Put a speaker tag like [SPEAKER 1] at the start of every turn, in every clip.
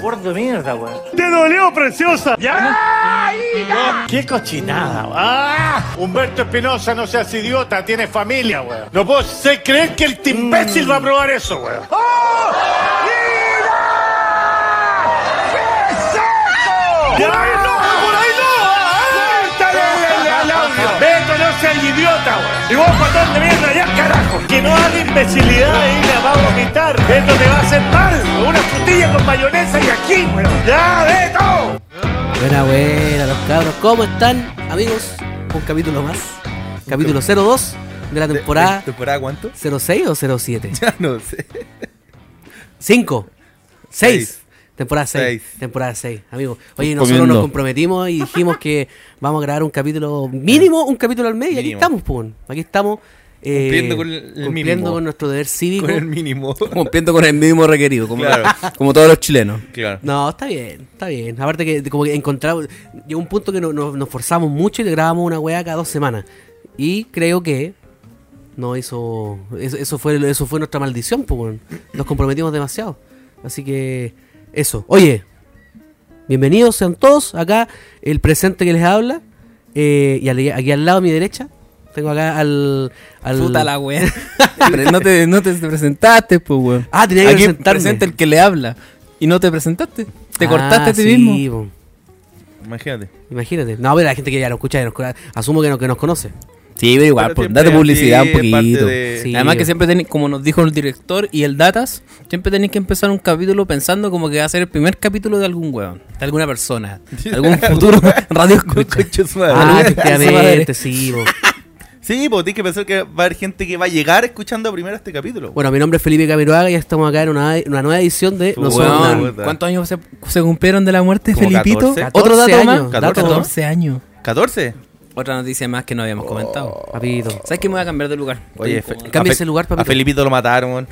[SPEAKER 1] gordo de mierda, weón.
[SPEAKER 2] ¡Te dolió, preciosa!
[SPEAKER 1] ¡Ya! hija! ¡Qué cochinada, weón!
[SPEAKER 2] ¡Ah! Humberto Espinosa, no seas idiota, tienes familia, weón. No puedo ser- creer que el imbécil va a probar eso, weón. ¡Oh! ¡Por ahí no! ¡Por ahí no! ¡Ah! Beto, no seas idiota, weón. Y vos, patón de mierda, ya carajo. Que no haga imbecilidad ahí, la va a vomitar. Beto te va a hacer mal. Una frutilla con mayonesa y aquí, weón. ¡Ya, Beto!
[SPEAKER 3] Buena, buena, los cabros. ¿Cómo están, amigos? Un capítulo más. Capítulo 02 de la temporada
[SPEAKER 4] ¿Temporada cuánto?
[SPEAKER 3] 06 o 07.
[SPEAKER 4] Ya no sé.
[SPEAKER 3] 5, 6.
[SPEAKER 4] Seis.
[SPEAKER 3] Temporada 6.
[SPEAKER 4] Seis.
[SPEAKER 3] Temporada 6, amigos. Oye,
[SPEAKER 5] Estoy
[SPEAKER 3] nosotros
[SPEAKER 5] comiendo.
[SPEAKER 3] nos comprometimos y dijimos que vamos a grabar un capítulo mínimo, un capítulo al mes. Y aquí
[SPEAKER 4] Mínimo.
[SPEAKER 3] estamos, pum. Aquí estamos. eh,
[SPEAKER 4] Cumpliendo con el- el
[SPEAKER 3] cumpliendo
[SPEAKER 4] mínimo.
[SPEAKER 3] con nuestro deber cívico.
[SPEAKER 4] Con el mínimo.
[SPEAKER 5] Cumpliendo con el mínimo requerido, como,
[SPEAKER 4] Claro.
[SPEAKER 5] como todos los chilenos.
[SPEAKER 4] Claro.
[SPEAKER 3] No, está bien, está bien. Aparte que como que encontramos... Llegó un punto que no- no- nos forzamos mucho y le grabamos una weá cada dos semanas. Y creo que no hizo... Eso, eso fue, eso fue nuestra maldición, pues, weón. Nos comprometimos demasiado. Así que eso. Oye, bienvenidos sean todos. Acá el presente que les habla. eh, y al- aquí al lado a mi derecha tengo acá al... al
[SPEAKER 5] Puta la wea. Pero no, te, no te presentaste, pues, weón.
[SPEAKER 3] Ah, tenía que
[SPEAKER 5] Aquí
[SPEAKER 3] presentarme.
[SPEAKER 5] presenta el que le habla. Y no te presentaste. Te
[SPEAKER 3] Ah,
[SPEAKER 5] cortaste a ti
[SPEAKER 3] sí,
[SPEAKER 5] mismo.
[SPEAKER 3] po.
[SPEAKER 4] Imagínate.
[SPEAKER 3] Imagínate. No, pero la gente que ya nos escucha, ya nos conoce. asumo que no, que nos conoce.
[SPEAKER 5] Sí, pero igual,
[SPEAKER 4] Pero
[SPEAKER 5] pues,
[SPEAKER 4] siempre
[SPEAKER 5] date publicidad
[SPEAKER 4] así es
[SPEAKER 5] un
[SPEAKER 4] parte
[SPEAKER 5] poquito.
[SPEAKER 4] de-
[SPEAKER 3] Sí.
[SPEAKER 5] Además que siempre tenéis, como nos dijo el director y el Datas, siempre tenéis que empezar un capítulo pensando como que va a ser el primer capítulo de algún weón, de alguna persona, de algún futuro radio escucha.
[SPEAKER 4] Concha su madre.
[SPEAKER 3] Ah,
[SPEAKER 5] su
[SPEAKER 3] efectivamente,
[SPEAKER 5] madre.
[SPEAKER 3] sí. po.
[SPEAKER 4] Sí, pues tienes que pensar que va a haber gente que va a llegar escuchando primero este capítulo.
[SPEAKER 3] Bueno, mi nombre es Felipe Camiroaga y ya estamos acá en una, una nueva edición de No
[SPEAKER 4] Puta.
[SPEAKER 3] Somos
[SPEAKER 5] Weón,
[SPEAKER 3] Nada.
[SPEAKER 4] Puta.
[SPEAKER 5] ¿Cuántos años se, se cumplieron de la muerte de
[SPEAKER 4] Como
[SPEAKER 5] Felipito?
[SPEAKER 4] 14.
[SPEAKER 5] Otro dato más.
[SPEAKER 3] 14 años,
[SPEAKER 5] 14 años.
[SPEAKER 4] ¿14?
[SPEAKER 5] Otra noticia más que no habíamos comentado.
[SPEAKER 3] Papito.
[SPEAKER 5] ¿Sabes que me voy a cambiar de lugar?
[SPEAKER 4] Oye,
[SPEAKER 5] Estoy incómodo.
[SPEAKER 3] Cambia
[SPEAKER 4] a
[SPEAKER 3] ese lugar,
[SPEAKER 4] A
[SPEAKER 3] papito.
[SPEAKER 4] Felipito lo mataron.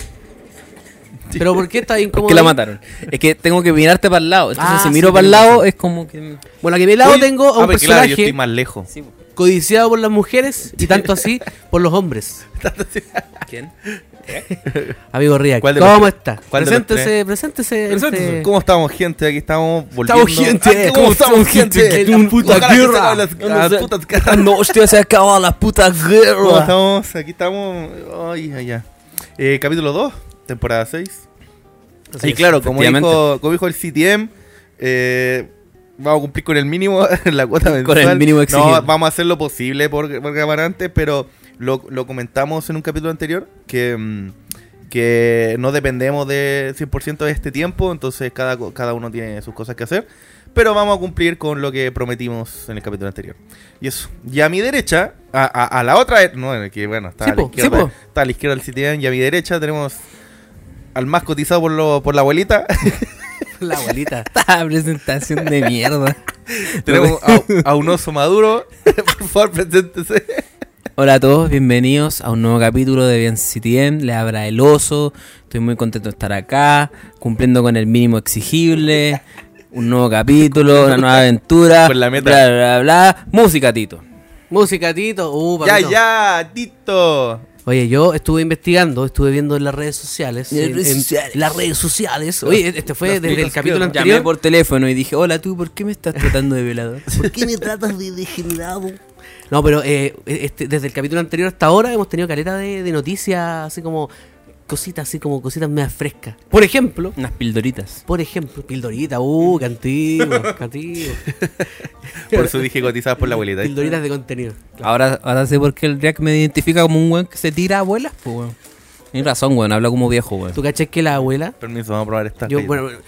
[SPEAKER 3] ¿Pero por qué está incómodo?
[SPEAKER 5] ¿Por qué la
[SPEAKER 3] ahí?
[SPEAKER 5] mataron? Es que tengo que mirarte para el lado. Entonces,
[SPEAKER 3] Ah,
[SPEAKER 5] si
[SPEAKER 3] sí,
[SPEAKER 5] miro para el
[SPEAKER 3] tenés
[SPEAKER 5] lado,
[SPEAKER 3] razón.
[SPEAKER 5] es como que. mm,
[SPEAKER 3] Bueno, aquí a mi lado tengo a un
[SPEAKER 4] ah, pues, claro, yo
[SPEAKER 3] personaje
[SPEAKER 4] estoy más lejos.
[SPEAKER 3] codiciado por las mujeres y tanto así por los hombres.
[SPEAKER 5] ¿Quién?
[SPEAKER 3] Amigo Riak,
[SPEAKER 4] ¿Cuál de
[SPEAKER 3] ¿cómo
[SPEAKER 4] los
[SPEAKER 3] está?
[SPEAKER 4] tres? ¿Cuál de los
[SPEAKER 3] Preséntese, preséntese. este-
[SPEAKER 4] ¿Cómo estamos, gente? Aquí estamos volviendo.
[SPEAKER 3] Estamos gente,
[SPEAKER 4] Ah, ¿Cómo estamos, gente?
[SPEAKER 3] En la puta
[SPEAKER 4] Ojalá que
[SPEAKER 3] guerra.
[SPEAKER 4] salgan Las, las putas caras.
[SPEAKER 5] No, usted se acaba la puta
[SPEAKER 4] ¿Cómo
[SPEAKER 5] guerra.
[SPEAKER 4] estamos? Aquí estamos. Ay, allá. Eh, capítulo 2, temporada 6.
[SPEAKER 3] Así
[SPEAKER 4] Y
[SPEAKER 3] es.
[SPEAKER 4] claro, como
[SPEAKER 5] efectivamente.
[SPEAKER 4] dijo, como dijo el CTM, eh, vamos a cumplir con el mínimo, la cuota mensual.
[SPEAKER 5] el mínimo exigido.
[SPEAKER 4] No, vamos a hacer lo posible por, por grabar antes, pero lo, lo comentamos en un capítulo anterior, que, mm, que no dependemos de 100% de este tiempo, entonces cada, co- cada uno tiene sus cosas que hacer. Pero vamos a cumplir con lo que prometimos en el capítulo anterior. Y eso. Y a mi derecha, a, a- a la otra, no, en el que bueno, está
[SPEAKER 3] Sí,
[SPEAKER 4] a
[SPEAKER 3] po,
[SPEAKER 4] la
[SPEAKER 3] sí,
[SPEAKER 4] izquierda,
[SPEAKER 3] po.
[SPEAKER 4] está a la izquierda del CTM y a mi derecha tenemos al más cotizado por, lo, por la abuelita.
[SPEAKER 3] La abuelita.
[SPEAKER 5] Esta presentación de mierda.
[SPEAKER 4] Tenemos a, a un oso maduro. por favor, preséntese.
[SPEAKER 5] Hola a todos, bienvenidos a un nuevo capítulo de Bien CTM. Les habla el oso. Estoy muy contento de estar acá, cumpliendo con el mínimo exigible. Un nuevo capítulo, una nueva aventura.
[SPEAKER 4] Con la meta.
[SPEAKER 5] Bla, bla, bla, bla. Música, Tito.
[SPEAKER 3] Música, Tito. Uh,
[SPEAKER 4] ya,
[SPEAKER 3] papito.
[SPEAKER 4] ya, Tito.
[SPEAKER 3] Oye, yo estuve investigando, estuve viendo en las redes sociales.
[SPEAKER 5] En las redes sociales.
[SPEAKER 3] las redes sociales. Oye, este fue
[SPEAKER 4] Las
[SPEAKER 3] desde el
[SPEAKER 4] putas
[SPEAKER 3] capítulo
[SPEAKER 4] criadas.
[SPEAKER 3] anterior.
[SPEAKER 5] Llamé por teléfono y dije, hola tú, ¿por qué me estás tratando de violador?
[SPEAKER 3] ¿Por qué me tratas de degenerado? No, pero eh, este, desde el capítulo anterior hasta ahora hemos tenido caleta de, de noticias, así como cositas, así como cositas más frescas. Por ejemplo,
[SPEAKER 5] Unas pildoritas.
[SPEAKER 3] por ejemplo, Pildorita, uh,
[SPEAKER 5] Mm.
[SPEAKER 3] qué antiguo, qué antiguo.
[SPEAKER 4] Por eso dije cotizadas por la abuelita.
[SPEAKER 3] Pildoritas de contenido.
[SPEAKER 5] Ahora, ahora sé por qué el React me identifica como un weón que se tira a abuelas, pues weón. Tienes razón, weón, habla como viejo, weón.
[SPEAKER 3] ¿Tú caché que la abuela
[SPEAKER 4] Permiso, vamos a probar esta.
[SPEAKER 3] Yo, bueno, bueno,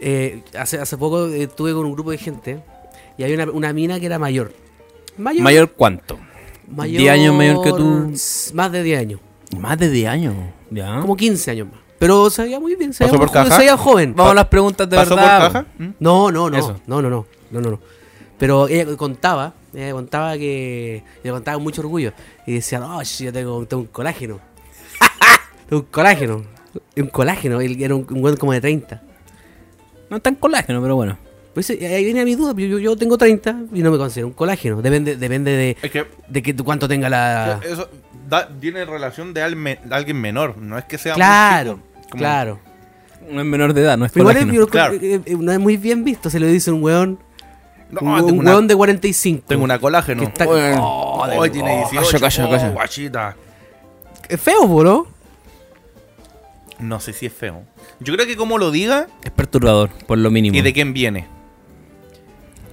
[SPEAKER 3] eh, hace, hace poco eh, estuve con un grupo de gente y había una, una mina que era mayor. Mayor.
[SPEAKER 5] ¿Mayor cuánto?
[SPEAKER 3] mayor-
[SPEAKER 5] 10 años mayor que tú.
[SPEAKER 3] s- Más de 10 años.
[SPEAKER 5] Más de 10 años. ¿Ya?
[SPEAKER 3] Como 15 años más. Pero se veía muy bien, se
[SPEAKER 4] ¿Pasó
[SPEAKER 3] veía, muy
[SPEAKER 4] por
[SPEAKER 3] joven,
[SPEAKER 4] caja?
[SPEAKER 3] se veía joven.
[SPEAKER 5] Vamos a las preguntas de
[SPEAKER 4] ¿Pasó por
[SPEAKER 5] verdad.
[SPEAKER 4] caja? ¿Mm?
[SPEAKER 3] No, no, no,
[SPEAKER 5] Eso.
[SPEAKER 3] no, no, no, no, no, no. Pero ella contaba, ella contaba que, ella contaba con mucho orgullo y decía, no, si yo tengo, tengo un colágeno. tengo un colágeno. Un colágeno, él era un, un güey como de 30.
[SPEAKER 5] No es tan colágeno, pero bueno.
[SPEAKER 3] Por eso, ahí viene mi duda. Yo, yo- yo tengo 30 y no me considero un colágeno. Depende, depende de,
[SPEAKER 4] Es que eh,
[SPEAKER 3] de que, cuánto tenga la.
[SPEAKER 4] eso da- tiene relación de alme- de alguien menor. No es que sea. muy
[SPEAKER 3] Claro,
[SPEAKER 4] chico. Como-
[SPEAKER 3] claro.
[SPEAKER 5] No es menor de edad, no es
[SPEAKER 3] Pero igual es,
[SPEAKER 5] colágeno.
[SPEAKER 3] yo-
[SPEAKER 4] Claro.
[SPEAKER 3] eh, eh, no es muy bien visto, se lo dice un weón.
[SPEAKER 4] No,
[SPEAKER 3] un
[SPEAKER 4] tengo
[SPEAKER 3] un
[SPEAKER 4] una-
[SPEAKER 3] weón de 45.
[SPEAKER 4] Tengo una colágeno.
[SPEAKER 3] que está-
[SPEAKER 4] Oh, Hoy tiene 18.
[SPEAKER 5] calla, calla,
[SPEAKER 4] oh,
[SPEAKER 5] calla.
[SPEAKER 4] guachita.
[SPEAKER 3] Es feo, po, ¿no?
[SPEAKER 4] No sé si es feo. Yo creo que como lo diga
[SPEAKER 5] Es perturbador, por lo mínimo.
[SPEAKER 4] y de quién viene.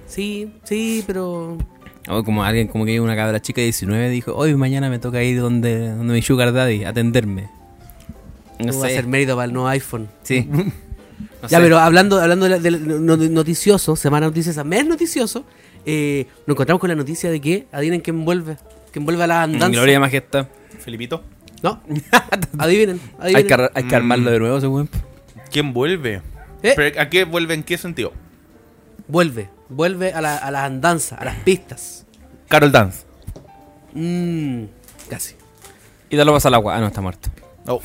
[SPEAKER 3] Sí, sí, pero.
[SPEAKER 5] O como alguien, como que llega una cabra chica de 19 dijo, hoy mañana me toca ir donde, donde mi sugar daddy, atenderme. No
[SPEAKER 3] No va a
[SPEAKER 5] sé.
[SPEAKER 3] ser mérito para el nuevo iPhone.
[SPEAKER 5] Sí. No
[SPEAKER 3] ya,
[SPEAKER 5] sé.
[SPEAKER 3] pero hablando, hablando de, la- de la- no- de noticioso, semana noticiosa, mes noticioso, eh, nos encontramos con la noticia de que, adivinen quién vuelve, quién vuelve a la andanza.
[SPEAKER 5] Mm, Gloria y majestad.
[SPEAKER 4] Felipito.
[SPEAKER 3] No, adivinen,
[SPEAKER 5] Hay que,
[SPEAKER 3] adivinen.
[SPEAKER 5] ar- hay
[SPEAKER 4] Mm.
[SPEAKER 5] que armarlo de nuevo, ese weón.
[SPEAKER 4] ¿Quién vuelve?
[SPEAKER 3] Eh.
[SPEAKER 4] ¿Pero ¿A qué vuelve? ¿En qué sentido?
[SPEAKER 3] Vuelve, vuelve a, la, a las andanzas, a las pistas.
[SPEAKER 4] Carol Dance.
[SPEAKER 3] Mm, casi.
[SPEAKER 5] Y darlo pasa al agua. Ah, no, está muerto.
[SPEAKER 4] Oh.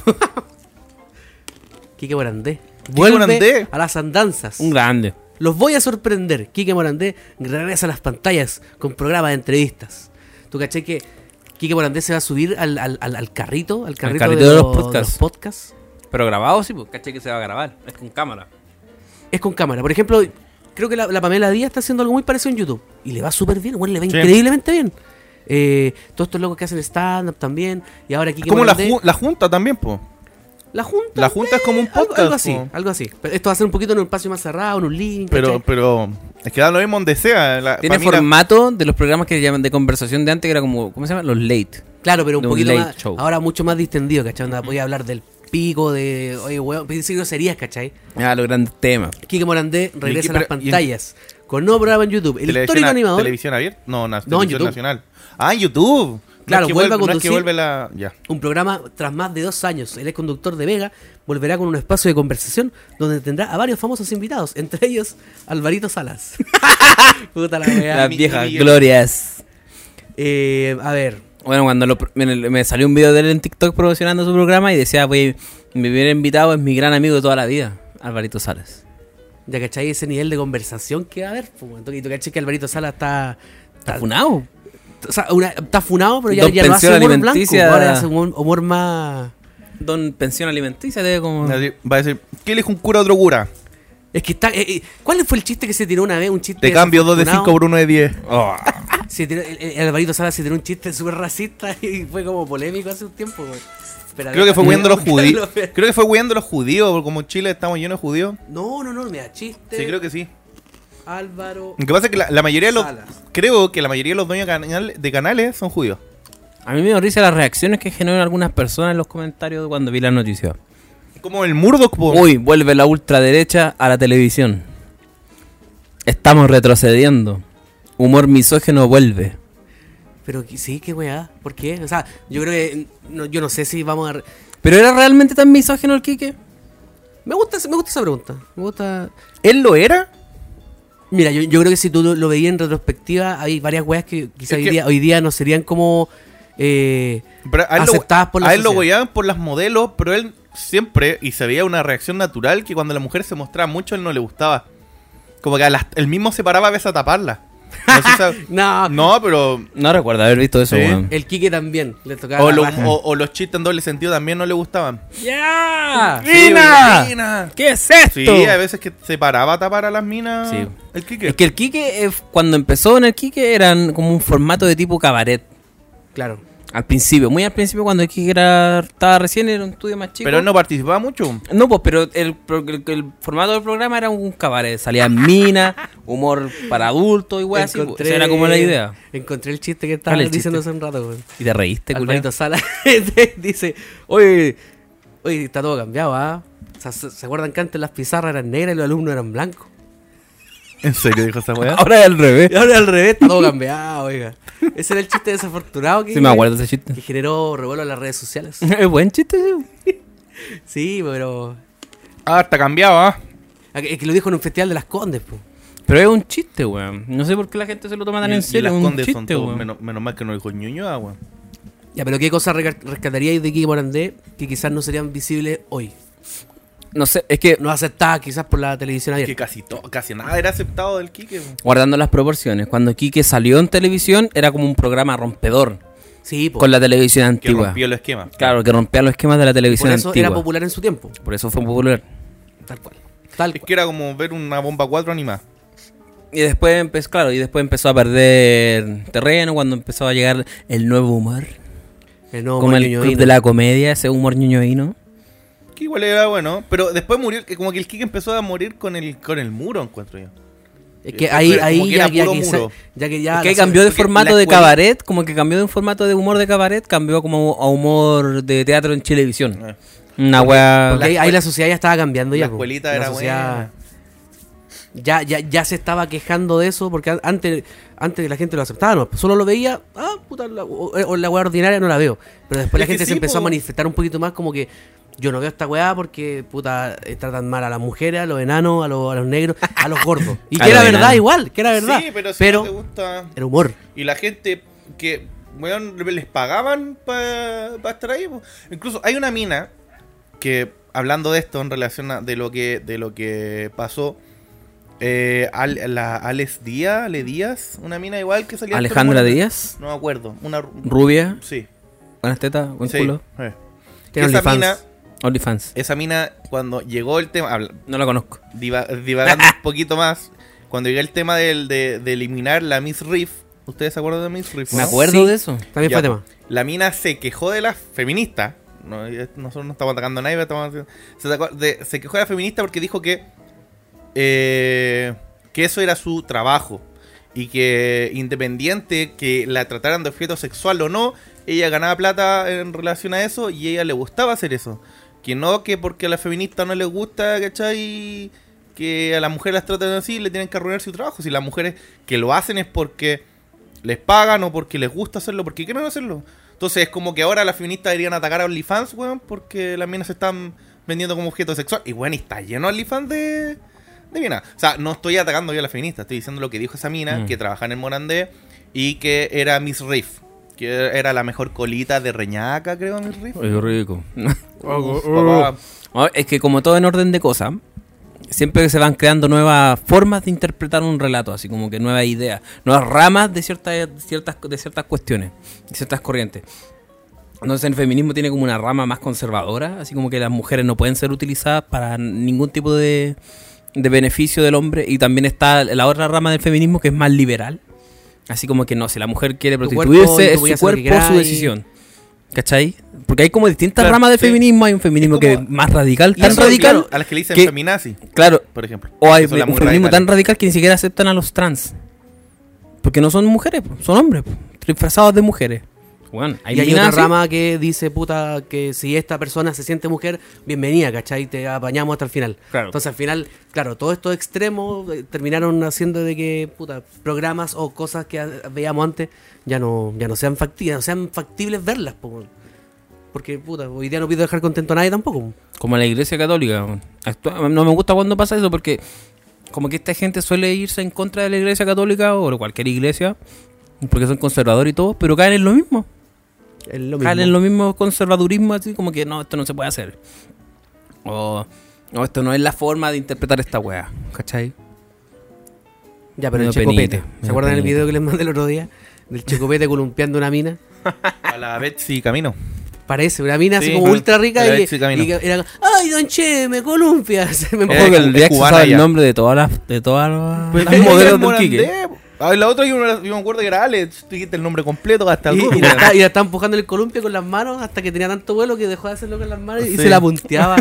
[SPEAKER 3] Quique Morandé. Vuelve
[SPEAKER 4] Morandé.
[SPEAKER 3] a las andanzas.
[SPEAKER 5] Un grande.
[SPEAKER 3] Los voy a sorprender. Quique Morandé regresa a las pantallas con programa de entrevistas. ¿Tú caché que Quique Morandé se va a subir al, al- al- al carrito? Al carrito,
[SPEAKER 5] carrito de los podcasts.
[SPEAKER 3] podcasts.
[SPEAKER 5] Pero grabado, sí, pues caché que se va a grabar. Es con cámara.
[SPEAKER 3] Es con cámara. Por ejemplo, creo que la, la Pamela Díaz está haciendo algo muy parecido en YouTube. Y le va súper bien, güey, le va
[SPEAKER 4] Sí.
[SPEAKER 3] increíblemente bien. Eh, todos estos locos que hacen stand-up también. Y ahora Quique
[SPEAKER 4] Es como la,
[SPEAKER 3] Morandé-
[SPEAKER 4] ju- la junta también, po.
[SPEAKER 3] la Junta.
[SPEAKER 4] La junta es como un
[SPEAKER 3] eh, algo-
[SPEAKER 4] podcast,
[SPEAKER 3] Algo, así,
[SPEAKER 4] po.
[SPEAKER 3] algo así. Pero esto va a ser un poquito en un espacio más cerrado, en un link.
[SPEAKER 4] Pero,
[SPEAKER 3] ¿cachai?
[SPEAKER 4] pero es que da lo mismo donde sea. La,
[SPEAKER 5] Tiene
[SPEAKER 4] Ah, pa' mí la-
[SPEAKER 5] formato de los programas que llaman de conversación de antes, que era como, ¿cómo se llama? Los late.
[SPEAKER 3] Claro, pero un
[SPEAKER 5] de un
[SPEAKER 3] poquito
[SPEAKER 5] late
[SPEAKER 3] más,
[SPEAKER 5] show.
[SPEAKER 3] ahora mucho más distendido, ¿cachai? Onda, podía hablar del pico, de, oye, weón, decir groserías, ¿cachai?
[SPEAKER 5] Ah, los grandes temas.
[SPEAKER 3] Quique Morandé regresa a las
[SPEAKER 4] pero- y en-
[SPEAKER 3] pantallas con no programa en YouTube. El
[SPEAKER 4] televisión,
[SPEAKER 3] histórico animador,
[SPEAKER 4] televisión abierta. No, na-
[SPEAKER 3] No, en
[SPEAKER 4] televisión
[SPEAKER 3] YouTube.
[SPEAKER 4] nacional. Ah, en YouTube.
[SPEAKER 3] Claro,
[SPEAKER 4] no es que
[SPEAKER 3] vuelve
[SPEAKER 4] vuelve,
[SPEAKER 3] a
[SPEAKER 4] no es que
[SPEAKER 3] conducir.
[SPEAKER 4] vuelve la. Ya.
[SPEAKER 3] un programa tras más de dos años, el ex conductor de Vega, volverá con un espacio de conversación donde tendrá a varios famosos invitados, entre ellos Alvarito Salas. Puta la weá.
[SPEAKER 5] Las
[SPEAKER 4] mi-
[SPEAKER 5] viejas
[SPEAKER 4] mi-
[SPEAKER 5] glorias.
[SPEAKER 3] Eh, a ver,
[SPEAKER 5] Bueno, cuando lo, miren, me salió un video de él en TikTok promocionando su programa y decía, voy, mi primer invitado es mi gran amigo de toda la vida, Alvarito Salas.
[SPEAKER 3] ya cachai ese nivel de conversación que va a haber. pues, weón. Y tú cachai que Alvarito Salas está...
[SPEAKER 5] ¿Está funado?
[SPEAKER 3] O sea, una- está funado, pero ya,
[SPEAKER 5] Don
[SPEAKER 3] ya no hace
[SPEAKER 5] Pensión
[SPEAKER 3] humor blanco.
[SPEAKER 5] Alimenticia.
[SPEAKER 3] Ahora hace humor, humor más.
[SPEAKER 5] Don pensión alimenticia, debe
[SPEAKER 3] Mm.
[SPEAKER 5] como...
[SPEAKER 4] Así, Va a decir, ¿qué elijo un cura otro cura?
[SPEAKER 3] Es que está. eh, eh, ¿Cuál fue el chiste que se tiró una vez? Un chiste.
[SPEAKER 4] Te cambio dos de
[SPEAKER 3] desafortunado.
[SPEAKER 4] cinco por uno de 10. Ah.
[SPEAKER 3] Se tiró- el, el Alvarito Sala se tiró un chiste súper racista y fue como polémico hace un tiempo. güey. Espera,
[SPEAKER 4] Creo que fue huyendo los
[SPEAKER 3] déjame
[SPEAKER 4] judíos.
[SPEAKER 3] buscarlo, espera.
[SPEAKER 4] Creo que fue huyendo los judíos, porque como en Chile estamos llenos de judíos.
[SPEAKER 3] No, no, no, mira, chiste.
[SPEAKER 4] Sí, creo que sí.
[SPEAKER 3] Álvaro.
[SPEAKER 4] Lo que pasa es que la, la mayoría de los.
[SPEAKER 3] Salas.
[SPEAKER 4] Creo que la mayoría de los dueños canal- de canales son judíos.
[SPEAKER 5] A mí me dio risa las reacciones que generan algunas personas en los comentarios cuando vi la noticia.
[SPEAKER 4] Como el Murdoch, po.
[SPEAKER 5] Uy, vuelve la ultraderecha a la televisión. Estamos retrocediendo. Humor misógeno vuelve.
[SPEAKER 3] Pero que- sí, qué weá. ¿Por qué? O sea, yo creo que. no, yo no sé si vamos a. re-
[SPEAKER 5] ¿Pero era realmente tan misógeno el Quique?
[SPEAKER 3] Me gusta, me gusta esa pregunta. Me gusta.
[SPEAKER 4] ¿Él lo era?
[SPEAKER 3] Mira, yo, yo creo que si tú lo, lo veías en retrospectiva, hay varias weas que quizás
[SPEAKER 4] Es
[SPEAKER 3] hoy,
[SPEAKER 4] que-
[SPEAKER 3] día, hoy día no serían como eh,
[SPEAKER 4] Pero a él
[SPEAKER 3] aceptadas
[SPEAKER 4] lo,
[SPEAKER 3] por la
[SPEAKER 4] a él lo
[SPEAKER 3] sociedad.
[SPEAKER 4] huellaban por las modelos, pero él siempre, y se veía una reacción natural, que cuando la mujer se mostraba mucho, él no le gustaba. Como que a las- él mismo se paraba a veces a taparla. No, sé si sabe-
[SPEAKER 3] No,
[SPEAKER 4] No, pero...
[SPEAKER 5] No recuerdo haber visto eso,
[SPEAKER 4] Sí.
[SPEAKER 5] weón.
[SPEAKER 3] el Quique también le tocaba.
[SPEAKER 4] O,
[SPEAKER 3] la
[SPEAKER 4] lo-
[SPEAKER 3] raja.
[SPEAKER 4] o- o los chistes en doble sentido también no le gustaban.
[SPEAKER 5] ¡Ya!
[SPEAKER 3] Ah,
[SPEAKER 4] ¡Mina!
[SPEAKER 5] ¿Qué es esto?
[SPEAKER 4] Sí, hay veces que se paraba a tapar a las minas.
[SPEAKER 5] Sí.
[SPEAKER 4] El Quique.
[SPEAKER 5] Es que el Quique, eh, cuando empezó en el Quique, eran como un formato de tipo cabaret.
[SPEAKER 3] Claro.
[SPEAKER 5] Al principio, muy al principio, cuando el Quique era, estaba recién, era un estudio más chico.
[SPEAKER 4] Pero él no participaba mucho.
[SPEAKER 5] No, pues, pero el, pro- el- el formato del programa era un cabaret. Salían minas, humor para adultos y weas así. pues. Esa era como la idea.
[SPEAKER 3] Encontré el chiste que estaba
[SPEAKER 5] ¿Cuál es el
[SPEAKER 3] diciendo hace
[SPEAKER 5] chiste?
[SPEAKER 3] un rato, weón.
[SPEAKER 5] ¿Y te reíste,
[SPEAKER 3] Alvarito
[SPEAKER 5] culiao?
[SPEAKER 3] Sala te dice, oye, oye, está todo cambiado, ¿ah? ¿Se, se- se acuerdan que antes las pizarras eran negras y los alumnos eran blancos?
[SPEAKER 4] ¿En serio dijo esa weá?
[SPEAKER 5] Ahora es al revés.
[SPEAKER 3] Y ahora al revés, está todo cambiado, oiga. Ese era el chiste desafortunado que,
[SPEAKER 5] Sí, me acuerdo de ese
[SPEAKER 3] que
[SPEAKER 5] chiste.
[SPEAKER 3] generó revuelo en las redes sociales.
[SPEAKER 5] Es buen chiste, sí.
[SPEAKER 3] Sí, pero
[SPEAKER 4] Ah, hasta cambiaba.
[SPEAKER 3] Ah, que- Es que lo dijo en un festival de las Condes, po.
[SPEAKER 5] Pero es un chiste, weón. No sé por qué la gente se lo toma tan en serio.
[SPEAKER 4] las
[SPEAKER 5] Es un
[SPEAKER 4] condes son
[SPEAKER 5] chiste,
[SPEAKER 4] todos-
[SPEAKER 5] weón.
[SPEAKER 4] menos, menos mal que no dijo Ñuñoa, weón.
[SPEAKER 3] Ya, pero ¿qué cosas reca- rescataríais de Kiki Morandé que quizás no serían visibles hoy?
[SPEAKER 5] No sé, es que
[SPEAKER 3] No aceptadas quizás por la televisión
[SPEAKER 4] Que
[SPEAKER 3] abierta.
[SPEAKER 4] casi, to- casi nada era aceptado del Quique, weón.
[SPEAKER 5] guardando las proporciones, cuando Quique salió en televisión era como un programa rompedor
[SPEAKER 3] Sí, po.
[SPEAKER 5] con la televisión
[SPEAKER 4] Que
[SPEAKER 5] antigua.
[SPEAKER 4] rompió el esquema.
[SPEAKER 5] Claro, que rompía los esquemas de la
[SPEAKER 3] por
[SPEAKER 5] televisión
[SPEAKER 3] eso
[SPEAKER 5] antigua.
[SPEAKER 3] era popular en su tiempo.
[SPEAKER 5] Por eso fue popular.
[SPEAKER 3] Tal cual. Tal
[SPEAKER 4] Es
[SPEAKER 3] cual.
[SPEAKER 4] que era como ver una bomba 4 animada.
[SPEAKER 5] Y después empezó, claro, y después empezó a perder terreno cuando empezó a llegar el nuevo humor.
[SPEAKER 3] El nuevo
[SPEAKER 5] como el
[SPEAKER 3] Mourinho
[SPEAKER 5] club
[SPEAKER 3] vino.
[SPEAKER 5] de la comedia, ese humor ñoñoíno.
[SPEAKER 4] Que igual era bueno, pero después murió, que como que el Kike empezó a morir con el con el muro, encuentro yo.
[SPEAKER 3] Es que ahí,
[SPEAKER 4] Como
[SPEAKER 3] ahí
[SPEAKER 4] que
[SPEAKER 3] ya,
[SPEAKER 4] era
[SPEAKER 3] ya
[SPEAKER 4] puro
[SPEAKER 3] quizá-
[SPEAKER 4] muro.
[SPEAKER 3] ya que ya
[SPEAKER 5] que
[SPEAKER 3] la-
[SPEAKER 5] cambió de
[SPEAKER 4] porque
[SPEAKER 5] formato
[SPEAKER 4] la
[SPEAKER 5] de
[SPEAKER 4] escuela-
[SPEAKER 5] cabaret, como que cambió de un formato de humor de cabaret, cambió como a humor de teatro en televisión.
[SPEAKER 4] Eh.
[SPEAKER 5] Una weá.
[SPEAKER 3] porque ahí, ahí la sociedad ya estaba cambiando ya.
[SPEAKER 4] la
[SPEAKER 3] po.
[SPEAKER 4] escuelita
[SPEAKER 3] La
[SPEAKER 4] era
[SPEAKER 3] sociedad- Ya, ya, ya se estaba quejando de eso porque an- antes, antes la gente lo aceptaba, no, solo lo veía, ah, puta, la, o, o la weá ordinaria no la veo. Pero después la
[SPEAKER 4] Es que
[SPEAKER 3] gente se
[SPEAKER 4] sí,
[SPEAKER 3] empezó a
[SPEAKER 4] po.
[SPEAKER 3] manifestar un poquito más como que yo no veo esta weá porque, puta, eh, tratan mal a las mujeres, a los enanos, a, los- a los negros, a los gordos. Y
[SPEAKER 5] A
[SPEAKER 3] que era
[SPEAKER 5] los
[SPEAKER 3] verdad
[SPEAKER 5] enanos.
[SPEAKER 3] igual, que era verdad.
[SPEAKER 4] Sí, pero
[SPEAKER 3] pero
[SPEAKER 4] si no te gusta.
[SPEAKER 3] era humor.
[SPEAKER 4] Y la gente que, weón, les pagaban para estar ahí. po. Incluso hay una mina que, hablando de esto en relación a, de, lo que, de lo que pasó, eh, Al- la Alex Díaz, Ale Díaz, una mina igual que salía... en
[SPEAKER 5] Alejandra
[SPEAKER 4] Telemundo.
[SPEAKER 5] Díaz,
[SPEAKER 4] No me acuerdo. Una... ru-
[SPEAKER 5] rubia,
[SPEAKER 4] Sí.
[SPEAKER 5] buenas tetas, buen
[SPEAKER 4] sí,
[SPEAKER 5] culo.
[SPEAKER 4] eh. Que
[SPEAKER 3] Tiene
[SPEAKER 4] Esa
[SPEAKER 3] OnlyFans.
[SPEAKER 4] mina,
[SPEAKER 5] OnlyFans.
[SPEAKER 4] esa mina, cuando llegó el tema, habla-
[SPEAKER 5] Eh, No la conozco.
[SPEAKER 4] diva- divagando un poquito más, cuando llegó el tema del- de, de eliminar la Miss Riff, ¿ustedes se acuerdan de Miss Riff?
[SPEAKER 5] Me
[SPEAKER 4] no?
[SPEAKER 5] acuerdo
[SPEAKER 3] Sí.
[SPEAKER 5] de eso.
[SPEAKER 3] También
[SPEAKER 4] Ya,
[SPEAKER 3] fue tema.
[SPEAKER 4] La mina se quejó de las feministas. No, eh, nosotros no estamos atacando a nadie, pero estamos haciendo- se, atacó- de- se quejó de la feminista porque dijo que, eh, que eso era su trabajo. Y que independiente que la trataran de objeto sexual o no, ella ganaba plata en relación a eso y a ella le gustaba hacer eso. Que no que porque a la feminista no les gusta, ¿cachai? Que a las mujeres las tratan así, le tienen que arruinar su trabajo. Si las mujeres que lo hacen es porque les pagan o porque les gusta hacerlo, porque quieren hacerlo. Entonces es como que ahora las feministas deberían atacar a OnlyFans, weón, porque las minas se están vendiendo como objeto sexual. Y bueno, está lleno OnlyFans de, de mina. O sea, no estoy atacando yo a las feministas, estoy diciendo lo que dijo esa mina,
[SPEAKER 5] Mm.
[SPEAKER 4] que trabaja en el Morandé y que era Miss Riff. Que era la mejor colita de Reñaca, creo, Miss Riff.
[SPEAKER 5] Ay, qué rico.
[SPEAKER 4] Uf, papá.
[SPEAKER 5] Ah, Es que como todo en orden de cosas, siempre se van creando nuevas formas de interpretar un relato, así como que nuevas ideas, nuevas ramas de ciertas, ciertas, de ciertas cuestiones, de ciertas corrientes. Entonces el feminismo tiene como una rama más conservadora, así como que las mujeres no pueden ser utilizadas para ningún tipo de, de beneficio del hombre. Y también está la otra rama del feminismo que es más liberal. Así como que no, si la mujer quiere
[SPEAKER 3] Tu cuerpo, y tú
[SPEAKER 5] prostituirse, es
[SPEAKER 3] voy a
[SPEAKER 5] su
[SPEAKER 3] hacer lo que
[SPEAKER 5] cuerpo, su
[SPEAKER 3] queráis.
[SPEAKER 5] decisión. ¿Cachai? Porque hay como distintas
[SPEAKER 4] Claro,
[SPEAKER 5] ramas de
[SPEAKER 4] sí.
[SPEAKER 5] feminismo. Hay un feminismo
[SPEAKER 4] Es
[SPEAKER 5] que
[SPEAKER 4] como-
[SPEAKER 5] es más radical,
[SPEAKER 4] Y
[SPEAKER 5] tan
[SPEAKER 4] eso,
[SPEAKER 5] radical.
[SPEAKER 4] claro, a las que le dicen
[SPEAKER 5] que-
[SPEAKER 4] feminazi,
[SPEAKER 5] Claro.
[SPEAKER 4] por ejemplo.
[SPEAKER 5] O hay
[SPEAKER 4] que
[SPEAKER 5] un
[SPEAKER 4] son las muy
[SPEAKER 5] feminismo
[SPEAKER 4] radicales.
[SPEAKER 5] tan radical que ni siquiera aceptan a los trans. Porque no son mujeres, po, son hombres. po, Disfrazados de mujeres. Bueno, hay,
[SPEAKER 3] y hay
[SPEAKER 5] minas
[SPEAKER 3] otra
[SPEAKER 5] así.
[SPEAKER 3] rama que dice, puta, que si esta persona se siente mujer, bienvenida, ¿cachai? Te apañamos hasta el final.
[SPEAKER 5] Claro.
[SPEAKER 3] Entonces al final, claro, todos estos extremos eh, terminaron haciendo de que, puta, programas o cosas que ah, veíamos antes ya no, ya no sean factibles, no sean factibles verlas, po, weón. Porque, puta, hoy día no pido dejar contento a nadie tampoco.
[SPEAKER 5] Como la iglesia católica. weón. Actua- No me gusta cuando pasa eso porque como que esta gente suele irse en contra de la iglesia católica o de cualquier iglesia porque son conservadores y todo, pero caen en lo mismo.
[SPEAKER 3] Es lo mismo.
[SPEAKER 5] Caen en lo mismo conservadurismo así como que no, esto no se puede hacer. O no, esto no es la forma de interpretar esta wea. ¿Cachai?
[SPEAKER 3] Ya, pero el
[SPEAKER 5] Medio
[SPEAKER 3] checopete.
[SPEAKER 5] penita,
[SPEAKER 3] ¿Se
[SPEAKER 5] medio
[SPEAKER 3] acuerdan del
[SPEAKER 5] penita.
[SPEAKER 3] video que les mandé el otro día? Del checopete columpiando una mina.
[SPEAKER 4] A la Betsy Camino.
[SPEAKER 3] Parece, una mina así
[SPEAKER 4] Sí,
[SPEAKER 3] como
[SPEAKER 4] claro.
[SPEAKER 3] ultra rica
[SPEAKER 4] Era
[SPEAKER 3] y,
[SPEAKER 4] ese camino.
[SPEAKER 3] y que era ay, don Che, me columpia. Se me
[SPEAKER 4] Eh,
[SPEAKER 5] Ojo que el
[SPEAKER 4] es
[SPEAKER 5] Diax
[SPEAKER 4] cubana
[SPEAKER 5] sabe el
[SPEAKER 4] ya.
[SPEAKER 5] nombre de todas las de todas las,
[SPEAKER 4] Pues
[SPEAKER 5] las
[SPEAKER 4] tiene que
[SPEAKER 5] modelos
[SPEAKER 4] ser
[SPEAKER 5] del Quique.
[SPEAKER 4] Morandé, po. Ah, la otra yo, me- yo me acuerdo que era Alex. Tú dijiste el nombre completo hasta el
[SPEAKER 3] Y,
[SPEAKER 4] grupo,
[SPEAKER 3] y la
[SPEAKER 4] weón.
[SPEAKER 3] está, y la está empujando en el columpio con las manos hasta que tenía tanto vuelo que dejó de hacerlo con las manos y
[SPEAKER 4] Sí.
[SPEAKER 3] se la punteaba.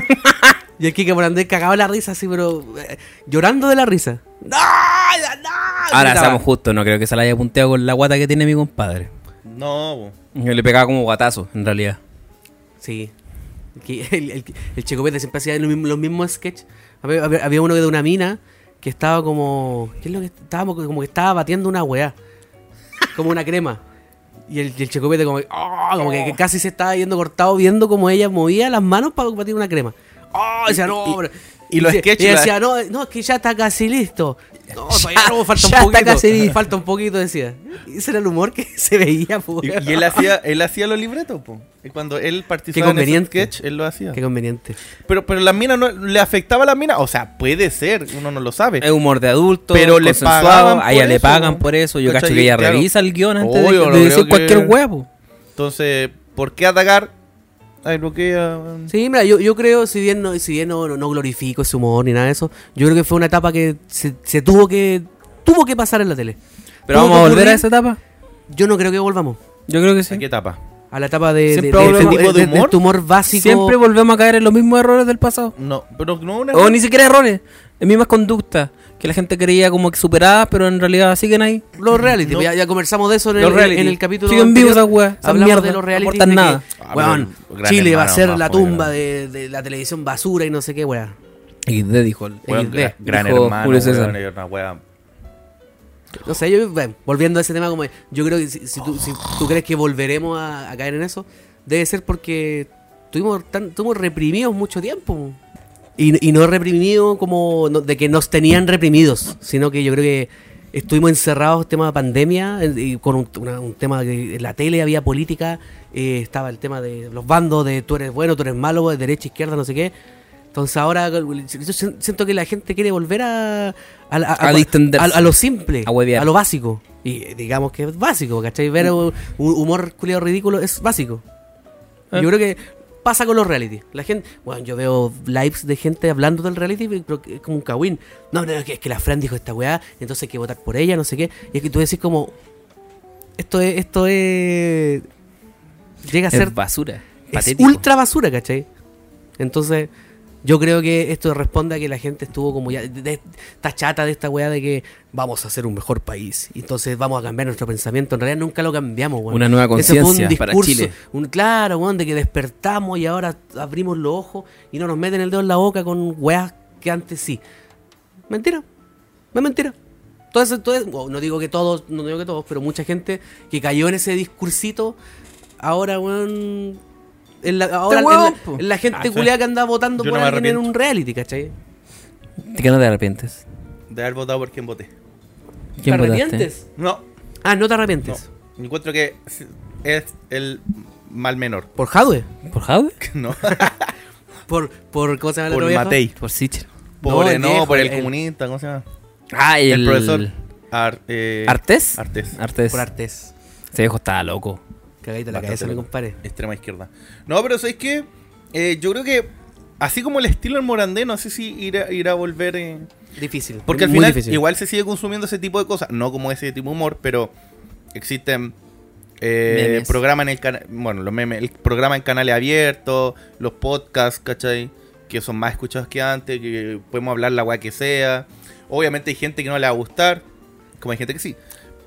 [SPEAKER 3] y el Kike Morandé cagaba la risa así, pero eh, llorando de la risa. ¡No! ¡No!
[SPEAKER 5] Ahora
[SPEAKER 3] Gritaba.
[SPEAKER 5] seamos justos, no creo que se la haya punteado con la guata que tiene mi compadre.
[SPEAKER 4] No, po.
[SPEAKER 5] Yo le pegaba como guatazo, en realidad.
[SPEAKER 3] Sí. El que- El, el, el Checopete siempre hacía lo mismo- los mismos sketches. Había, había- había uno de una mina que estaba como. ¿Qué es lo que estábamos? Como que estaba batiendo una weá. Como una crema. Y el, y el Checopete como, que, "Ah", como
[SPEAKER 4] Oh.
[SPEAKER 3] que, que casi se estaba yendo cortado viendo como ella movía las manos para batir una crema. ¡Oh! decía, no,
[SPEAKER 4] y-
[SPEAKER 3] pero-
[SPEAKER 4] y los
[SPEAKER 3] dice-
[SPEAKER 4] sketches,
[SPEAKER 3] y ella
[SPEAKER 4] la-
[SPEAKER 3] decía, no, no, es que ya está casi listo. No, todavía
[SPEAKER 5] Ya-
[SPEAKER 3] no, falta
[SPEAKER 5] ya
[SPEAKER 3] un
[SPEAKER 5] está
[SPEAKER 3] poquito.
[SPEAKER 5] casi listo.
[SPEAKER 3] Falta un poquito, decía. Y Ese era el humor que se veía, po.
[SPEAKER 4] Y, y él hacía él hacía los libretos, po. Y cuando él participaba en ese
[SPEAKER 3] conveniente.
[SPEAKER 4] sketch, él lo hacía.
[SPEAKER 3] Qué conveniente.
[SPEAKER 4] Pero, pero las minas no le afectaba a las minas. O sea, puede ser, uno no lo sabe.
[SPEAKER 5] Es humor de adulto,
[SPEAKER 4] Pero le
[SPEAKER 5] consensuado,
[SPEAKER 4] pagaban por
[SPEAKER 5] a ella le
[SPEAKER 4] eso,
[SPEAKER 5] pagan
[SPEAKER 4] ¿no?
[SPEAKER 5] por eso. Yo
[SPEAKER 4] ¿Cachai?
[SPEAKER 5] cacho que ella
[SPEAKER 4] Claro.
[SPEAKER 5] revisa el guión antes de-
[SPEAKER 4] Obvio,
[SPEAKER 5] de,
[SPEAKER 4] no
[SPEAKER 5] decir
[SPEAKER 4] creo que-
[SPEAKER 5] cualquier huevo.
[SPEAKER 4] Entonces, ¿por qué ah, atacar Ay, bloquea. weón.
[SPEAKER 3] Sí, mira, yo, yo creo, si bien, no, si bien no, no- no glorifico ese humor ni nada de eso, yo creo que fue una etapa que se, se tuvo que tuvo que pasar en la tele.
[SPEAKER 5] Pero
[SPEAKER 3] Tuvo
[SPEAKER 5] vamos a
[SPEAKER 3] que
[SPEAKER 5] volver a
[SPEAKER 3] ocurrir.
[SPEAKER 5] esa etapa.
[SPEAKER 3] Yo no creo que volvamos.
[SPEAKER 5] Yo creo que
[SPEAKER 4] ¿A
[SPEAKER 5] sí.
[SPEAKER 4] qué etapa?
[SPEAKER 3] A la etapa de,
[SPEAKER 5] Siempre
[SPEAKER 3] de- de-
[SPEAKER 5] hablamos
[SPEAKER 3] de-
[SPEAKER 4] de
[SPEAKER 3] de- de-
[SPEAKER 4] humor.
[SPEAKER 3] tu humor básico.
[SPEAKER 5] Siempre volvemos a caer en los mismos errores del pasado.
[SPEAKER 4] No, pero no una.
[SPEAKER 5] O ni siquiera errores, las mismas conductas que la gente creía como que superadas, pero en realidad siguen ahí.
[SPEAKER 3] los reality,
[SPEAKER 4] No.
[SPEAKER 3] ya, ya conversamos de eso en,
[SPEAKER 5] Los
[SPEAKER 3] el,
[SPEAKER 5] reality.
[SPEAKER 3] en el capítulo.
[SPEAKER 5] Siguen
[SPEAKER 3] anterior.
[SPEAKER 5] vivos esas weas, esas
[SPEAKER 3] Hablamos
[SPEAKER 5] mierdas,
[SPEAKER 3] de los
[SPEAKER 5] no
[SPEAKER 3] reality.
[SPEAKER 5] aportan nada.
[SPEAKER 4] Ah,
[SPEAKER 3] Weón,
[SPEAKER 4] pero Gran
[SPEAKER 3] Chile va a
[SPEAKER 4] Hermano
[SPEAKER 3] ser
[SPEAKER 4] más
[SPEAKER 3] la
[SPEAKER 4] fuera.
[SPEAKER 3] tumba de, de la televisión basura y no sé qué, weón.
[SPEAKER 5] XD dijo el
[SPEAKER 4] Weón,
[SPEAKER 5] XD,
[SPEAKER 4] gra- gran
[SPEAKER 5] dijo
[SPEAKER 4] hermano.
[SPEAKER 5] Julio César.
[SPEAKER 4] weón, era una wea-
[SPEAKER 3] No sé, yo, bueno, volviendo a ese tema, como yo creo que si, si tú, si tú crees que volveremos a, a caer en eso, debe ser porque tuvimos, tan, tuvimos reprimidos mucho tiempo. Y, y no reprimidos como no- de que nos tenían reprimidos, sino que yo creo que estuvimos encerrados, tema de pandemia, en- y con un, una- un tema que en la tele había política, eh, estaba el tema de los bandos, de tú eres bueno, tú eres malo, de derecha, izquierda, no sé qué. Entonces ahora yo si- siento que la gente quiere volver a, a,
[SPEAKER 5] A distenderse.
[SPEAKER 3] a- a lo simple,
[SPEAKER 5] A huevear. Mm.
[SPEAKER 3] a lo básico. Y eh, digamos que es básico, ¿cachai? Ver un un humor culiado ridículo es básico.
[SPEAKER 5] Ah.
[SPEAKER 3] Yo creo que pasa con los reality. La gente, bueno, yo veo lives de gente hablando del reality, pero que es como un cagüín. No, no, es que, es que la Fran dijo esta weá, entonces hay que votar por ella, no sé qué. Y es que tú decís como, esto es, esto es, llega a
[SPEAKER 5] Es
[SPEAKER 3] ser
[SPEAKER 5] basura.
[SPEAKER 3] es
[SPEAKER 5] Patético.
[SPEAKER 3] ultra basura, ¿cachai? Entonces, yo creo que esto responde a que la gente estuvo como ya. de- de- Está chata de esta weá de que vamos a ser un mejor país. Y entonces vamos a cambiar nuestro pensamiento. En realidad nunca lo cambiamos, weón.
[SPEAKER 5] Una nueva
[SPEAKER 3] Ese fue un
[SPEAKER 5] conciencia para
[SPEAKER 3] discurso,
[SPEAKER 5] Chile.
[SPEAKER 3] un- claro, weón, de que despertamos y ahora abrimos los ojos y no nos meten el dedo en la boca con weas que antes sí. Mentira. No es mentira. Todo eso- todo eso- bueno, no digo que todos, no digo que todos, pero mucha gente que cayó en ese discursito, ahora, weón. en la, ahora en
[SPEAKER 5] huevón,
[SPEAKER 3] la-
[SPEAKER 5] po.
[SPEAKER 3] en la
[SPEAKER 4] Ah,
[SPEAKER 3] gente
[SPEAKER 4] sí.
[SPEAKER 3] culiada que anda votando
[SPEAKER 4] Yo
[SPEAKER 3] por
[SPEAKER 4] no me
[SPEAKER 3] alguien en
[SPEAKER 4] arrepiento.
[SPEAKER 3] un reality, ¿cachai?
[SPEAKER 5] ¿De qué no te arrepientes?
[SPEAKER 4] De haber votado por quien voté.
[SPEAKER 5] ¿Quién
[SPEAKER 3] ¿Te
[SPEAKER 5] votaste?
[SPEAKER 3] arrepientes?
[SPEAKER 4] No,
[SPEAKER 3] Ah, no te
[SPEAKER 4] no.
[SPEAKER 3] arrepientes.
[SPEAKER 4] Encuentro que es- es el mal menor.
[SPEAKER 3] Por Jadwe.
[SPEAKER 5] ¿Por Jadwe?
[SPEAKER 4] No,
[SPEAKER 3] Por, por, ¿cómo se llama el
[SPEAKER 4] por
[SPEAKER 3] otro viejo?
[SPEAKER 4] Matei.
[SPEAKER 5] Por Sicher.
[SPEAKER 4] Por,
[SPEAKER 3] No,
[SPEAKER 4] eh,
[SPEAKER 3] el
[SPEAKER 4] no,
[SPEAKER 3] viejo,
[SPEAKER 4] por el,
[SPEAKER 3] el-
[SPEAKER 4] comunista, ¿cómo se llama?
[SPEAKER 5] Ah, y
[SPEAKER 4] El,
[SPEAKER 5] el, Ah.
[SPEAKER 4] profesor Ar- eh,
[SPEAKER 5] ¿Artés?
[SPEAKER 4] Artés.
[SPEAKER 5] Artés.
[SPEAKER 3] Por Artés.
[SPEAKER 5] Ese viejo estaba loco.
[SPEAKER 3] Cagadita la
[SPEAKER 4] Bastante
[SPEAKER 3] cabeza, me
[SPEAKER 4] loco.
[SPEAKER 3] compare.
[SPEAKER 4] Extrema izquierda. No, pero ¿sabes qué? Eh, yo creo que, así como el estilo del Morandé, no sé si irá, irá a volver. eh,
[SPEAKER 3] Difícil.
[SPEAKER 4] porque al
[SPEAKER 3] Muy
[SPEAKER 4] final,
[SPEAKER 3] difícil.
[SPEAKER 4] igual se sigue consumiendo ese tipo de cosas. No como ese tipo de humor, pero existen. Eh,
[SPEAKER 5] Memes.
[SPEAKER 4] programa en el canal. Bueno, los memes. El programa en canales abiertos, los podcasts, ¿cachai? Que son más escuchados que antes, que podemos hablar la weá que sea. Obviamente hay gente que no le va a gustar, como hay gente que sí.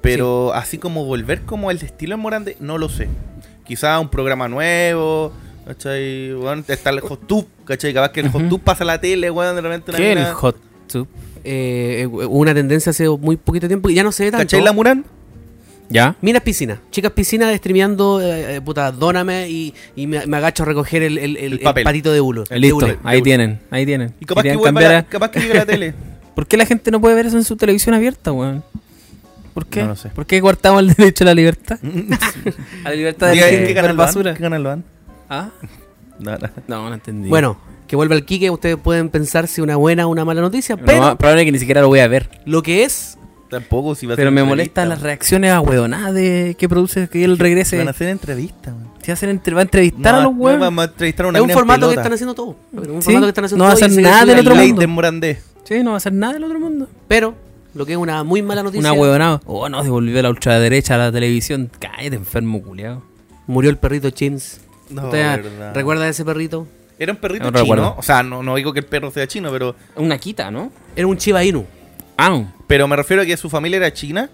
[SPEAKER 4] Pero así como volver como el estilo de Morandé, no lo sé. Quizá un programa nuevo, ¿cachai? Bueno, está el Hot Tub, ¿cachai? Capaz que el Hot Tub pasa a la tele, weón, de repente una
[SPEAKER 5] ¿Qué el
[SPEAKER 4] mina-
[SPEAKER 5] hot tub?
[SPEAKER 3] Eh, eh, hubo una tendencia hace muy poquito tiempo y ya no se ve tanto.
[SPEAKER 4] ¿Cachai la Murán?
[SPEAKER 5] ¿Ya?
[SPEAKER 3] Minas piscina, chicas piscina streameando, eh, eh, puta, dóname y, y me, me agacho a recoger el, el- el-
[SPEAKER 4] El papel.
[SPEAKER 3] el patito de hulo. de
[SPEAKER 5] Listo,
[SPEAKER 3] hulo.
[SPEAKER 5] ahí tienen, ahí tienen.
[SPEAKER 4] Y capaz que,
[SPEAKER 5] Querían
[SPEAKER 4] vuelva a
[SPEAKER 5] cambiar
[SPEAKER 4] la-
[SPEAKER 5] a-
[SPEAKER 4] capaz que llegue a la tele.
[SPEAKER 5] ¿Por qué la gente no puede ver eso en su televisión abierta, weón? ¿Por qué?
[SPEAKER 4] No lo sé.
[SPEAKER 5] ¿Por qué cortamos el derecho a la libertad? a la libertad de
[SPEAKER 4] Diga, ¿en ¿Qué
[SPEAKER 5] de ver
[SPEAKER 4] canal lo dan?
[SPEAKER 5] basura.
[SPEAKER 4] ¿Qué canal lo dan?
[SPEAKER 5] ¿Ah?
[SPEAKER 4] No, no.
[SPEAKER 5] No, no entendí.
[SPEAKER 3] Bueno, que vuelva el Quique, ustedes pueden pensar si una buena o una mala noticia,
[SPEAKER 5] No,
[SPEAKER 3] pero
[SPEAKER 5] probable que ni siquiera lo voy a ver.
[SPEAKER 3] lo que es,
[SPEAKER 4] Tampoco, si va a
[SPEAKER 5] Pero
[SPEAKER 4] ser
[SPEAKER 5] me
[SPEAKER 4] entrevista,
[SPEAKER 5] molestan las
[SPEAKER 4] weón.
[SPEAKER 5] reacciones a weonadas de que produce que él regrese.
[SPEAKER 4] Van a hacer entrevistas, weón.
[SPEAKER 5] Se hacen entre- va a entrevistar a
[SPEAKER 4] No,
[SPEAKER 5] los
[SPEAKER 4] no,
[SPEAKER 5] weones.
[SPEAKER 4] Vamos a entrevistar a una
[SPEAKER 3] es un
[SPEAKER 4] mina en
[SPEAKER 3] formato que
[SPEAKER 4] pelota.
[SPEAKER 3] están haciendo todo. Es un
[SPEAKER 5] Sí,
[SPEAKER 3] formato que están haciendo
[SPEAKER 5] no va a
[SPEAKER 3] todo y
[SPEAKER 5] hacer
[SPEAKER 3] se-
[SPEAKER 5] nada
[SPEAKER 3] se-
[SPEAKER 5] del
[SPEAKER 3] la-
[SPEAKER 5] otro
[SPEAKER 3] la-
[SPEAKER 4] Ley
[SPEAKER 5] mundo.
[SPEAKER 4] de Morandé.
[SPEAKER 5] Sí, no va a hacer nada del otro mundo.
[SPEAKER 3] Pero lo que es una muy mala noticia,
[SPEAKER 5] Una huevonada. Oh, no, se volvió la ultraderecha a la televisión. Cállate, enfermo culiado.
[SPEAKER 3] murió el perrito Chins.
[SPEAKER 4] No,
[SPEAKER 3] ¿Ustedes
[SPEAKER 4] verdad.
[SPEAKER 3] recuerdan a ese perrito?
[SPEAKER 4] Era un perrito
[SPEAKER 5] No
[SPEAKER 4] chino.
[SPEAKER 5] recuerdo.
[SPEAKER 4] O sea, no, no digo que el perro sea chino, pero,
[SPEAKER 5] Una quita, ¿no?
[SPEAKER 3] Era un Chiba Inu.
[SPEAKER 5] Ah, no.
[SPEAKER 4] pero me refiero a que su familia era china.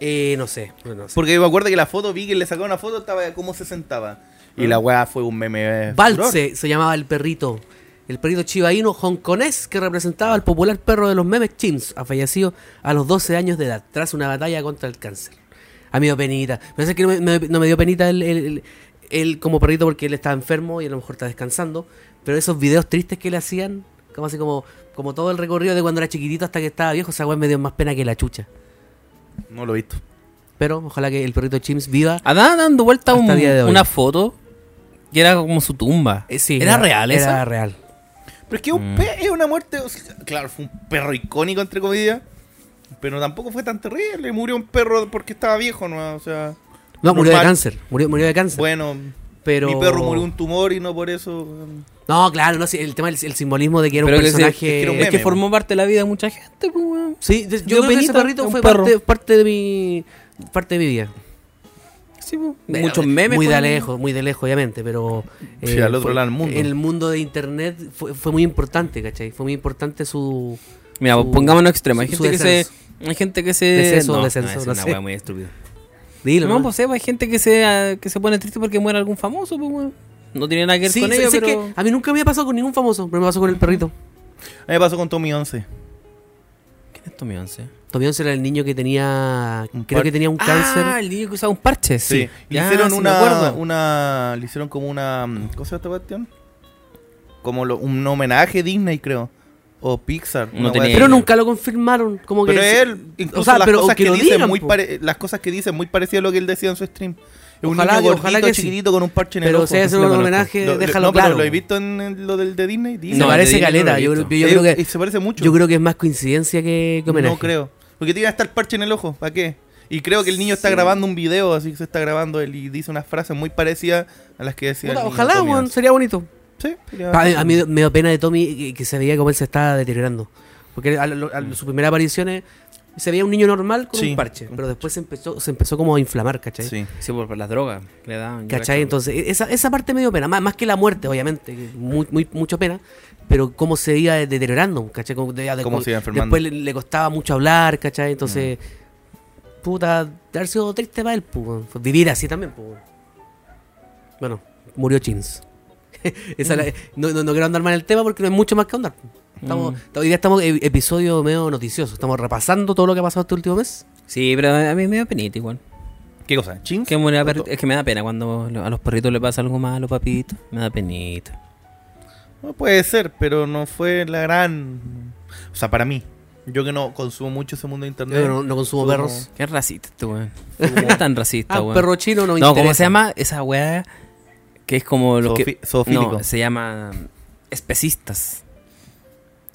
[SPEAKER 3] Eh, no sé, no sé.
[SPEAKER 4] Porque me acuerdo que la foto, vi que le sacaron una foto, estaba cómo se sentaba. Y
[SPEAKER 5] ¿Mm?
[SPEAKER 4] la weá fue un meme. eh, furor.
[SPEAKER 3] Balse se llamaba el perrito. El perrito chivaíno hongkonés que representaba al popular perro de los memes chins, ha fallecido a los 12 años de edad tras una batalla contra el cáncer. A mí me dio penita. Me parece que no me, me- no me dio penita el, el- el- el como perrito porque él estaba enfermo y a lo mejor está descansando. Pero esos videos tristes que le hacían, como así como, como todo el recorrido de cuando era chiquitito hasta que estaba viejo, esa weá me dio más pena que la chucha.
[SPEAKER 4] No lo he visto.
[SPEAKER 3] Pero ojalá que el perrito chins viva.
[SPEAKER 5] Andaba dando vuelta
[SPEAKER 3] Hasta
[SPEAKER 5] un-
[SPEAKER 3] el día de hoy.
[SPEAKER 5] una foto que era como su tumba.
[SPEAKER 3] Eh, sí,
[SPEAKER 5] ¿Era, real
[SPEAKER 3] era
[SPEAKER 5] esa?
[SPEAKER 3] real.
[SPEAKER 4] Pero es que
[SPEAKER 5] Mm.
[SPEAKER 4] un pe- es una muerte. o sea, claro, fue un perro icónico, entre comillas. Pero tampoco fue tan terrible. Murió un perro porque estaba viejo, ¿no? O sea.
[SPEAKER 3] No, murió de
[SPEAKER 4] normal.
[SPEAKER 3] cáncer. Murió, murió de cáncer.
[SPEAKER 4] Bueno,
[SPEAKER 3] Pero...
[SPEAKER 4] Mi perro murió un tumor y no por eso. mm, weón.
[SPEAKER 3] No, claro, no, sí, el tema del el simbolismo de que era
[SPEAKER 5] Pero
[SPEAKER 3] un
[SPEAKER 5] que sí,
[SPEAKER 3] personaje...
[SPEAKER 4] es que era un
[SPEAKER 5] Es que
[SPEAKER 4] meme,
[SPEAKER 5] formó parte de la vida de mucha gente, pues, weón.
[SPEAKER 3] Sí, de- yo,
[SPEAKER 5] Yo creo
[SPEAKER 3] creo
[SPEAKER 5] que
[SPEAKER 3] que ese
[SPEAKER 5] ese
[SPEAKER 3] perrito
[SPEAKER 5] per-
[SPEAKER 3] fue
[SPEAKER 5] un perro.
[SPEAKER 3] parte, parte de mi parte de mi vida.
[SPEAKER 5] Sí, pues. Muchos
[SPEAKER 3] Pero,
[SPEAKER 5] memes.
[SPEAKER 3] Muy de
[SPEAKER 5] pues.
[SPEAKER 3] lejos, muy de lejos, obviamente, pero. eh,
[SPEAKER 4] Sí, al otro
[SPEAKER 3] fue-
[SPEAKER 4] lado del mundo.
[SPEAKER 3] En el mundo de internet fue, fue muy importante, ¿cachai? Fue muy importante su.
[SPEAKER 5] Mira,
[SPEAKER 3] su-
[SPEAKER 5] pongámonos extremos. Hay
[SPEAKER 3] su- su
[SPEAKER 5] gente que se.
[SPEAKER 3] descenso.
[SPEAKER 5] Hay gente que se.
[SPEAKER 3] Deceso,
[SPEAKER 5] no,
[SPEAKER 3] descenso,
[SPEAKER 5] no, es
[SPEAKER 3] no
[SPEAKER 5] una
[SPEAKER 3] sé.
[SPEAKER 5] wea muy estúpida.
[SPEAKER 3] Dilo.
[SPEAKER 5] No,
[SPEAKER 3] ¿no?
[SPEAKER 5] pues Eva, hay gente que se, ah, que se pone triste porque muere algún famoso, pues, weón. No tiene nada que ver
[SPEAKER 3] Sí,
[SPEAKER 5] con
[SPEAKER 3] sí,
[SPEAKER 5] ello,
[SPEAKER 3] sí, es
[SPEAKER 5] pero...
[SPEAKER 3] que a mí nunca me ha pasado con ningún famoso, pero me pasó con el perrito.
[SPEAKER 4] A mí me pasó con Tommy 11.
[SPEAKER 5] ¿Quién es Tommy Once?
[SPEAKER 3] Tommy Once era el niño que tenía.
[SPEAKER 4] Un
[SPEAKER 3] creo
[SPEAKER 4] par-
[SPEAKER 3] que tenía un
[SPEAKER 5] Ah,
[SPEAKER 3] cáncer.
[SPEAKER 5] el niño que usaba un parche.
[SPEAKER 4] Sí.
[SPEAKER 5] Sí.
[SPEAKER 4] Le
[SPEAKER 5] Ya,
[SPEAKER 4] hicieron
[SPEAKER 5] sí, me
[SPEAKER 4] una,
[SPEAKER 5] acuerdo.
[SPEAKER 4] una. Le hicieron como una. mm, ¿Cómo se llama esta cuestión? Como lo- un homenaje Disney, creo. O Pixar.
[SPEAKER 5] No
[SPEAKER 4] una
[SPEAKER 5] tenía
[SPEAKER 4] wea
[SPEAKER 3] Pero
[SPEAKER 4] así.
[SPEAKER 3] nunca lo confirmaron. Como que
[SPEAKER 4] Pero
[SPEAKER 3] se-
[SPEAKER 4] él, incluso
[SPEAKER 3] o sea,
[SPEAKER 4] las,
[SPEAKER 3] pero
[SPEAKER 4] cosas
[SPEAKER 3] que
[SPEAKER 4] que
[SPEAKER 3] lo
[SPEAKER 4] dicen
[SPEAKER 3] digan,
[SPEAKER 4] muy
[SPEAKER 3] po.
[SPEAKER 4] pare- las cosas que dicen muy parecido a lo que él decía en su stream. Es un
[SPEAKER 3] Ojalá
[SPEAKER 4] niño
[SPEAKER 3] que- ojalá
[SPEAKER 4] gordito,
[SPEAKER 3] que sí.
[SPEAKER 4] chiquitito, con un parche en el
[SPEAKER 3] Pero
[SPEAKER 4] ojo.
[SPEAKER 3] si es
[SPEAKER 4] Sí,
[SPEAKER 3] un
[SPEAKER 4] lo conozco.
[SPEAKER 3] homenaje,
[SPEAKER 4] Lo- lo-
[SPEAKER 3] déjalo
[SPEAKER 4] no, pero
[SPEAKER 3] claro.
[SPEAKER 4] ¿Lo he visto en el- lo del de Disney?
[SPEAKER 3] se
[SPEAKER 4] Disney.
[SPEAKER 5] No,
[SPEAKER 3] parece
[SPEAKER 5] de Disney no
[SPEAKER 3] caleta.
[SPEAKER 5] lo he
[SPEAKER 3] yo,
[SPEAKER 5] visto.
[SPEAKER 3] creo- yo
[SPEAKER 4] Eh,
[SPEAKER 3] creo
[SPEAKER 4] eh,
[SPEAKER 3] que,
[SPEAKER 4] se parece mucho.
[SPEAKER 3] yo creo que es más coincidencia que, que homenaje.
[SPEAKER 4] No creo. Porque tiene hasta el parche en el ojo. ¿Para qué? Y creo que el niño está grabando un video, así que se está grabando él y dice unas frases muy parecidas a las que decía.
[SPEAKER 3] Puta,
[SPEAKER 4] el niño
[SPEAKER 3] ojalá,
[SPEAKER 4] Tommy
[SPEAKER 3] weón, Ah, eh,
[SPEAKER 4] Once.
[SPEAKER 3] sería bonito.
[SPEAKER 4] Sí, sería-
[SPEAKER 3] Pa- a mí me dio pena de Tommy que, que se veía como él se estaba deteriorando. Porque a, lo- a lo- sus primeras apariciones se veía un niño normal con
[SPEAKER 4] Mm. Sí. Mm.
[SPEAKER 3] un parche, pero después se empezó, se empezó como a inflamar, ¿cachai?
[SPEAKER 4] Sí.
[SPEAKER 5] Sí, por, por las drogas que le daban. yo
[SPEAKER 3] ¿Cachai?
[SPEAKER 5] cacho.
[SPEAKER 3] Entonces, e- esa, esa parte me dio pena, más, más que la muerte, obviamente, que muy, muy, mucha pena, pero cómo se iba deteriorando, ¿cachai? Como, de- de-
[SPEAKER 4] Cómo se iba enfermando.
[SPEAKER 3] Después le, le costaba mucho hablar, ¿cachai? Entonces,
[SPEAKER 4] Mm.
[SPEAKER 3] puta, de haber sido triste para él, pues, weón. Fue vivir así también, pues. weón. Bueno, murió Chins. Esa
[SPEAKER 4] Mm.
[SPEAKER 3] la- no, no- no quiero andar mal en el tema porque no hay mucho más que andar. Estamos,
[SPEAKER 4] Mm.
[SPEAKER 3] Hoy día estamos en episodio medio noticioso, estamos repasando todo lo que ha pasado este último mes.
[SPEAKER 5] Sí, pero a mí me da penita igual.
[SPEAKER 4] ¿Qué cosa? ¿Chins?
[SPEAKER 5] Que muera per- Es que me da pena cuando lo- a los perritos le pasa algo malo, papito. Me da penita.
[SPEAKER 4] No, puede ser, pero no fue la gran. O sea, para mí. Yo que no consumo mucho ese mundo de internet.
[SPEAKER 3] Yo Eh, no, no consumo
[SPEAKER 4] Como-
[SPEAKER 3] perros.
[SPEAKER 5] Qué racista este weón. ¿Qué tan racista,
[SPEAKER 3] Ah,
[SPEAKER 5] weón?
[SPEAKER 3] perro chino no me
[SPEAKER 5] No,
[SPEAKER 3] interesa.
[SPEAKER 5] ¿cómo se llama esa weá? Que es como los
[SPEAKER 4] Zoofi-
[SPEAKER 5] que...
[SPEAKER 4] zoofílico.
[SPEAKER 5] No, se llama mm, especistas.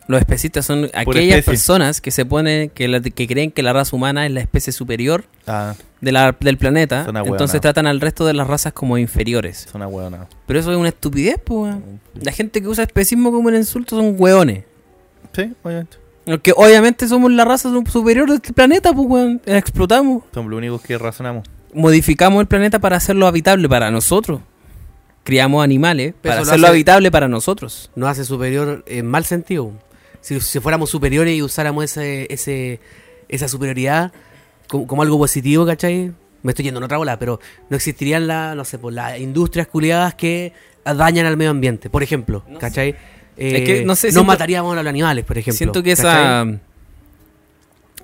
[SPEAKER 5] Los especistas son aquellas
[SPEAKER 4] especie.
[SPEAKER 5] personas que se ponen, que, la- que creen que la raza humana es la especie superior
[SPEAKER 4] Ah,
[SPEAKER 5] de la- del planeta.
[SPEAKER 4] Son ahueonados.
[SPEAKER 5] Entonces tratan al resto de las razas como inferiores.
[SPEAKER 4] es una huevona.
[SPEAKER 5] Pero eso es una estupidez, pues, weón. La gente que usa especismo como un insulto son weones.
[SPEAKER 4] Sí, obviamente.
[SPEAKER 5] Porque obviamente somos la raza superior de este planeta, pues, weón. La explotamos.
[SPEAKER 4] Somos los únicos que razonamos.
[SPEAKER 5] Modificamos el planeta para hacerlo habitable para nosotros. Criamos animales
[SPEAKER 3] Pero
[SPEAKER 5] para
[SPEAKER 3] eso lo
[SPEAKER 5] hacerlo
[SPEAKER 3] hace-
[SPEAKER 5] habitable para nosotros.
[SPEAKER 3] nos hace superior en mal sentido. Si, si fuéramos superiores y usáramos ese, ese, esa superioridad como, como algo positivo, ¿cachai? Me estoy yendo en otra bola, pero no existirían la, no sé, pues, las industrias culiadas que dañan al medio ambiente, por ejemplo,
[SPEAKER 5] No sé.
[SPEAKER 3] ¿cachai? Eh,
[SPEAKER 5] Es que, no
[SPEAKER 3] no
[SPEAKER 5] sé, siento-
[SPEAKER 3] mataríamos a los animales, por ejemplo.
[SPEAKER 5] Siento que
[SPEAKER 3] ¿cachai?
[SPEAKER 5] esa.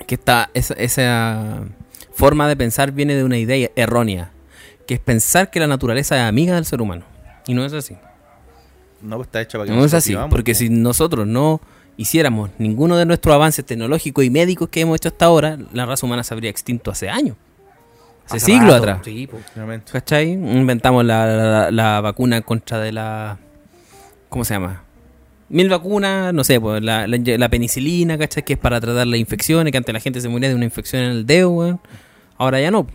[SPEAKER 5] Que está. Esa, esa forma de pensar viene de una idea errónea. Que es pensar que la naturaleza es amiga del ser humano. Y no es así.
[SPEAKER 4] No, pues está hecha para que
[SPEAKER 5] No es así,
[SPEAKER 4] vivamos,
[SPEAKER 5] porque
[SPEAKER 4] po.
[SPEAKER 5] si nosotros no hiciéramos ninguno de nuestros avances tecnológicos y médicos que hemos hecho hasta ahora, la raza humana se habría extinto hace años, hace,
[SPEAKER 3] Hace
[SPEAKER 5] siglos
[SPEAKER 3] rato,
[SPEAKER 5] atrás.
[SPEAKER 3] sí, po.
[SPEAKER 4] Obviamente.
[SPEAKER 5] ¿Cachai? Inventamos la, la- la vacuna en contra de la... ¿Cómo se llama? Mil vacunas, no sé, pues, la, la- la penicilina, ¿cachai? Que es para tratar las infecciones, que antes la gente se moría de una infección en el dedo, weón. Ahora ya no.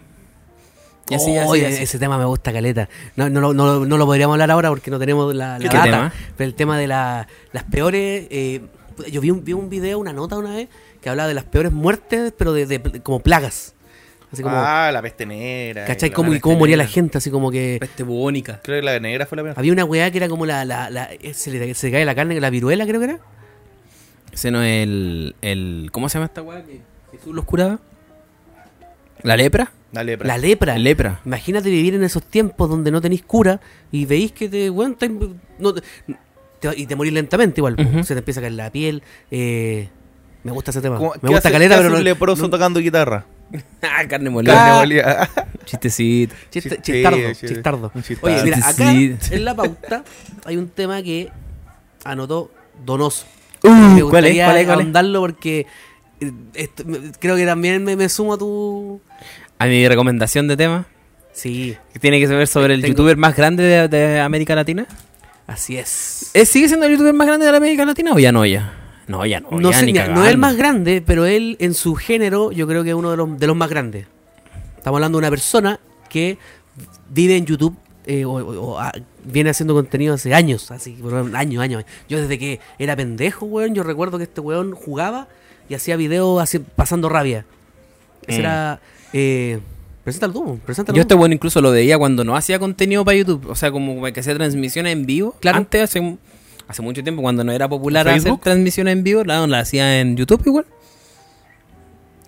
[SPEAKER 5] Y así, y así,
[SPEAKER 3] Oye,
[SPEAKER 5] y así.
[SPEAKER 3] ese tema me gusta, Caleta. No, no, lo- no, lo- no lo podríamos hablar ahora porque no tenemos la, la
[SPEAKER 5] ¿Qué
[SPEAKER 3] data.
[SPEAKER 5] tema?
[SPEAKER 3] Pero el tema de la- las peores... eh, yo vi un, vi un video, una nota una vez, que hablaba de las peores muertes, pero de, de pl- como plagas. Así como,
[SPEAKER 4] Ah, la peste negra.
[SPEAKER 3] ¿cachai?
[SPEAKER 4] la-
[SPEAKER 3] Cómo,
[SPEAKER 4] la
[SPEAKER 3] y cómo moría la
[SPEAKER 4] peste negra.
[SPEAKER 3] gente, así como que...
[SPEAKER 5] Peste bubónica.
[SPEAKER 4] Creo que la negra fue la primera.
[SPEAKER 3] Había una weá que era como la... la, la- eh, se, le, se le cae la carne, la viruela creo que era.
[SPEAKER 5] Ese no es el, el. ¿Cómo se llama esta weá que Jesús los curaba? ¿La lepra?
[SPEAKER 4] Dale,
[SPEAKER 3] La lepra.
[SPEAKER 5] lepra.
[SPEAKER 3] Imagínate vivir en esos tiempos donde no tenéis cura y veis que te, weón, te- no, te- te- y te morís lentamente igual. po.
[SPEAKER 5] Ujú.
[SPEAKER 3] Se te empieza a caer la piel. eh, me gusta ese tema.
[SPEAKER 4] ¿Cómo-
[SPEAKER 3] Ah. Me
[SPEAKER 4] qué
[SPEAKER 3] gusta
[SPEAKER 4] hace-
[SPEAKER 3] caleta,
[SPEAKER 4] qué
[SPEAKER 3] pero
[SPEAKER 4] hace
[SPEAKER 3] no,
[SPEAKER 4] un leproso
[SPEAKER 3] no-
[SPEAKER 4] tocando guitarra.
[SPEAKER 5] ah, carne molida.
[SPEAKER 4] Carne molida.
[SPEAKER 5] Chistecito.
[SPEAKER 3] chiste-
[SPEAKER 4] Sí,
[SPEAKER 3] chistardo,
[SPEAKER 4] sí,
[SPEAKER 3] chistardo.
[SPEAKER 4] un chistardo.
[SPEAKER 3] Oye, mira, acá
[SPEAKER 5] Sí.
[SPEAKER 3] en la pauta hay un tema que anotó Donoso.
[SPEAKER 5] Uh,
[SPEAKER 3] me
[SPEAKER 5] ¿cuál es?
[SPEAKER 3] gustaría
[SPEAKER 5] ¿Cuál es? ¿Cuál es?
[SPEAKER 3] ahondarlo porque eh, esto- me- creo que también me, me sumo a tu...
[SPEAKER 5] A mi recomendación de tema,
[SPEAKER 3] Sí,
[SPEAKER 5] que tiene que ver sobre el
[SPEAKER 3] Tengo-
[SPEAKER 5] youtuber más grande de, de América Latina.
[SPEAKER 3] así es.
[SPEAKER 5] ¿Eh, ¿Sigue siendo el youtuber más grande de la América Latina o ya no ya? No, ya no.
[SPEAKER 3] No,
[SPEAKER 5] ya,
[SPEAKER 3] sé,
[SPEAKER 5] ni
[SPEAKER 3] mira, no es el
[SPEAKER 5] cagando.
[SPEAKER 3] más grande, pero él en su género yo creo que es uno de los, de los más grandes. Estamos hablando de una persona que vive en YouTube eh, o, o- o, ah, viene haciendo contenido hace años, así, por un año, año. Yo desde que era pendejo, weón, yo recuerdo que este weón jugaba y hacía videos así, pasando rabia. Ese
[SPEAKER 5] Mm.
[SPEAKER 3] era... Eh, preséntalo tú, preséntalo
[SPEAKER 5] Yo
[SPEAKER 3] tú.
[SPEAKER 5] este bueno incluso lo veía cuando no hacía contenido para YouTube. O sea, como que hacía transmisiones en vivo.
[SPEAKER 3] Claro.
[SPEAKER 5] Antes, hace, hace mucho tiempo, cuando no era popular hacer
[SPEAKER 4] ¿Facebook?
[SPEAKER 5] transmisiones en vivo, la, la hacía en YouTube igual.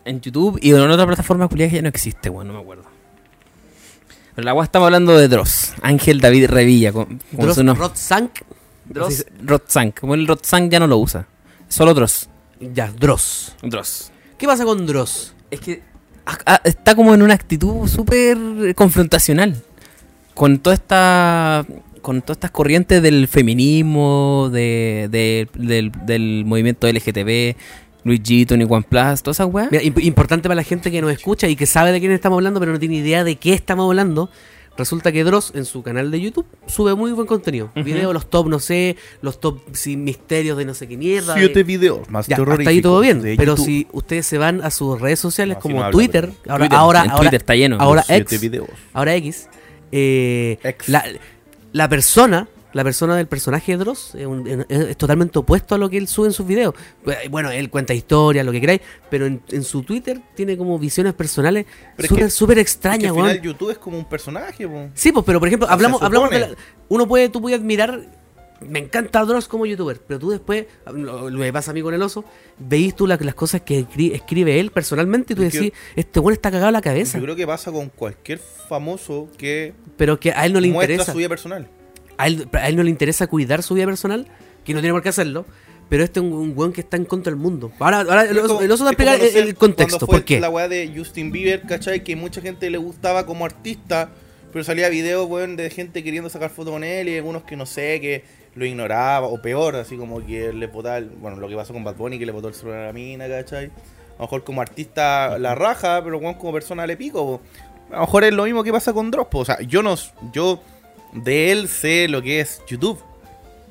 [SPEAKER 5] En YouTube y en otra plataforma culiada que ya no existe, bueno, no me acuerdo. Pero la guay estamos hablando de Dross. Ángel David Revilla. Con, con
[SPEAKER 3] Dross,
[SPEAKER 5] su nom-
[SPEAKER 3] Rod Sank.
[SPEAKER 5] Dross.
[SPEAKER 3] Así
[SPEAKER 5] Rotzank. Como el Rotzank ya no lo usa. Solo Dross.
[SPEAKER 3] se- Ya, Dross.
[SPEAKER 5] Dross.
[SPEAKER 3] ¿Qué pasa con Dross?
[SPEAKER 5] Es que ah, ah, está como en una actitud súper confrontacional con toda esta con todas estas corrientes del feminismo, de, de- del, del movimiento LGTB, Luigi, Tony One Plus, todas esas weas.
[SPEAKER 3] Mira, imp- importante para la gente que nos escucha y que sabe de quién estamos hablando, pero no tiene idea de qué estamos hablando. Resulta que Dross en su canal de YouTube sube muy buen contenido. Videos, los top, no sé, los top sin misterios de no sé qué mierda.
[SPEAKER 4] Ah, Siete
[SPEAKER 3] de-
[SPEAKER 4] videos más
[SPEAKER 3] Ya,
[SPEAKER 4] terroríficos.
[SPEAKER 3] hasta ahí todo bien.
[SPEAKER 4] de
[SPEAKER 3] Pero
[SPEAKER 4] YouTube.
[SPEAKER 3] si ustedes se van a sus redes sociales
[SPEAKER 4] No,
[SPEAKER 3] como
[SPEAKER 4] si no hablo,
[SPEAKER 3] Twitter,
[SPEAKER 4] pero-
[SPEAKER 3] ahora,
[SPEAKER 5] Twitter,
[SPEAKER 3] ahora,
[SPEAKER 5] en
[SPEAKER 3] ahora-
[SPEAKER 5] Twitter está lleno.
[SPEAKER 3] ahora
[SPEAKER 4] Siete
[SPEAKER 3] ex,
[SPEAKER 4] videos.
[SPEAKER 3] ahora X, eh,
[SPEAKER 4] Ex.
[SPEAKER 3] La, la persona, la persona del personaje de Dross es, un- es- es totalmente opuesto a lo que él sube en sus videos. Eh, Bueno, él cuenta historias, lo que queráis, pero en, en su Twitter tiene como visiones personales
[SPEAKER 4] Pero es
[SPEAKER 3] súper
[SPEAKER 4] que-
[SPEAKER 3] súper
[SPEAKER 4] Es que
[SPEAKER 3] extrañas,
[SPEAKER 4] al
[SPEAKER 3] weón.
[SPEAKER 4] final YouTube es como un personaje, po.
[SPEAKER 3] Sí, pues, pero por ejemplo,
[SPEAKER 4] Se
[SPEAKER 3] hablamos, hablamos de la-
[SPEAKER 4] supone.
[SPEAKER 3] uno puede, tú puedes admirar, me encanta Dross como youtuber, pero tú después, lo, lo que pasa a mí con el oso, veís tú la- las cosas que escri- escribe él personalmente y tú
[SPEAKER 4] Es que-
[SPEAKER 3] decís, este bueno está cagado en la cabeza,
[SPEAKER 4] Yo creo que pasa con cualquier famoso que
[SPEAKER 3] pero que a él no le
[SPEAKER 4] muestra
[SPEAKER 3] interesa,
[SPEAKER 4] su vida personal.
[SPEAKER 3] a él, a él no le interesa cuidar su vida personal, que no tiene por qué hacerlo. Pero este es un, un weón que está en contra del mundo. Ahora, ahora el,
[SPEAKER 4] Es
[SPEAKER 3] oso,
[SPEAKER 4] como-
[SPEAKER 3] el oso va a
[SPEAKER 4] es como,
[SPEAKER 3] explicar
[SPEAKER 4] no sé,
[SPEAKER 3] el, el contexto.
[SPEAKER 4] cuando fue
[SPEAKER 3] ¿Por qué?
[SPEAKER 4] La weá de Justin Bieber, ¿cachai? Que mucha gente le gustaba como artista, pero salía videos, weón, de gente queriendo sacar fotos con él y algunos que no sé, que lo ignoraba, o peor, así como que le botaba, el- bueno, lo que pasó con Bad Bunny, que le botó el celular a la mina, ¿cachai? A lo mejor como artista la raja, pero weón, como persona le pico, po. A lo mejor es lo mismo que pasa con Dross, po. o sea, yo no, yo de él sé lo que es YouTube.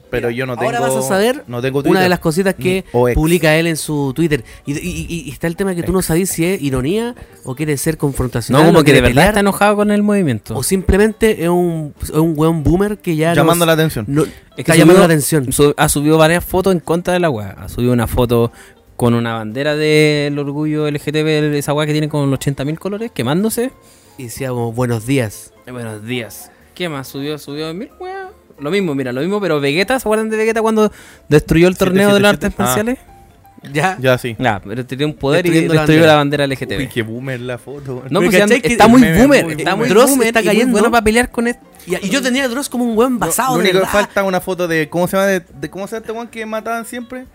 [SPEAKER 4] Pero
[SPEAKER 3] Mira,
[SPEAKER 4] yo no tengo.
[SPEAKER 3] Ahora vas a saber
[SPEAKER 4] no tengo
[SPEAKER 3] una de
[SPEAKER 4] Twitter.
[SPEAKER 3] las cositas que
[SPEAKER 4] Mm, o ex.
[SPEAKER 3] publica él en su Twitter. Y, y- y- y está el tema que tú no sabes si es ironía o quiere ser confrontacional.
[SPEAKER 5] no, como
[SPEAKER 3] o
[SPEAKER 5] que de
[SPEAKER 3] quiere
[SPEAKER 5] verdad
[SPEAKER 3] pelear,
[SPEAKER 5] está enojado con el movimiento.
[SPEAKER 3] O simplemente es un, es un weón boomer que ya.
[SPEAKER 4] Llamando
[SPEAKER 3] nos-
[SPEAKER 4] la atención.
[SPEAKER 3] no-
[SPEAKER 5] Es que
[SPEAKER 3] está
[SPEAKER 5] subió-
[SPEAKER 3] llamando la atención.
[SPEAKER 5] su- ha subido varias fotos en contra de la weá. Ha subido una foto con una bandera del orgullo LGTB, esa weá que tiene con los 80.000 colores, quemándose.
[SPEAKER 3] Y decíamos, buenos días.
[SPEAKER 5] Eh, Buenos días. ¿Qué más? Subió, subió mil weá. Lo mismo, mira, lo mismo, pero Vegeta, ¿se acuerdan de Vegeta cuando destruyó el
[SPEAKER 4] Siete,
[SPEAKER 5] torneo
[SPEAKER 4] siete,
[SPEAKER 5] de las
[SPEAKER 4] siete.
[SPEAKER 5] artes marciales?
[SPEAKER 3] Ya.
[SPEAKER 4] Ya sí.
[SPEAKER 5] Ya, pero tenía un poder
[SPEAKER 3] Destruyendo
[SPEAKER 5] y
[SPEAKER 3] la
[SPEAKER 5] destruyó Ah, la bandera,
[SPEAKER 4] Uy,
[SPEAKER 5] LGTB.
[SPEAKER 4] qué boomer la foto.
[SPEAKER 5] No,
[SPEAKER 3] Pero
[SPEAKER 5] pues ya
[SPEAKER 3] ¿cachai que
[SPEAKER 5] está muy
[SPEAKER 4] el meme es
[SPEAKER 5] boomer,
[SPEAKER 4] muy
[SPEAKER 5] está
[SPEAKER 4] boomer.
[SPEAKER 5] muy
[SPEAKER 3] Dross
[SPEAKER 5] boomer
[SPEAKER 3] está
[SPEAKER 5] y muy
[SPEAKER 3] cayendo.
[SPEAKER 5] bueno para pelear con este. esto.
[SPEAKER 3] Y, y yo tenía a Dross como un weón basado
[SPEAKER 4] Lo
[SPEAKER 3] de
[SPEAKER 4] único que
[SPEAKER 3] verdad.
[SPEAKER 4] falta es una foto de. ¿Cómo se llama? De, de- ¿Cómo se llama este weón que mataban siempre?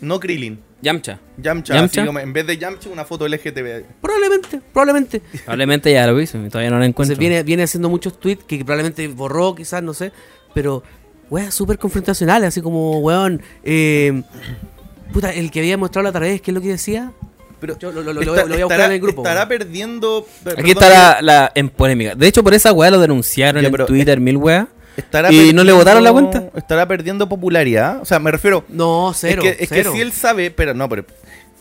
[SPEAKER 4] No Krillin.
[SPEAKER 5] Yamcha.
[SPEAKER 4] Yamcha.
[SPEAKER 5] Yamcha.
[SPEAKER 4] así como en vez de Yamcha, una foto LGTB.
[SPEAKER 3] Probablemente, probablemente.
[SPEAKER 5] Probablemente ya lo hizo, y todavía no lo encuentro.
[SPEAKER 3] Entonces viene, viene haciendo muchos tweets que probablemente borró, quizás, no sé. Pero, weón, súper confrontacionales, así como, weón. eh, puta, el que había mostrado la otra vez, ¿qué es lo que decía?
[SPEAKER 4] Pero
[SPEAKER 3] Yo lo- lo- lo voy a- lo voy a buscar en el grupo,
[SPEAKER 4] Estará
[SPEAKER 3] weón.
[SPEAKER 4] perdiendo. per-
[SPEAKER 5] Aquí
[SPEAKER 4] perdón,
[SPEAKER 5] está la, la- en polémica. De hecho, por esa weá lo denunciaron
[SPEAKER 4] Ya,
[SPEAKER 5] en
[SPEAKER 4] pero
[SPEAKER 5] Twitter, mil weá.
[SPEAKER 4] estará
[SPEAKER 5] ¿Y no le
[SPEAKER 4] perdiendo-
[SPEAKER 5] botaron la cuenta?
[SPEAKER 4] Estará perdiendo popularidad. O sea, me refiero.
[SPEAKER 3] No, cero.
[SPEAKER 4] es que, es que
[SPEAKER 3] cero.
[SPEAKER 4] si él sabe, pero no, pero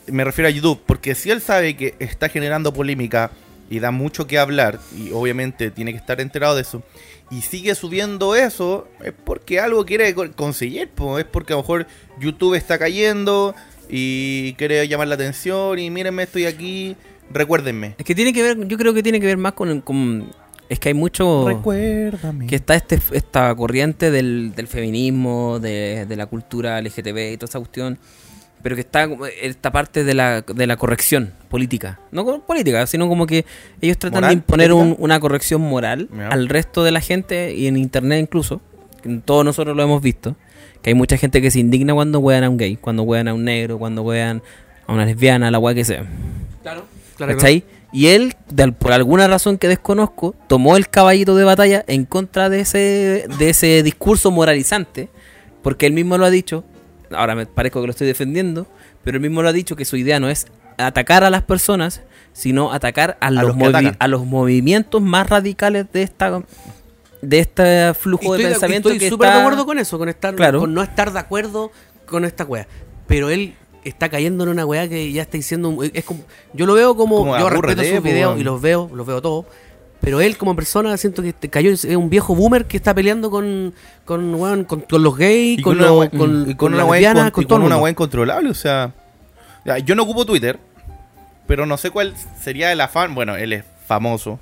[SPEAKER 4] me refiero a YouTube, porque si él sabe que está generando polémica y da mucho que hablar, y obviamente tiene que estar enterado de eso, y sigue subiendo eso, es porque algo quiere co- conseguir, po, es porque a lo mejor YouTube está cayendo y quiere llamar la atención y mírenme, estoy aquí, recuérdenme.
[SPEAKER 5] Es que tiene que ver, yo creo que tiene que ver más con. con- es que hay mucho.
[SPEAKER 4] Recuérdame.
[SPEAKER 5] que está este, esta corriente del, del feminismo, de, de la cultura LGTB y toda esa cuestión, pero que está como esta parte de la, de la corrección política. No como política, sino como que ellos tratan
[SPEAKER 4] ¿Moral?
[SPEAKER 5] de imponer un-
[SPEAKER 4] ¿Política?
[SPEAKER 5] una corrección moral
[SPEAKER 4] Ya.
[SPEAKER 5] al resto de la gente y en internet incluso, que todos nosotros lo hemos visto, que hay mucha gente que se indigna cuando huean a un gay, cuando huean a un negro, cuando huean a una lesbiana, la hueá que sea.
[SPEAKER 3] Claro, claro. que no.
[SPEAKER 5] ¿Cachai? Y él, de al- por alguna razón que desconozco, tomó el caballito de batalla en contra de ese, de ese discurso moralizante, porque él mismo lo ha dicho, ahora me parezco que lo estoy defendiendo, pero él mismo lo ha dicho que su idea no es atacar a las personas, sino atacar a, los,
[SPEAKER 4] los que
[SPEAKER 5] movi-
[SPEAKER 4] atacan.
[SPEAKER 5] a los movimientos más radicales de esta de este
[SPEAKER 3] Y
[SPEAKER 5] flujo
[SPEAKER 3] estoy,
[SPEAKER 5] de
[SPEAKER 3] de-
[SPEAKER 5] pensamiento
[SPEAKER 3] estoy
[SPEAKER 5] que
[SPEAKER 3] súper
[SPEAKER 5] está-
[SPEAKER 3] de acuerdo con eso, con estar
[SPEAKER 5] Claro.
[SPEAKER 3] con no estar de acuerdo con esta wea. Pero él está cayendo en una wea que ya está diciendo un- eh, es como- yo lo veo como,
[SPEAKER 4] Como
[SPEAKER 3] yo
[SPEAKER 4] aburre,
[SPEAKER 3] respeto sus
[SPEAKER 4] po,
[SPEAKER 3] videos
[SPEAKER 4] weón.
[SPEAKER 3] y los veo, los veo todos, Pero él como persona siento que te cayó, es un viejo boomer que está peleando con con, weón, con, con los gays, con,
[SPEAKER 4] una
[SPEAKER 3] los-
[SPEAKER 4] wea-
[SPEAKER 3] con-
[SPEAKER 4] y
[SPEAKER 3] con
[SPEAKER 4] con una
[SPEAKER 3] las
[SPEAKER 4] wea
[SPEAKER 3] lesbianas,
[SPEAKER 4] incon-
[SPEAKER 3] con
[SPEAKER 4] y
[SPEAKER 3] todo
[SPEAKER 4] con
[SPEAKER 3] el
[SPEAKER 4] una
[SPEAKER 3] mundo.
[SPEAKER 4] wea incontrolable, o sea, ya, yo no ocupo Twitter, pero no sé cuál sería el afán, bueno, él es famoso,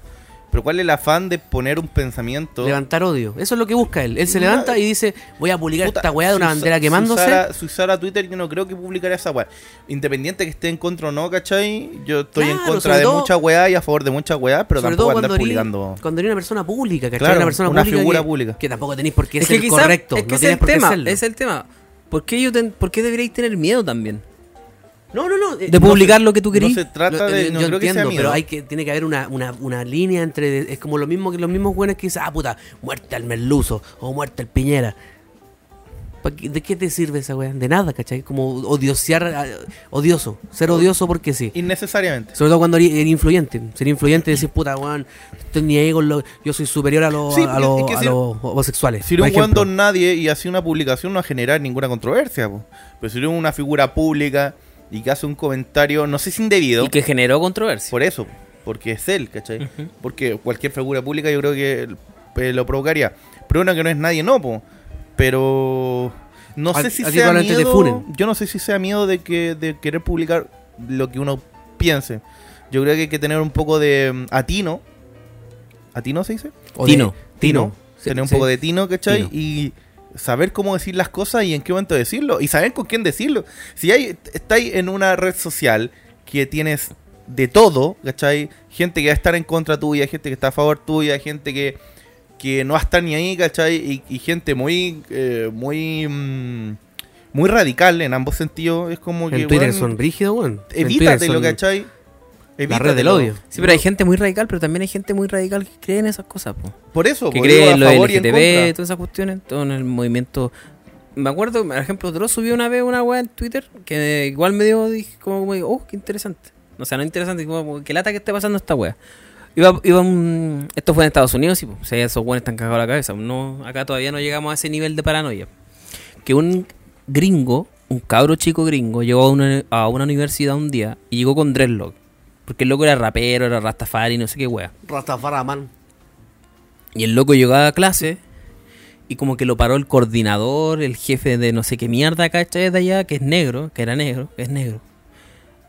[SPEAKER 4] pero cuál es el afán de poner un pensamiento
[SPEAKER 3] Levantar odio. Eso es lo que busca él. Él se levanta y dice, voy a publicar
[SPEAKER 4] Puta,
[SPEAKER 3] esta weá de una
[SPEAKER 4] si usa-
[SPEAKER 3] bandera
[SPEAKER 4] Si
[SPEAKER 3] quemándose.
[SPEAKER 4] usara, si usara Twitter, yo no creo que publicara esa weá. Independiente que esté en contra o no, ¿cachai? Yo estoy en
[SPEAKER 3] Claro,
[SPEAKER 4] contra
[SPEAKER 3] sobre
[SPEAKER 4] de
[SPEAKER 3] todo-
[SPEAKER 4] mucha weá y a favor de mucha weá, pero
[SPEAKER 3] Sobre todo
[SPEAKER 4] tampoco andar
[SPEAKER 3] cuando eres
[SPEAKER 4] publicando.
[SPEAKER 3] cuando eres una persona pública, ¿cachai?
[SPEAKER 4] Claro,
[SPEAKER 3] una persona
[SPEAKER 4] una
[SPEAKER 3] pública
[SPEAKER 4] figura
[SPEAKER 3] que,
[SPEAKER 4] pública.
[SPEAKER 3] que tampoco tenéis por qué
[SPEAKER 5] Es
[SPEAKER 3] ser
[SPEAKER 5] que quizás,
[SPEAKER 3] correcto.
[SPEAKER 5] es que
[SPEAKER 3] no
[SPEAKER 5] ese es
[SPEAKER 3] tienes
[SPEAKER 5] el
[SPEAKER 3] por qué
[SPEAKER 5] tema,
[SPEAKER 3] serlo.
[SPEAKER 5] es el tema. ¿Por qué, yo ten- ¿Por qué deberíais tener miedo también?
[SPEAKER 3] No, no, no. eh,
[SPEAKER 5] De
[SPEAKER 3] no se-
[SPEAKER 5] publicar lo que tú
[SPEAKER 4] No
[SPEAKER 5] querís.
[SPEAKER 4] se trata
[SPEAKER 3] Lo-
[SPEAKER 4] de.
[SPEAKER 3] yo-
[SPEAKER 4] No
[SPEAKER 3] yo
[SPEAKER 4] creo que sea
[SPEAKER 3] entiendo,
[SPEAKER 4] miedo.
[SPEAKER 3] pero hay que, tiene que haber una, una, una línea entre. Es como lo mismo que los mismos buenos que dicen, ah, puta, muerte al merluzo o muerte al piñera. Pa' qué- ¿De qué te sirve esa weá? De nada, ¿cachai? Como odiosear, ah, odioso, ser odioso porque sí.
[SPEAKER 4] Innecesariamente.
[SPEAKER 3] Sobre todo cuando eres eres influyente. Ser influyente y decir, puta, weón, estoy ni ahí con lo- yo soy superior a, los
[SPEAKER 4] Sí,
[SPEAKER 3] a, los-
[SPEAKER 4] es que
[SPEAKER 3] a
[SPEAKER 4] si-
[SPEAKER 3] los homosexuales.
[SPEAKER 4] Si
[SPEAKER 3] por
[SPEAKER 4] eres un weón
[SPEAKER 3] ejemplo.
[SPEAKER 4] don nadie y hace una publicación, no va a generar ninguna controversia. po. Pero si eres una figura pública y que hace un comentario, no sé si indebido.
[SPEAKER 5] Y que generó controversia.
[SPEAKER 4] Por eso, porque es él, ¿cachai? Porque cualquier figura pública yo creo que eh, lo provocaría. Pero uno que no es nadie, no, po. Pero no
[SPEAKER 3] Al-
[SPEAKER 4] sé si
[SPEAKER 3] al que
[SPEAKER 4] sea
[SPEAKER 3] probablemente te
[SPEAKER 4] miedo.
[SPEAKER 3] funen.
[SPEAKER 4] Yo no sé si sea miedo de que de querer publicar lo que uno piense. Yo creo que hay que tener un poco de mm, atino. ¿Atino se dice?
[SPEAKER 3] O de-
[SPEAKER 5] Tino.
[SPEAKER 3] Tino. Sí,
[SPEAKER 4] tener un
[SPEAKER 3] sí.
[SPEAKER 4] poco de tino, ¿cachai?
[SPEAKER 3] Tino.
[SPEAKER 4] Y saber cómo decir las cosas y en qué momento decirlo. Y saber con quién decirlo. Si hay, estáis en una red social que tienes de todo, ¿cachai? Gente que va a estar en contra tuya, gente que está a favor tuya, gente que, que no va a estar ni ahí, ¿cachai? Y, y gente muy, eh, muy, mm, muy radical en ambos sentidos. Es como que...
[SPEAKER 3] En Twitter
[SPEAKER 4] weón,
[SPEAKER 3] son rígidos, weón. En Twitter
[SPEAKER 4] Evítatelo,
[SPEAKER 3] son
[SPEAKER 4] ¿cachai?
[SPEAKER 3] La red del
[SPEAKER 4] Evítatelo.
[SPEAKER 3] odio.
[SPEAKER 5] Sí, pero hay gente muy radical, pero también hay gente muy radical que cree en esas cosas. po.
[SPEAKER 4] Por eso,
[SPEAKER 5] que
[SPEAKER 4] por digo,
[SPEAKER 5] cree
[SPEAKER 4] a
[SPEAKER 5] en lo
[SPEAKER 4] favor y en
[SPEAKER 5] LGTB,
[SPEAKER 4] contra.
[SPEAKER 5] todas esas cuestiones, todo en el movimiento. Me acuerdo, por ejemplo, Dross subió una vez una weá en Twitter que igual me dio, dije, como, como, oh, qué interesante. O sea, no interesante, como, como, qué lata que esté pasando esta weá. Iba, iba un- esto fue en Estados Unidos, sí, po. o sea, esos weones están cagados la cabeza. No, acá todavía no llegamos a ese nivel de paranoia. Que un gringo, un cabro chico gringo, llegó a una, a una universidad un día y llegó con dreadlock. Porque el loco era rapero, era rastafari, no sé qué weá.
[SPEAKER 3] Rastafaraman.
[SPEAKER 5] Y el loco llegaba a clase y como que lo paró el coordinador, el jefe de no sé qué mierda, ¿cachai? De allá, que es negro, que era negro, que es negro.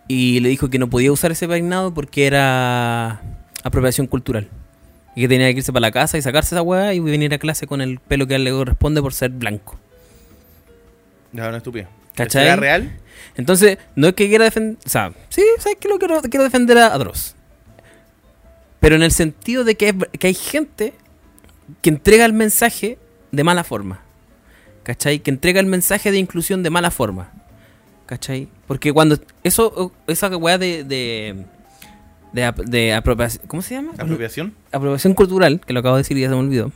[SPEAKER 5] Y le dijo que no podía usar ese peinado porque era apropiación cultural. Y que tenía que irse para la casa y sacarse esa weá y venir a clase con el pelo que a él le corresponde por ser blanco.
[SPEAKER 4] No, no estúpido.
[SPEAKER 5] ¿Cachai?
[SPEAKER 4] ¿Será real?
[SPEAKER 5] Entonces, no es que quiera defender. O sea, sí, sabes que lo quiero, quiero defender a, a Dross. Pero en el sentido de que, es ver- que hay gente que entrega el mensaje de mala forma. ¿Cachai? Que entrega el mensaje de inclusión de mala forma. ¿Cachai? Porque cuando. Eso, esa weá de. de de, ap- de apropiación. ¿Cómo se llama?
[SPEAKER 4] ¿Apropiación?
[SPEAKER 5] apropiación cultural, que lo acabo de decir y ya se me olvidó,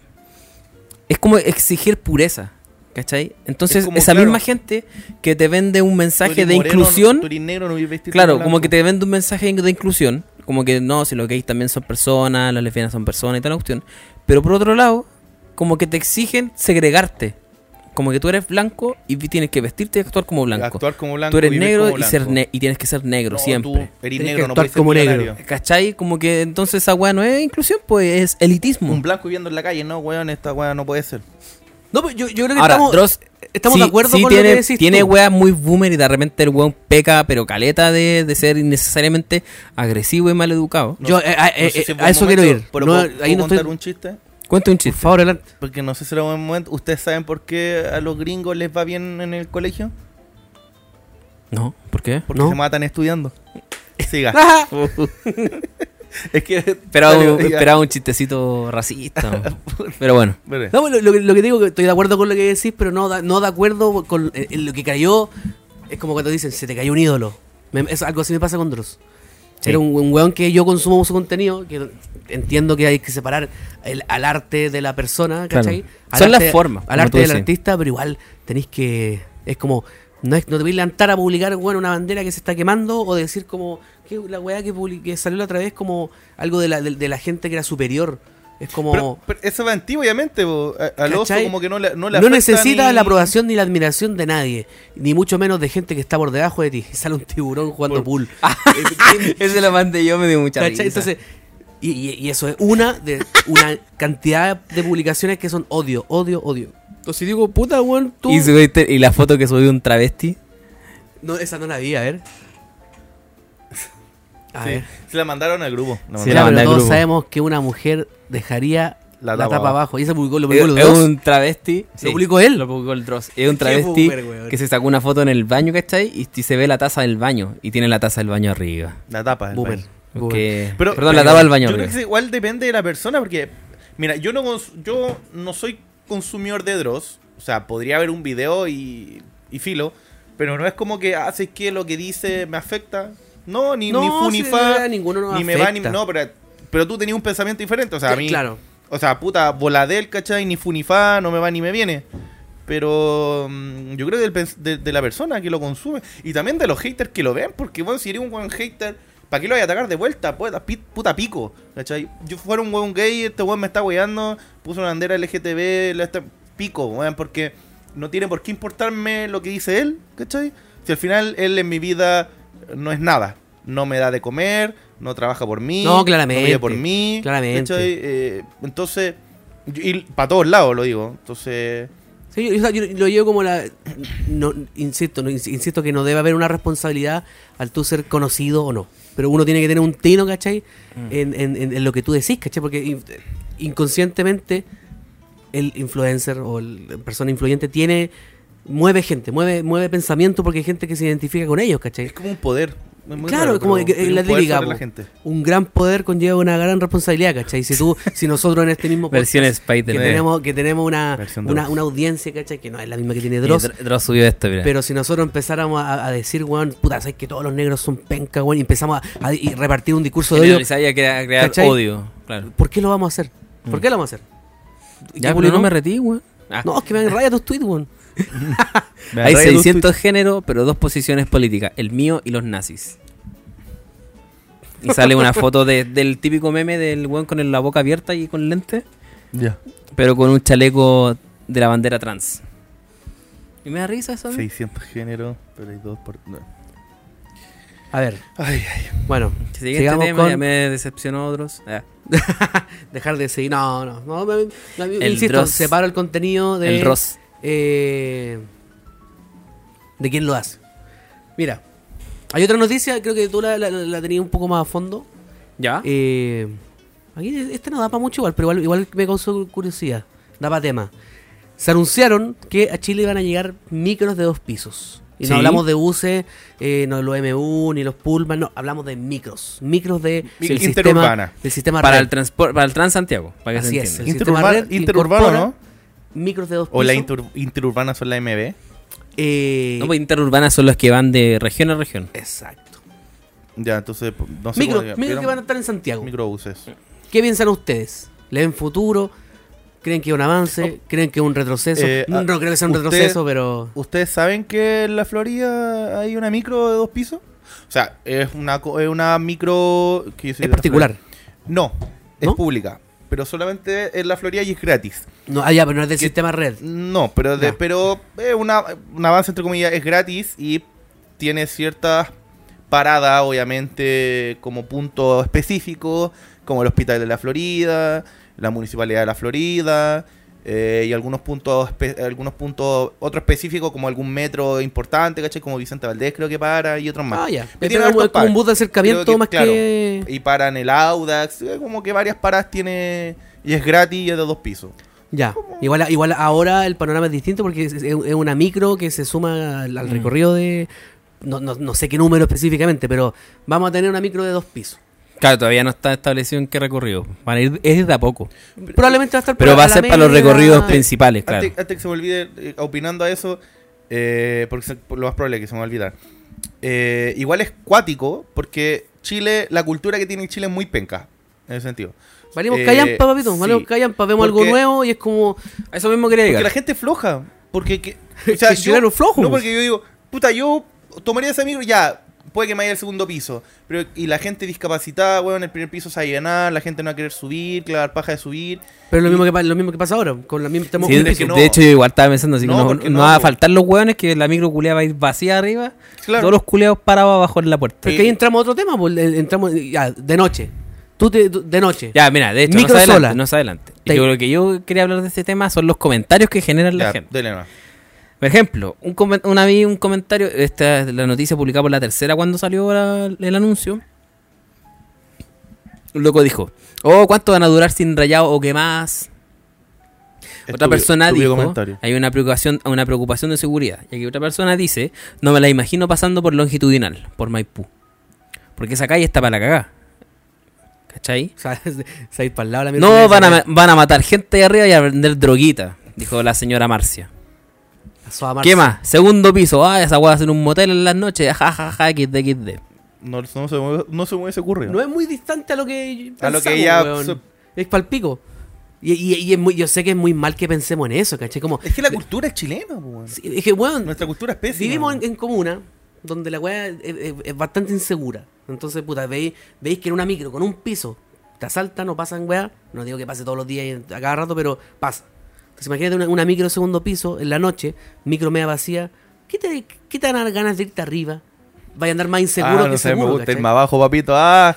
[SPEAKER 5] es como exigir pureza, ¿cachai? Entonces,
[SPEAKER 4] Es como,
[SPEAKER 5] esa
[SPEAKER 4] claro.
[SPEAKER 5] misma gente que te vende un
[SPEAKER 4] Tú eres
[SPEAKER 5] mensaje de
[SPEAKER 4] moreno,
[SPEAKER 5] inclusión,
[SPEAKER 4] tú eres negro, no vivís vestido
[SPEAKER 5] claro,
[SPEAKER 4] de
[SPEAKER 5] como
[SPEAKER 4] blanco.
[SPEAKER 5] que te vende un mensaje de inclusión, como que no, si los gays también son personas, las lesbianas son personas y tal la cuestión, pero por otro lado, como que te exigen segregarte, como que tú eres blanco y tienes que vestirte y actuar como blanco.
[SPEAKER 4] Actuar como blanco.
[SPEAKER 5] Tú eres
[SPEAKER 4] vivir
[SPEAKER 5] negro
[SPEAKER 4] como
[SPEAKER 5] y, ser
[SPEAKER 4] blanco.
[SPEAKER 5] ne- y tienes que ser negro
[SPEAKER 4] No,
[SPEAKER 5] siempre.
[SPEAKER 4] Tú eres
[SPEAKER 3] que
[SPEAKER 4] negro, no
[SPEAKER 3] actuar
[SPEAKER 4] puedes ser
[SPEAKER 3] como negro.
[SPEAKER 4] millonario.
[SPEAKER 5] ¿Cachai? Como que entonces esa weá no es inclusión, pues es
[SPEAKER 3] Mm.
[SPEAKER 5] elitismo.
[SPEAKER 4] Un blanco viviendo en la calle, no, weón, esta weá no puede ser.
[SPEAKER 3] No, pero yo, yo creo que
[SPEAKER 5] Ahora,
[SPEAKER 3] estamos,
[SPEAKER 5] Dross,
[SPEAKER 3] estamos
[SPEAKER 5] sí-
[SPEAKER 3] de acuerdo
[SPEAKER 5] sí
[SPEAKER 3] con
[SPEAKER 5] tiene,
[SPEAKER 3] lo que decís
[SPEAKER 5] Tiene
[SPEAKER 3] tú.
[SPEAKER 5] weas muy boomer y de repente el weón peca, pero caleta de, de ser innecesariamente agresivo y mal educado.
[SPEAKER 4] No
[SPEAKER 3] Yo,
[SPEAKER 4] sé-
[SPEAKER 3] eh,
[SPEAKER 5] ah,
[SPEAKER 3] a,
[SPEAKER 4] no sé
[SPEAKER 3] eh,
[SPEAKER 4] si es
[SPEAKER 3] a
[SPEAKER 4] buen
[SPEAKER 3] eso
[SPEAKER 4] momento,
[SPEAKER 3] quiero ir.
[SPEAKER 4] Pero
[SPEAKER 3] No,
[SPEAKER 4] ¿puedo,
[SPEAKER 3] ahí
[SPEAKER 4] puedo
[SPEAKER 3] no
[SPEAKER 4] contar
[SPEAKER 3] estoy.
[SPEAKER 4] un chiste?
[SPEAKER 5] Cuenta un
[SPEAKER 3] Por
[SPEAKER 5] chiste.
[SPEAKER 3] favor, adelante.
[SPEAKER 4] Porque no sé si era buen momento. ¿Ustedes saben por qué a los gringos les va bien en el colegio?
[SPEAKER 5] No, ¿por qué?
[SPEAKER 4] Porque
[SPEAKER 3] No. Ah.
[SPEAKER 4] se matan estudiando. Siga.
[SPEAKER 5] es que
[SPEAKER 4] salió,
[SPEAKER 5] esperaba,
[SPEAKER 4] ya.
[SPEAKER 5] esperaba un chistecito racista. pero bueno.
[SPEAKER 4] Mire,
[SPEAKER 3] No, lo, lo que- lo que digo, que estoy de acuerdo con lo que decís, pero no, da- no de acuerdo con eh, en lo que cayó. Es como cuando dicen, se te cayó un ídolo. Me- eso- algo así me pasa con Dross.
[SPEAKER 5] Sí.
[SPEAKER 3] Era un, un weón que yo consumo su contenido, que entiendo que hay que separar el, al arte de la persona, ¿cachai?
[SPEAKER 5] Claro.
[SPEAKER 3] Al
[SPEAKER 5] Son
[SPEAKER 3] arte-
[SPEAKER 5] las formas,
[SPEAKER 3] Al
[SPEAKER 5] como tú
[SPEAKER 3] arte del
[SPEAKER 5] decís.
[SPEAKER 3] artista, pero igual tenéis que... Es como, no, es, no te voy a levantar a publicar, bueno, una bandera que se está quemando o decir como, que la weá que, publi- que salió la otra vez como algo de la, de, de la gente que era superior. Es como...
[SPEAKER 4] pero, pero eso va en ti, obviamente. po. A- Al oso
[SPEAKER 3] ¿Cachai?
[SPEAKER 4] como que no le No, le
[SPEAKER 3] No
[SPEAKER 4] afecta
[SPEAKER 3] necesita
[SPEAKER 4] ni-
[SPEAKER 3] la aprobación ni la admiración de nadie, ni mucho menos de gente que está por debajo
[SPEAKER 4] Ah,
[SPEAKER 3] de ti. Sale un tiburón jugando pool.
[SPEAKER 5] Ese lo mandé yo, me dio mucha
[SPEAKER 3] Ah. ¿Cachai?
[SPEAKER 5] risa.
[SPEAKER 3] Entonces, Y, y- y eso es una de una cantidad de publicaciones que son odio, odio, odio. Entonces digo, puta, weón, tú.
[SPEAKER 5] Y, subiste- y la foto que subió un travesti.
[SPEAKER 3] No, esa no la vi, a ver. A ver.
[SPEAKER 4] Se la mandaron al grupo. La mandaron.
[SPEAKER 5] Sí, la
[SPEAKER 3] Claro,
[SPEAKER 5] mandé
[SPEAKER 3] pero
[SPEAKER 5] al
[SPEAKER 3] todos
[SPEAKER 5] grupo.
[SPEAKER 3] sabemos que una mujer dejaría la
[SPEAKER 4] La
[SPEAKER 3] tapa,
[SPEAKER 4] tapa
[SPEAKER 3] abajo.
[SPEAKER 4] abajo.
[SPEAKER 3] Y esa publicó, lo
[SPEAKER 5] Es,
[SPEAKER 3] publicó los
[SPEAKER 5] Eh, es
[SPEAKER 3] dos.
[SPEAKER 5] un travesti.
[SPEAKER 3] ¿Lo publicó él?
[SPEAKER 5] Lo publicó el Dross. Es un travesti
[SPEAKER 3] boomer, weón.
[SPEAKER 5] que se sacó una foto en el baño, ¿cachai? Y, y se ve la taza del baño. Y tiene la taza del baño arriba.
[SPEAKER 4] La tapa. del
[SPEAKER 3] Boomer.
[SPEAKER 4] país.
[SPEAKER 3] Boomer.
[SPEAKER 5] Que-
[SPEAKER 4] Pero-
[SPEAKER 5] perdón, la
[SPEAKER 4] pero
[SPEAKER 5] tapa del baño
[SPEAKER 4] Yo creo
[SPEAKER 5] arriba.
[SPEAKER 4] que eso igual depende de la persona, porque, mira, yo no, cons- yo no soy consumidor de Dross. O sea, podría ver un video y, y filo, pero no es como que haces que lo que dice me afecta. No, ni,
[SPEAKER 3] No,
[SPEAKER 4] ni fu
[SPEAKER 3] si
[SPEAKER 4] ni
[SPEAKER 3] de
[SPEAKER 4] fa,
[SPEAKER 3] verdad ninguno nos
[SPEAKER 4] ni me va, ni
[SPEAKER 3] afecta.
[SPEAKER 4] No, pero, pero tú tenías un pensamiento diferente. O sea, a mí.
[SPEAKER 3] Claro.
[SPEAKER 4] O sea, puta, voladel, ¿cachai? Ni fu ni fa, no me va ni me viene. Pero mm, yo creo que del pens- de, de la persona que lo consume y también de los haters que lo ven, porque bueno, si eres un buen hater, ¿para qué lo vas a atacar de vuelta? Puta, pi- puta pico, ¿cachai? Yo fuera un weón gay, este weón me está weyando, puso una bandera LGTB, la esta- pico, weón, porque no tiene por qué importarme lo que dice él, ¿cachai? Si al final él en mi vida no es nada, no me da de comer, no trabaja por mí,
[SPEAKER 3] No, claramente,
[SPEAKER 4] no vive por mí,
[SPEAKER 3] claramente.
[SPEAKER 4] ¿cachai? Eh, entonces, y- y para todos lados lo digo, entonces...
[SPEAKER 3] Sí, yo, yo- yo lo llevo como la. No, insisto, no, ins- insisto que no debe haber una responsabilidad al tú ser conocido o no. Pero uno tiene que tener un tino, ¿cachai? En, en- en- en lo que tú decís, ¿cachai? Porque in- inconscientemente el influencer o el- la persona influyente tiene. Mueve gente, mueve, mueve pensamiento porque hay gente que se identifica con ellos, ¿cachai?
[SPEAKER 4] Es como un poder. Es muy
[SPEAKER 3] claro,
[SPEAKER 4] raro,
[SPEAKER 3] como
[SPEAKER 4] pero
[SPEAKER 3] que-
[SPEAKER 4] tiene
[SPEAKER 3] que
[SPEAKER 4] un
[SPEAKER 3] la
[SPEAKER 4] poder
[SPEAKER 3] típica.
[SPEAKER 4] sobre la
[SPEAKER 3] po.
[SPEAKER 4] gente.
[SPEAKER 3] Un gran poder conlleva una gran responsabilidad, ¿cachai? Si tú, si nosotros en este mismo podcast
[SPEAKER 5] Versión
[SPEAKER 3] que
[SPEAKER 5] Spider-Man.
[SPEAKER 3] tenemos, que tenemos una,
[SPEAKER 4] Versión
[SPEAKER 3] una,
[SPEAKER 4] Dross.
[SPEAKER 3] una audiencia, ¿cachai? Que no es la misma que tiene
[SPEAKER 5] Y
[SPEAKER 3] Dross.
[SPEAKER 5] Dr- Dross subió esto, mira.
[SPEAKER 3] Pero si nosotros empezáramos a, a decir, weón, puta, sabes que todos los negros son penca, weón, y empezamos a, a- y repartir un discurso de odio,
[SPEAKER 5] Generalizar y a crea- crear
[SPEAKER 3] ¿Cachai?
[SPEAKER 5] odio. Claro.
[SPEAKER 3] ¿por qué lo vamos a hacer? ¿Por qué lo vamos a hacer?
[SPEAKER 5] Ya,
[SPEAKER 3] ¿Qué
[SPEAKER 5] pero no
[SPEAKER 3] publicó?
[SPEAKER 5] me retí, weón. Ah.
[SPEAKER 3] No, es que me dan raya tus tweets, weón.
[SPEAKER 5] Hay 600 géneros, pero dos posiciones políticas, el mío y los nazis. Y sale una foto de- del típico meme del weón con el- la boca abierta y con lente,
[SPEAKER 4] Ya.
[SPEAKER 5] pero con un chaleco de la bandera trans. Y me da risa eso. ¿no?
[SPEAKER 4] 600 géneros, pero hay dos por. no.
[SPEAKER 3] A ver,
[SPEAKER 4] Ay, ay.
[SPEAKER 3] bueno,
[SPEAKER 5] Siguiente
[SPEAKER 3] sigamos
[SPEAKER 5] este tema, ya
[SPEAKER 3] con...
[SPEAKER 5] me decepcionó otros. Ah.
[SPEAKER 3] Dejar de seguir, no, no, no, me- me- me-
[SPEAKER 5] El
[SPEAKER 3] insisto,
[SPEAKER 5] Dross.
[SPEAKER 3] separo el contenido de...
[SPEAKER 5] El Ross.
[SPEAKER 3] eh, ¿De quién lo hace? Mira, hay otra noticia, creo que tú la, la, la tenías un poco más a fondo.
[SPEAKER 4] ¿Ah?
[SPEAKER 5] ¿Ya?
[SPEAKER 3] Eh, aquí este no da para mucho igual, pero igual, igual me causó curiosidad. Da para tema. Se anunciaron que a Chile iban a llegar micros de dos pisos. Y
[SPEAKER 5] Sí.
[SPEAKER 3] no hablamos de buses, eh, no los MU, ni los Pullman, no, hablamos de micros. Micros de
[SPEAKER 4] Mi-
[SPEAKER 3] del
[SPEAKER 4] interurbana.
[SPEAKER 3] sistema, del sistema
[SPEAKER 5] para
[SPEAKER 3] red.
[SPEAKER 5] el transporte, para el Trans Santiago, para que
[SPEAKER 3] Así
[SPEAKER 5] se
[SPEAKER 3] es,
[SPEAKER 5] entienda.
[SPEAKER 3] el sistema
[SPEAKER 4] Interurbana-
[SPEAKER 3] red
[SPEAKER 4] interurbano,
[SPEAKER 3] incorpora
[SPEAKER 4] ¿no?
[SPEAKER 3] Micros de dos
[SPEAKER 4] O la
[SPEAKER 3] pisos.
[SPEAKER 4] inter- interurbana son la MB.
[SPEAKER 3] eh,
[SPEAKER 5] No, pues interurbanas son los que van de región a región.
[SPEAKER 3] Exacto.
[SPEAKER 4] Ya, entonces no sé
[SPEAKER 3] Micros
[SPEAKER 4] cómo-
[SPEAKER 3] micros
[SPEAKER 4] pero-
[SPEAKER 3] que van a estar en Santiago.
[SPEAKER 4] Microbuses.
[SPEAKER 3] ¿Qué piensan ustedes? ¿Le ven futuro? ¿Creen que es un avance? ¿Creen que es un retroceso?
[SPEAKER 4] Oh. Eh,
[SPEAKER 3] no
[SPEAKER 4] ah,
[SPEAKER 3] no creo que sea un
[SPEAKER 4] usted-
[SPEAKER 3] retroceso, pero...
[SPEAKER 4] ¿Ustedes saben que en la Florida hay una micro de dos pisos? O sea, es una, co- es una micro. que yo soy
[SPEAKER 3] Es
[SPEAKER 4] de la
[SPEAKER 3] particular.
[SPEAKER 4] Florida. No, es
[SPEAKER 3] ¿No?
[SPEAKER 4] pública. Pero solamente en la Florida y es gratis.
[SPEAKER 3] No, ah, ya, pero no es del
[SPEAKER 4] que-
[SPEAKER 3] sistema red.
[SPEAKER 4] No, pero de,
[SPEAKER 3] Ya.
[SPEAKER 4] pero eh, una, un avance entre comillas es gratis y tiene ciertas paradas, obviamente, como punto específico, como el Hospital de la Florida, la Municipalidad de la Florida, eh, y algunos puntos, espe- algunos puntos, otro específico como algún metro importante, ¿cachai? Como Vicente Valdés creo que para y otros más.
[SPEAKER 3] Ah, ya.
[SPEAKER 4] Y
[SPEAKER 3] Pero
[SPEAKER 4] tiene
[SPEAKER 3] es como-
[SPEAKER 4] hartos
[SPEAKER 3] es como un
[SPEAKER 4] pares.
[SPEAKER 3] bus de acercamiento
[SPEAKER 4] Creo
[SPEAKER 3] más que-
[SPEAKER 4] Y paran el Audax, eh, como que varias paradas tiene, y es gratis y es de dos pisos.
[SPEAKER 3] Ya. Igual, igual ahora el panorama es distinto porque es, es- es una micro que se suma al, al
[SPEAKER 4] Mm.
[SPEAKER 3] recorrido de... No, no, no sé qué número específicamente, pero vamos a tener una micro de dos pisos.
[SPEAKER 5] Claro, todavía no está establecido en qué recorrido. Van a ir es de a poco.
[SPEAKER 3] Probablemente va a estar...
[SPEAKER 5] Pero
[SPEAKER 3] por
[SPEAKER 5] va a ser para los
[SPEAKER 3] Alameda.
[SPEAKER 5] recorridos principales, claro.
[SPEAKER 4] Antes, antes que se me olvide, eh, opinando a eso, eh, porque se- por lo más probable es que se me va a olvidar. Eh, igual es cuático, porque Chile, la cultura que tiene Chile es muy penca, en ese sentido.
[SPEAKER 3] Valimos
[SPEAKER 4] Eh,
[SPEAKER 3] callampa, papito. Valimos
[SPEAKER 4] sí.
[SPEAKER 3] callampa. Vemos
[SPEAKER 4] Porque-
[SPEAKER 3] algo nuevo y es como...
[SPEAKER 5] Eso mismo quería
[SPEAKER 4] Porque
[SPEAKER 5] llegar.
[SPEAKER 4] la gente es floja. Porque que, o
[SPEAKER 3] Que chileno flojo,
[SPEAKER 4] No,
[SPEAKER 3] pues.
[SPEAKER 4] porque yo digo, puta, yo tomaría ese micro, ya, puede que me vaya al segundo piso. Pero, y la gente discapacitada, weón, el primer piso se va a llenar, la gente no va a querer subir, clavar paja de subir.
[SPEAKER 3] Pero lo mismo que, pa- lo mismo que pasa ahora. Con la misma... tenemos
[SPEAKER 5] Sí,
[SPEAKER 3] un
[SPEAKER 5] de,
[SPEAKER 3] piso.
[SPEAKER 4] no.
[SPEAKER 5] de hecho, yo igual estaba pensando así
[SPEAKER 4] No,
[SPEAKER 5] que no- no,
[SPEAKER 4] porque no,
[SPEAKER 5] va a
[SPEAKER 4] po.
[SPEAKER 5] faltar los hueones que la micro culea va a ir vacía arriba.
[SPEAKER 4] Claro.
[SPEAKER 5] Todos los culeados parados abajo en la puerta.
[SPEAKER 3] Pero es que ahí entramos a otro tema, pues, eh, entramos eh, ya, de noche. Tú te, tú- de noche.
[SPEAKER 5] Ya, mira, de hecho, no se
[SPEAKER 3] Microsola.
[SPEAKER 5] adelante. No se adelante.
[SPEAKER 3] Te-
[SPEAKER 5] Yo lo que yo quería hablar de este tema son los comentarios que generan la
[SPEAKER 4] Ya,
[SPEAKER 5] gente.
[SPEAKER 4] dele nomás.
[SPEAKER 5] Por ejemplo, un comen- una vi un comentario, esta es la noticia publicada por la tercera cuando salió la- el anuncio. Un loco dijo, oh, ¿cuánto van a durar sin rayado o qué más? otra
[SPEAKER 4] Estúpido-
[SPEAKER 5] persona
[SPEAKER 4] estúpido
[SPEAKER 5] dijo,
[SPEAKER 4] comentario.
[SPEAKER 5] hay una preocupación, una preocupación de seguridad. Y aquí otra persona dice, no me la imagino pasando por longitudinal, por Maipú. Porque esa calle está para la cagá. ¿Cachai?
[SPEAKER 3] O sea, se- se ir para el lado la
[SPEAKER 5] No, van a, ma- van a matar gente de arriba y a vender droguita, dijo la señora Marcia. ¿Qué más? Segundo piso. Ah, esa weá va a ser un motel en las noches. Ja, ja, ja, XD, XD.
[SPEAKER 4] No, no se me, no se me hubiese ocurrido.
[SPEAKER 3] No es muy distante a lo que
[SPEAKER 4] A lo que
[SPEAKER 3] pensamos,
[SPEAKER 4] ya-
[SPEAKER 3] weón.
[SPEAKER 4] so-
[SPEAKER 3] Es palpico. Y, y- y es muy- yo sé que es muy mal que pensemos en eso, ¿cachai? Como,
[SPEAKER 4] Es que la cultura es chilena, po, weón.
[SPEAKER 3] sí, es que, weón,
[SPEAKER 4] Nuestra cultura es pésima. Ah,
[SPEAKER 3] vivimos en,
[SPEAKER 4] weón.
[SPEAKER 3] en comuna donde la weá es, es- es bastante insegura. Entonces, puta, veis, veis que en una micro con un piso te asaltan o pasan weá. No digo que pase todos los días y a cada rato, pero pasa. Entonces, imagínate una, una micro segundo piso en la noche, micro media vacía. ¿Qué te, qué te dan ganas de irte arriba? Vaya a andar más inseguro
[SPEAKER 4] ah, no
[SPEAKER 3] que
[SPEAKER 4] sé,
[SPEAKER 3] seguro.
[SPEAKER 4] me gusta
[SPEAKER 3] ¿cachai?
[SPEAKER 4] irme abajo, papito. Ah,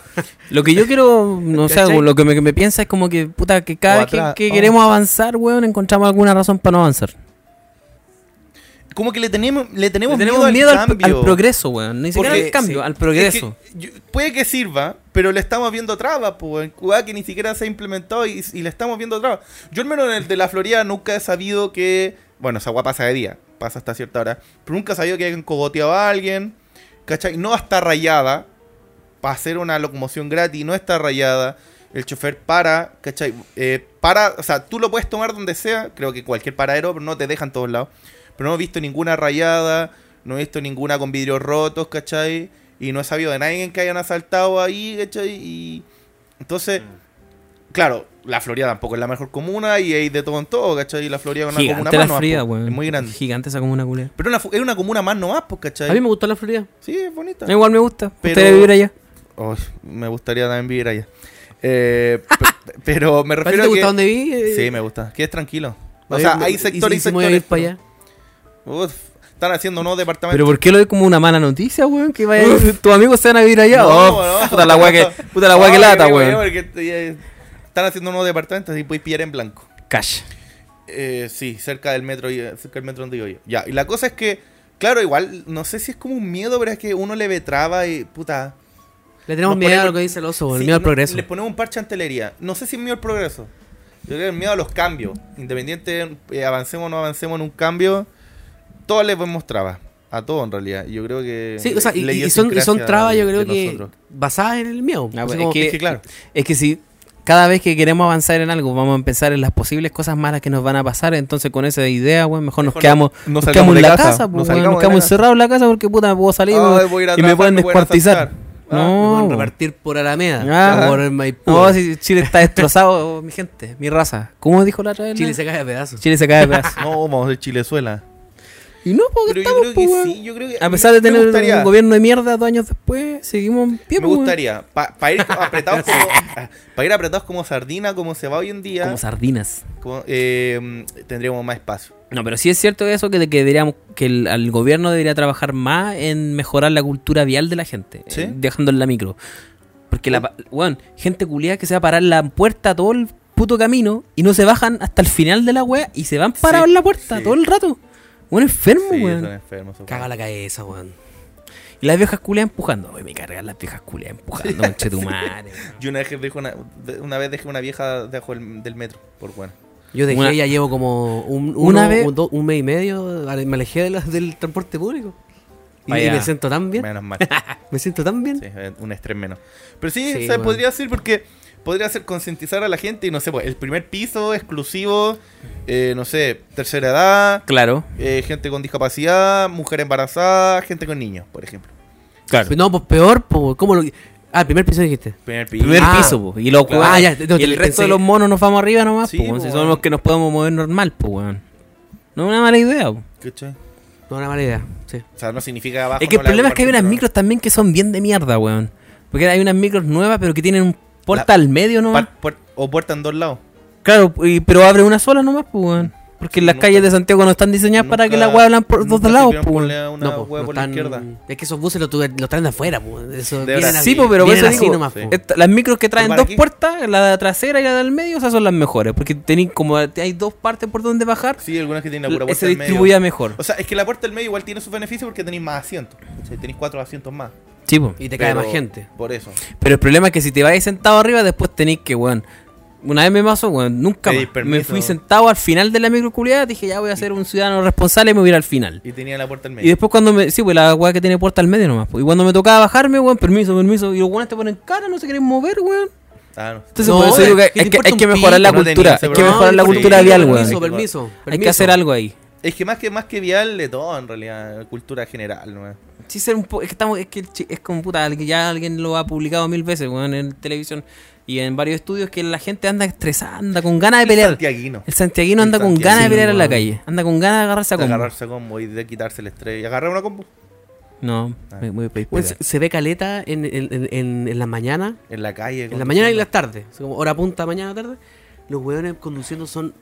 [SPEAKER 5] Lo que yo quiero, no sé,
[SPEAKER 3] ¿Cachai?
[SPEAKER 5] lo que me, que me piensa es como que, puta, que cada
[SPEAKER 4] O
[SPEAKER 5] vez que,
[SPEAKER 4] atrás,
[SPEAKER 5] que
[SPEAKER 4] oh.
[SPEAKER 5] queremos avanzar, weón, encontramos alguna razón para no avanzar.
[SPEAKER 4] como que le tenemos, le tenemos,
[SPEAKER 5] Le tenemos
[SPEAKER 4] miedo, al cambio.
[SPEAKER 5] progreso, weón. Ni siquiera
[SPEAKER 4] Porque-
[SPEAKER 5] al cambio,
[SPEAKER 4] sí.
[SPEAKER 5] al progreso.
[SPEAKER 4] Es que yo- puede que sirva, pero le estamos viendo trabas, pues, en Cuba que ni siquiera se ha implementado y, y le estamos viendo trabas. Yo al menos en el de la Florida nunca he sabido que, bueno, esa agua pasa de día, pasa hasta cierta hora, pero nunca he sabido que hayan cogoteado a alguien, ¿cachai? No está rayada, para hacer una locomoción gratis, no está rayada. El chofer para, ¿cachai? Eh, para, o sea, tú lo puedes tomar donde sea, creo que cualquier paradero, pero no te dejan todos lados. Pero no he visto ninguna rayada, no he visto ninguna con vidrios rotos, ¿cachai? Y no he sabido de nadie que hayan asaltado ahí, ¿cachai? Y entonces, claro, la Florida tampoco es la mejor comuna y hay de todo en todo, ¿cachai? Y la Florida es una comuna
[SPEAKER 5] Gigante
[SPEAKER 4] más
[SPEAKER 5] la
[SPEAKER 4] nomás,
[SPEAKER 5] fría,
[SPEAKER 4] po,
[SPEAKER 5] weón.
[SPEAKER 4] es muy grande.
[SPEAKER 5] Gigante esa comuna culera.
[SPEAKER 4] Pero una fu- es una comuna más nomás, pues,
[SPEAKER 3] A mí
[SPEAKER 4] ¿cachai?
[SPEAKER 3] me gustó la Florida.
[SPEAKER 4] Sí, es bonita.
[SPEAKER 5] Igual me gusta.
[SPEAKER 4] Pero-
[SPEAKER 5] Pero... vivir allá.
[SPEAKER 4] Ay, me gustaría también vivir allá. Eh, pe- pero me
[SPEAKER 3] ¿A ti
[SPEAKER 4] refiero
[SPEAKER 3] te
[SPEAKER 4] a
[SPEAKER 3] gusta
[SPEAKER 4] que...
[SPEAKER 3] donde vi? Eh,
[SPEAKER 4] Sí, me gusta. Que es tranquilo. O
[SPEAKER 3] oye,
[SPEAKER 4] sea,
[SPEAKER 5] eh,
[SPEAKER 3] me-
[SPEAKER 4] hay
[SPEAKER 3] y-
[SPEAKER 4] sectores y,
[SPEAKER 3] y si me voy a
[SPEAKER 4] sectores.
[SPEAKER 3] ir para allá.
[SPEAKER 4] Uf, están haciendo nuevos
[SPEAKER 5] Pero
[SPEAKER 4] departamentos.
[SPEAKER 5] ¿por qué lo ves como una mala noticia, weón? Que vaya, tus amigos se van a vivir allá. Oh, Puta la weá que, puta la weá que
[SPEAKER 4] No,
[SPEAKER 5] lata,
[SPEAKER 4] digo
[SPEAKER 5] weón.
[SPEAKER 4] yo, porque, eh, están haciendo nuevos departamentos y puedes pillar en blanco.
[SPEAKER 5] Cash.
[SPEAKER 4] Eh, sí, cerca del metro, y- cerca del metro donde yo. vivo. Ya, y la cosa es que, claro, igual, no sé si es como un miedo, pero es que uno le ve traba y puta.
[SPEAKER 3] Le tenemos
[SPEAKER 4] Nos
[SPEAKER 3] miedo a
[SPEAKER 4] ponemos-
[SPEAKER 3] lo que dice el oso, el
[SPEAKER 4] Sí,
[SPEAKER 3] miedo al
[SPEAKER 4] no-
[SPEAKER 3] progreso.
[SPEAKER 4] Les ponemos un parche de antelería. No sé si es miedo al progreso. Yo creo que es miedo a los cambios. Independiente, eh, avancemos o no avancemos en un cambio, todos les vemos trabas. A todos, en realidad. Yo creo que.
[SPEAKER 3] Sí, o sea, y,
[SPEAKER 4] la
[SPEAKER 3] y son, y son
[SPEAKER 4] idiosincrasia
[SPEAKER 3] trabas, yo
[SPEAKER 4] de-
[SPEAKER 3] creo
[SPEAKER 4] de
[SPEAKER 3] que
[SPEAKER 4] nosotros.
[SPEAKER 3] basadas en el miedo.
[SPEAKER 5] Ah,
[SPEAKER 3] Así
[SPEAKER 5] pues,
[SPEAKER 3] como-
[SPEAKER 5] es, que,
[SPEAKER 4] es que claro.
[SPEAKER 5] es que si cada vez que queremos avanzar en algo vamos a pensar en las posibles cosas malas que nos van a pasar, entonces con esa idea, weón, mejor, nos
[SPEAKER 4] Mejor
[SPEAKER 5] quedamos,
[SPEAKER 4] no- no salgamos
[SPEAKER 5] nos quedamos
[SPEAKER 4] de
[SPEAKER 5] en la
[SPEAKER 4] casa,
[SPEAKER 5] casa,
[SPEAKER 4] no
[SPEAKER 5] pues,
[SPEAKER 4] salgamos
[SPEAKER 5] weón, nos
[SPEAKER 4] de
[SPEAKER 5] quedamos
[SPEAKER 4] la casa.
[SPEAKER 5] encerrados en la casa porque puta, puedo salir
[SPEAKER 4] Ay,
[SPEAKER 5] weón,
[SPEAKER 4] voy a ir a
[SPEAKER 5] y
[SPEAKER 4] trabajar,
[SPEAKER 5] me pueden
[SPEAKER 4] me pueden
[SPEAKER 5] descuartizar.
[SPEAKER 4] asaltar. Ah,
[SPEAKER 3] me
[SPEAKER 5] no,
[SPEAKER 3] pueden
[SPEAKER 5] weón.
[SPEAKER 3] repartir por Alameda,
[SPEAKER 5] Ah.
[SPEAKER 3] por Maipú.
[SPEAKER 5] no, si Chile está destrozado, mi gente, mi raza. ¿Cómo dijo la otra vez?
[SPEAKER 3] Chile
[SPEAKER 5] la-
[SPEAKER 3] se cae a pedazos.
[SPEAKER 5] Chile se cae de pedazo.
[SPEAKER 4] No, vamos de Chilezuela.
[SPEAKER 5] y no,
[SPEAKER 4] Pero
[SPEAKER 5] porque
[SPEAKER 4] yo
[SPEAKER 5] estamos,
[SPEAKER 4] creo que
[SPEAKER 5] pues, weón.
[SPEAKER 4] sí. Yo creo que
[SPEAKER 5] A pesar de
[SPEAKER 4] me
[SPEAKER 5] tener
[SPEAKER 4] gustaría-
[SPEAKER 5] un gobierno de mierda dos años después, seguimos en pie,
[SPEAKER 4] Me
[SPEAKER 5] pues, weón.
[SPEAKER 4] gustaría. Para ir apretados como, pa' ir apretados como sardina, como se va hoy en día,
[SPEAKER 5] Como sardinas.
[SPEAKER 4] como, eh, tendríamos más espacio.
[SPEAKER 5] No, pero sí es cierto eso que, que deberíamos, que el, al gobierno debería trabajar más en mejorar la cultura vial de la gente,
[SPEAKER 4] Sí.
[SPEAKER 5] eh, dejando en la micro. Porque la pa- weón, gente culiada que se va a parar en la puerta todo el puto camino y no se bajan hasta el final de la wea y se van parados
[SPEAKER 4] Sí,
[SPEAKER 5] en la puerta
[SPEAKER 4] sí.
[SPEAKER 5] todo el rato. Un enfermo,
[SPEAKER 4] Sí,
[SPEAKER 5] weón.
[SPEAKER 4] son enfermos. son
[SPEAKER 3] Caga la cabeza, weón.
[SPEAKER 5] Y las viejas culiadas empujando. Ay, me cargan las viejas culiadas empujando, conchetumare.
[SPEAKER 4] Yo una vez dejé una, de- una vez dejé una vieja debajo del, del metro, por buena.
[SPEAKER 3] Yo dejé,
[SPEAKER 5] Una-
[SPEAKER 3] ya llevo como un,
[SPEAKER 5] Una
[SPEAKER 3] uno,
[SPEAKER 5] vez-
[SPEAKER 3] un, do- un mes y medio, ale- me alejé de la- del transporte público. Y, y
[SPEAKER 5] Vaya.
[SPEAKER 3] me siento tan bien,
[SPEAKER 4] Menos mal.
[SPEAKER 3] me siento tan bien.
[SPEAKER 4] Sí, eh, un estrés menos. Pero sí,
[SPEAKER 3] Sí,
[SPEAKER 4] o sea,
[SPEAKER 3] bueno.
[SPEAKER 4] podría ser porque podría ser concientizar a la gente y no sé, pues, el primer piso exclusivo, eh, no sé, tercera edad,
[SPEAKER 5] claro,
[SPEAKER 4] eh, gente con discapacidad, mujer embarazada, gente con niños, por ejemplo.
[SPEAKER 5] claro.
[SPEAKER 3] No, pues peor, pues, ¿cómo lo...? Ah, el primer piso dijiste.
[SPEAKER 4] Primer piso.
[SPEAKER 5] Primer
[SPEAKER 3] Ah.
[SPEAKER 5] piso, po. Y, los
[SPEAKER 3] Claro.
[SPEAKER 5] hueones-
[SPEAKER 3] Ah, ya, no,
[SPEAKER 5] y
[SPEAKER 3] te-
[SPEAKER 5] el resto
[SPEAKER 3] pensé-
[SPEAKER 5] de los monos nos vamos arriba nomás,
[SPEAKER 4] Sí,
[SPEAKER 5] po, weón. Si
[SPEAKER 4] po,
[SPEAKER 5] son
[SPEAKER 4] weón.
[SPEAKER 5] los que nos podemos mover normal, po, weón. No es una mala idea, po.
[SPEAKER 4] ¿Cachai?
[SPEAKER 3] No, una mala idea, sí.
[SPEAKER 4] O sea, no significa abajo.
[SPEAKER 5] Es que el
[SPEAKER 4] no la
[SPEAKER 5] problema es que hay unas
[SPEAKER 4] compartimos,
[SPEAKER 5] micros también que son bien de mierda, weón. Porque hay unas micros nuevas, pero que tienen un puerta
[SPEAKER 4] La-
[SPEAKER 5] al medio
[SPEAKER 4] ¿no?
[SPEAKER 5] nomás.
[SPEAKER 4] Par- puer- o puerta en dos lados.
[SPEAKER 5] Claro, y- pero abre una sola nomás, po, weón. Porque las calles de Santiago no están diseñadas para que la
[SPEAKER 4] Nunca-
[SPEAKER 5] hueá hablan por los
[SPEAKER 4] nunca
[SPEAKER 5] dos lados,
[SPEAKER 4] sirvieron
[SPEAKER 5] po, weón.
[SPEAKER 4] ponerle una
[SPEAKER 3] po,
[SPEAKER 4] hueá por la
[SPEAKER 3] están-
[SPEAKER 4] izquierda.
[SPEAKER 3] Es que esos buses los, tuve- los traen de afuera, po. Eso,
[SPEAKER 4] De
[SPEAKER 3] vienen
[SPEAKER 4] verdad.
[SPEAKER 3] a-
[SPEAKER 5] Sí, po, pero por
[SPEAKER 3] vienen
[SPEAKER 5] eso
[SPEAKER 3] así
[SPEAKER 5] digo,
[SPEAKER 3] nomás, po.
[SPEAKER 4] sí.
[SPEAKER 5] esta- las micros que traen
[SPEAKER 4] ¿Para
[SPEAKER 5] dos
[SPEAKER 4] qué?
[SPEAKER 5] puertas, la de la trasera y la del medio, esas son las mejores. Porque tenéis como hay dos partes por donde bajar,
[SPEAKER 4] Sí, algunas que tienen la pura
[SPEAKER 5] l-
[SPEAKER 4] puerta
[SPEAKER 5] se
[SPEAKER 4] del medio.
[SPEAKER 5] distribuía mejor.
[SPEAKER 4] O sea, es que la puerta del medio igual tiene sus beneficios porque tenéis más asientos. ¿cachai? Tenéis cuatro asientos más.
[SPEAKER 5] Sí, po.
[SPEAKER 3] Y te cae
[SPEAKER 4] Pero
[SPEAKER 3] más gente.
[SPEAKER 4] Por eso.
[SPEAKER 5] Pero el problema es que si te vais sentado arriba, después tenéis que, weón. Una vez me pasó, weón, nunca
[SPEAKER 4] Pedís
[SPEAKER 5] más. Me
[SPEAKER 4] permiso.
[SPEAKER 5] fui sentado al final de la microculiada, dije, ya voy a ser un ciudadano responsable y me voy a ir al final.
[SPEAKER 4] Y tenía la puerta del
[SPEAKER 5] Y
[SPEAKER 4] medio.
[SPEAKER 5] después cuando me... Sí, pues la weá que tiene puerta al medio nomás. po. Y cuando me tocaba bajarme, weón, permiso, permiso. Y los weones te ponen cara, no se quieren mover, weón.
[SPEAKER 4] Ah, no.
[SPEAKER 5] Entonces
[SPEAKER 3] No,
[SPEAKER 5] por eso digo que
[SPEAKER 3] es que te
[SPEAKER 5] hay que,
[SPEAKER 3] importa
[SPEAKER 5] hay que
[SPEAKER 3] un
[SPEAKER 5] mejorar la
[SPEAKER 4] pico, no
[SPEAKER 5] cultura.
[SPEAKER 4] tenía ese
[SPEAKER 5] hay que
[SPEAKER 4] problema.
[SPEAKER 5] mejorar la
[SPEAKER 4] Sí,
[SPEAKER 5] cultura
[SPEAKER 4] sí,
[SPEAKER 5] vial,
[SPEAKER 4] sí,
[SPEAKER 5] weón.
[SPEAKER 4] sí,
[SPEAKER 3] Permiso,
[SPEAKER 4] eh. Hay que-
[SPEAKER 3] permiso.
[SPEAKER 5] Hay que hacer algo ahí.
[SPEAKER 4] Es que más que más que vial de todo, en realidad, cultura general, ¿no?
[SPEAKER 5] Sí, ser un po- es que estamos, es que el chi- es como puta, alguien- ya alguien lo ha publicado mil veces, weón, en televisión y en varios estudios que la gente anda estresada, anda con ganas de
[SPEAKER 4] El
[SPEAKER 5] pelear.
[SPEAKER 4] santiaguino.
[SPEAKER 5] El santiaguino
[SPEAKER 4] El
[SPEAKER 5] anda con
[SPEAKER 4] santiaguino,
[SPEAKER 5] ganas de pelear en la
[SPEAKER 3] weón.
[SPEAKER 5] calle, anda con ganas de agarrarse a
[SPEAKER 4] De
[SPEAKER 5] combo.
[SPEAKER 4] agarrarse a combo y de quitarse el estrés. Y agarrar una combo.
[SPEAKER 5] No,
[SPEAKER 4] Ah.
[SPEAKER 5] me- me voy a pedir
[SPEAKER 3] Bueno,
[SPEAKER 5] perdón.
[SPEAKER 3] se, Pues, se ve caleta en, en, en- en- en las mañanas.
[SPEAKER 4] En la calle.
[SPEAKER 3] En las mañanas y las tardes. O sea, como hora punta, mañana, tarde. Los hueones conduciendo son.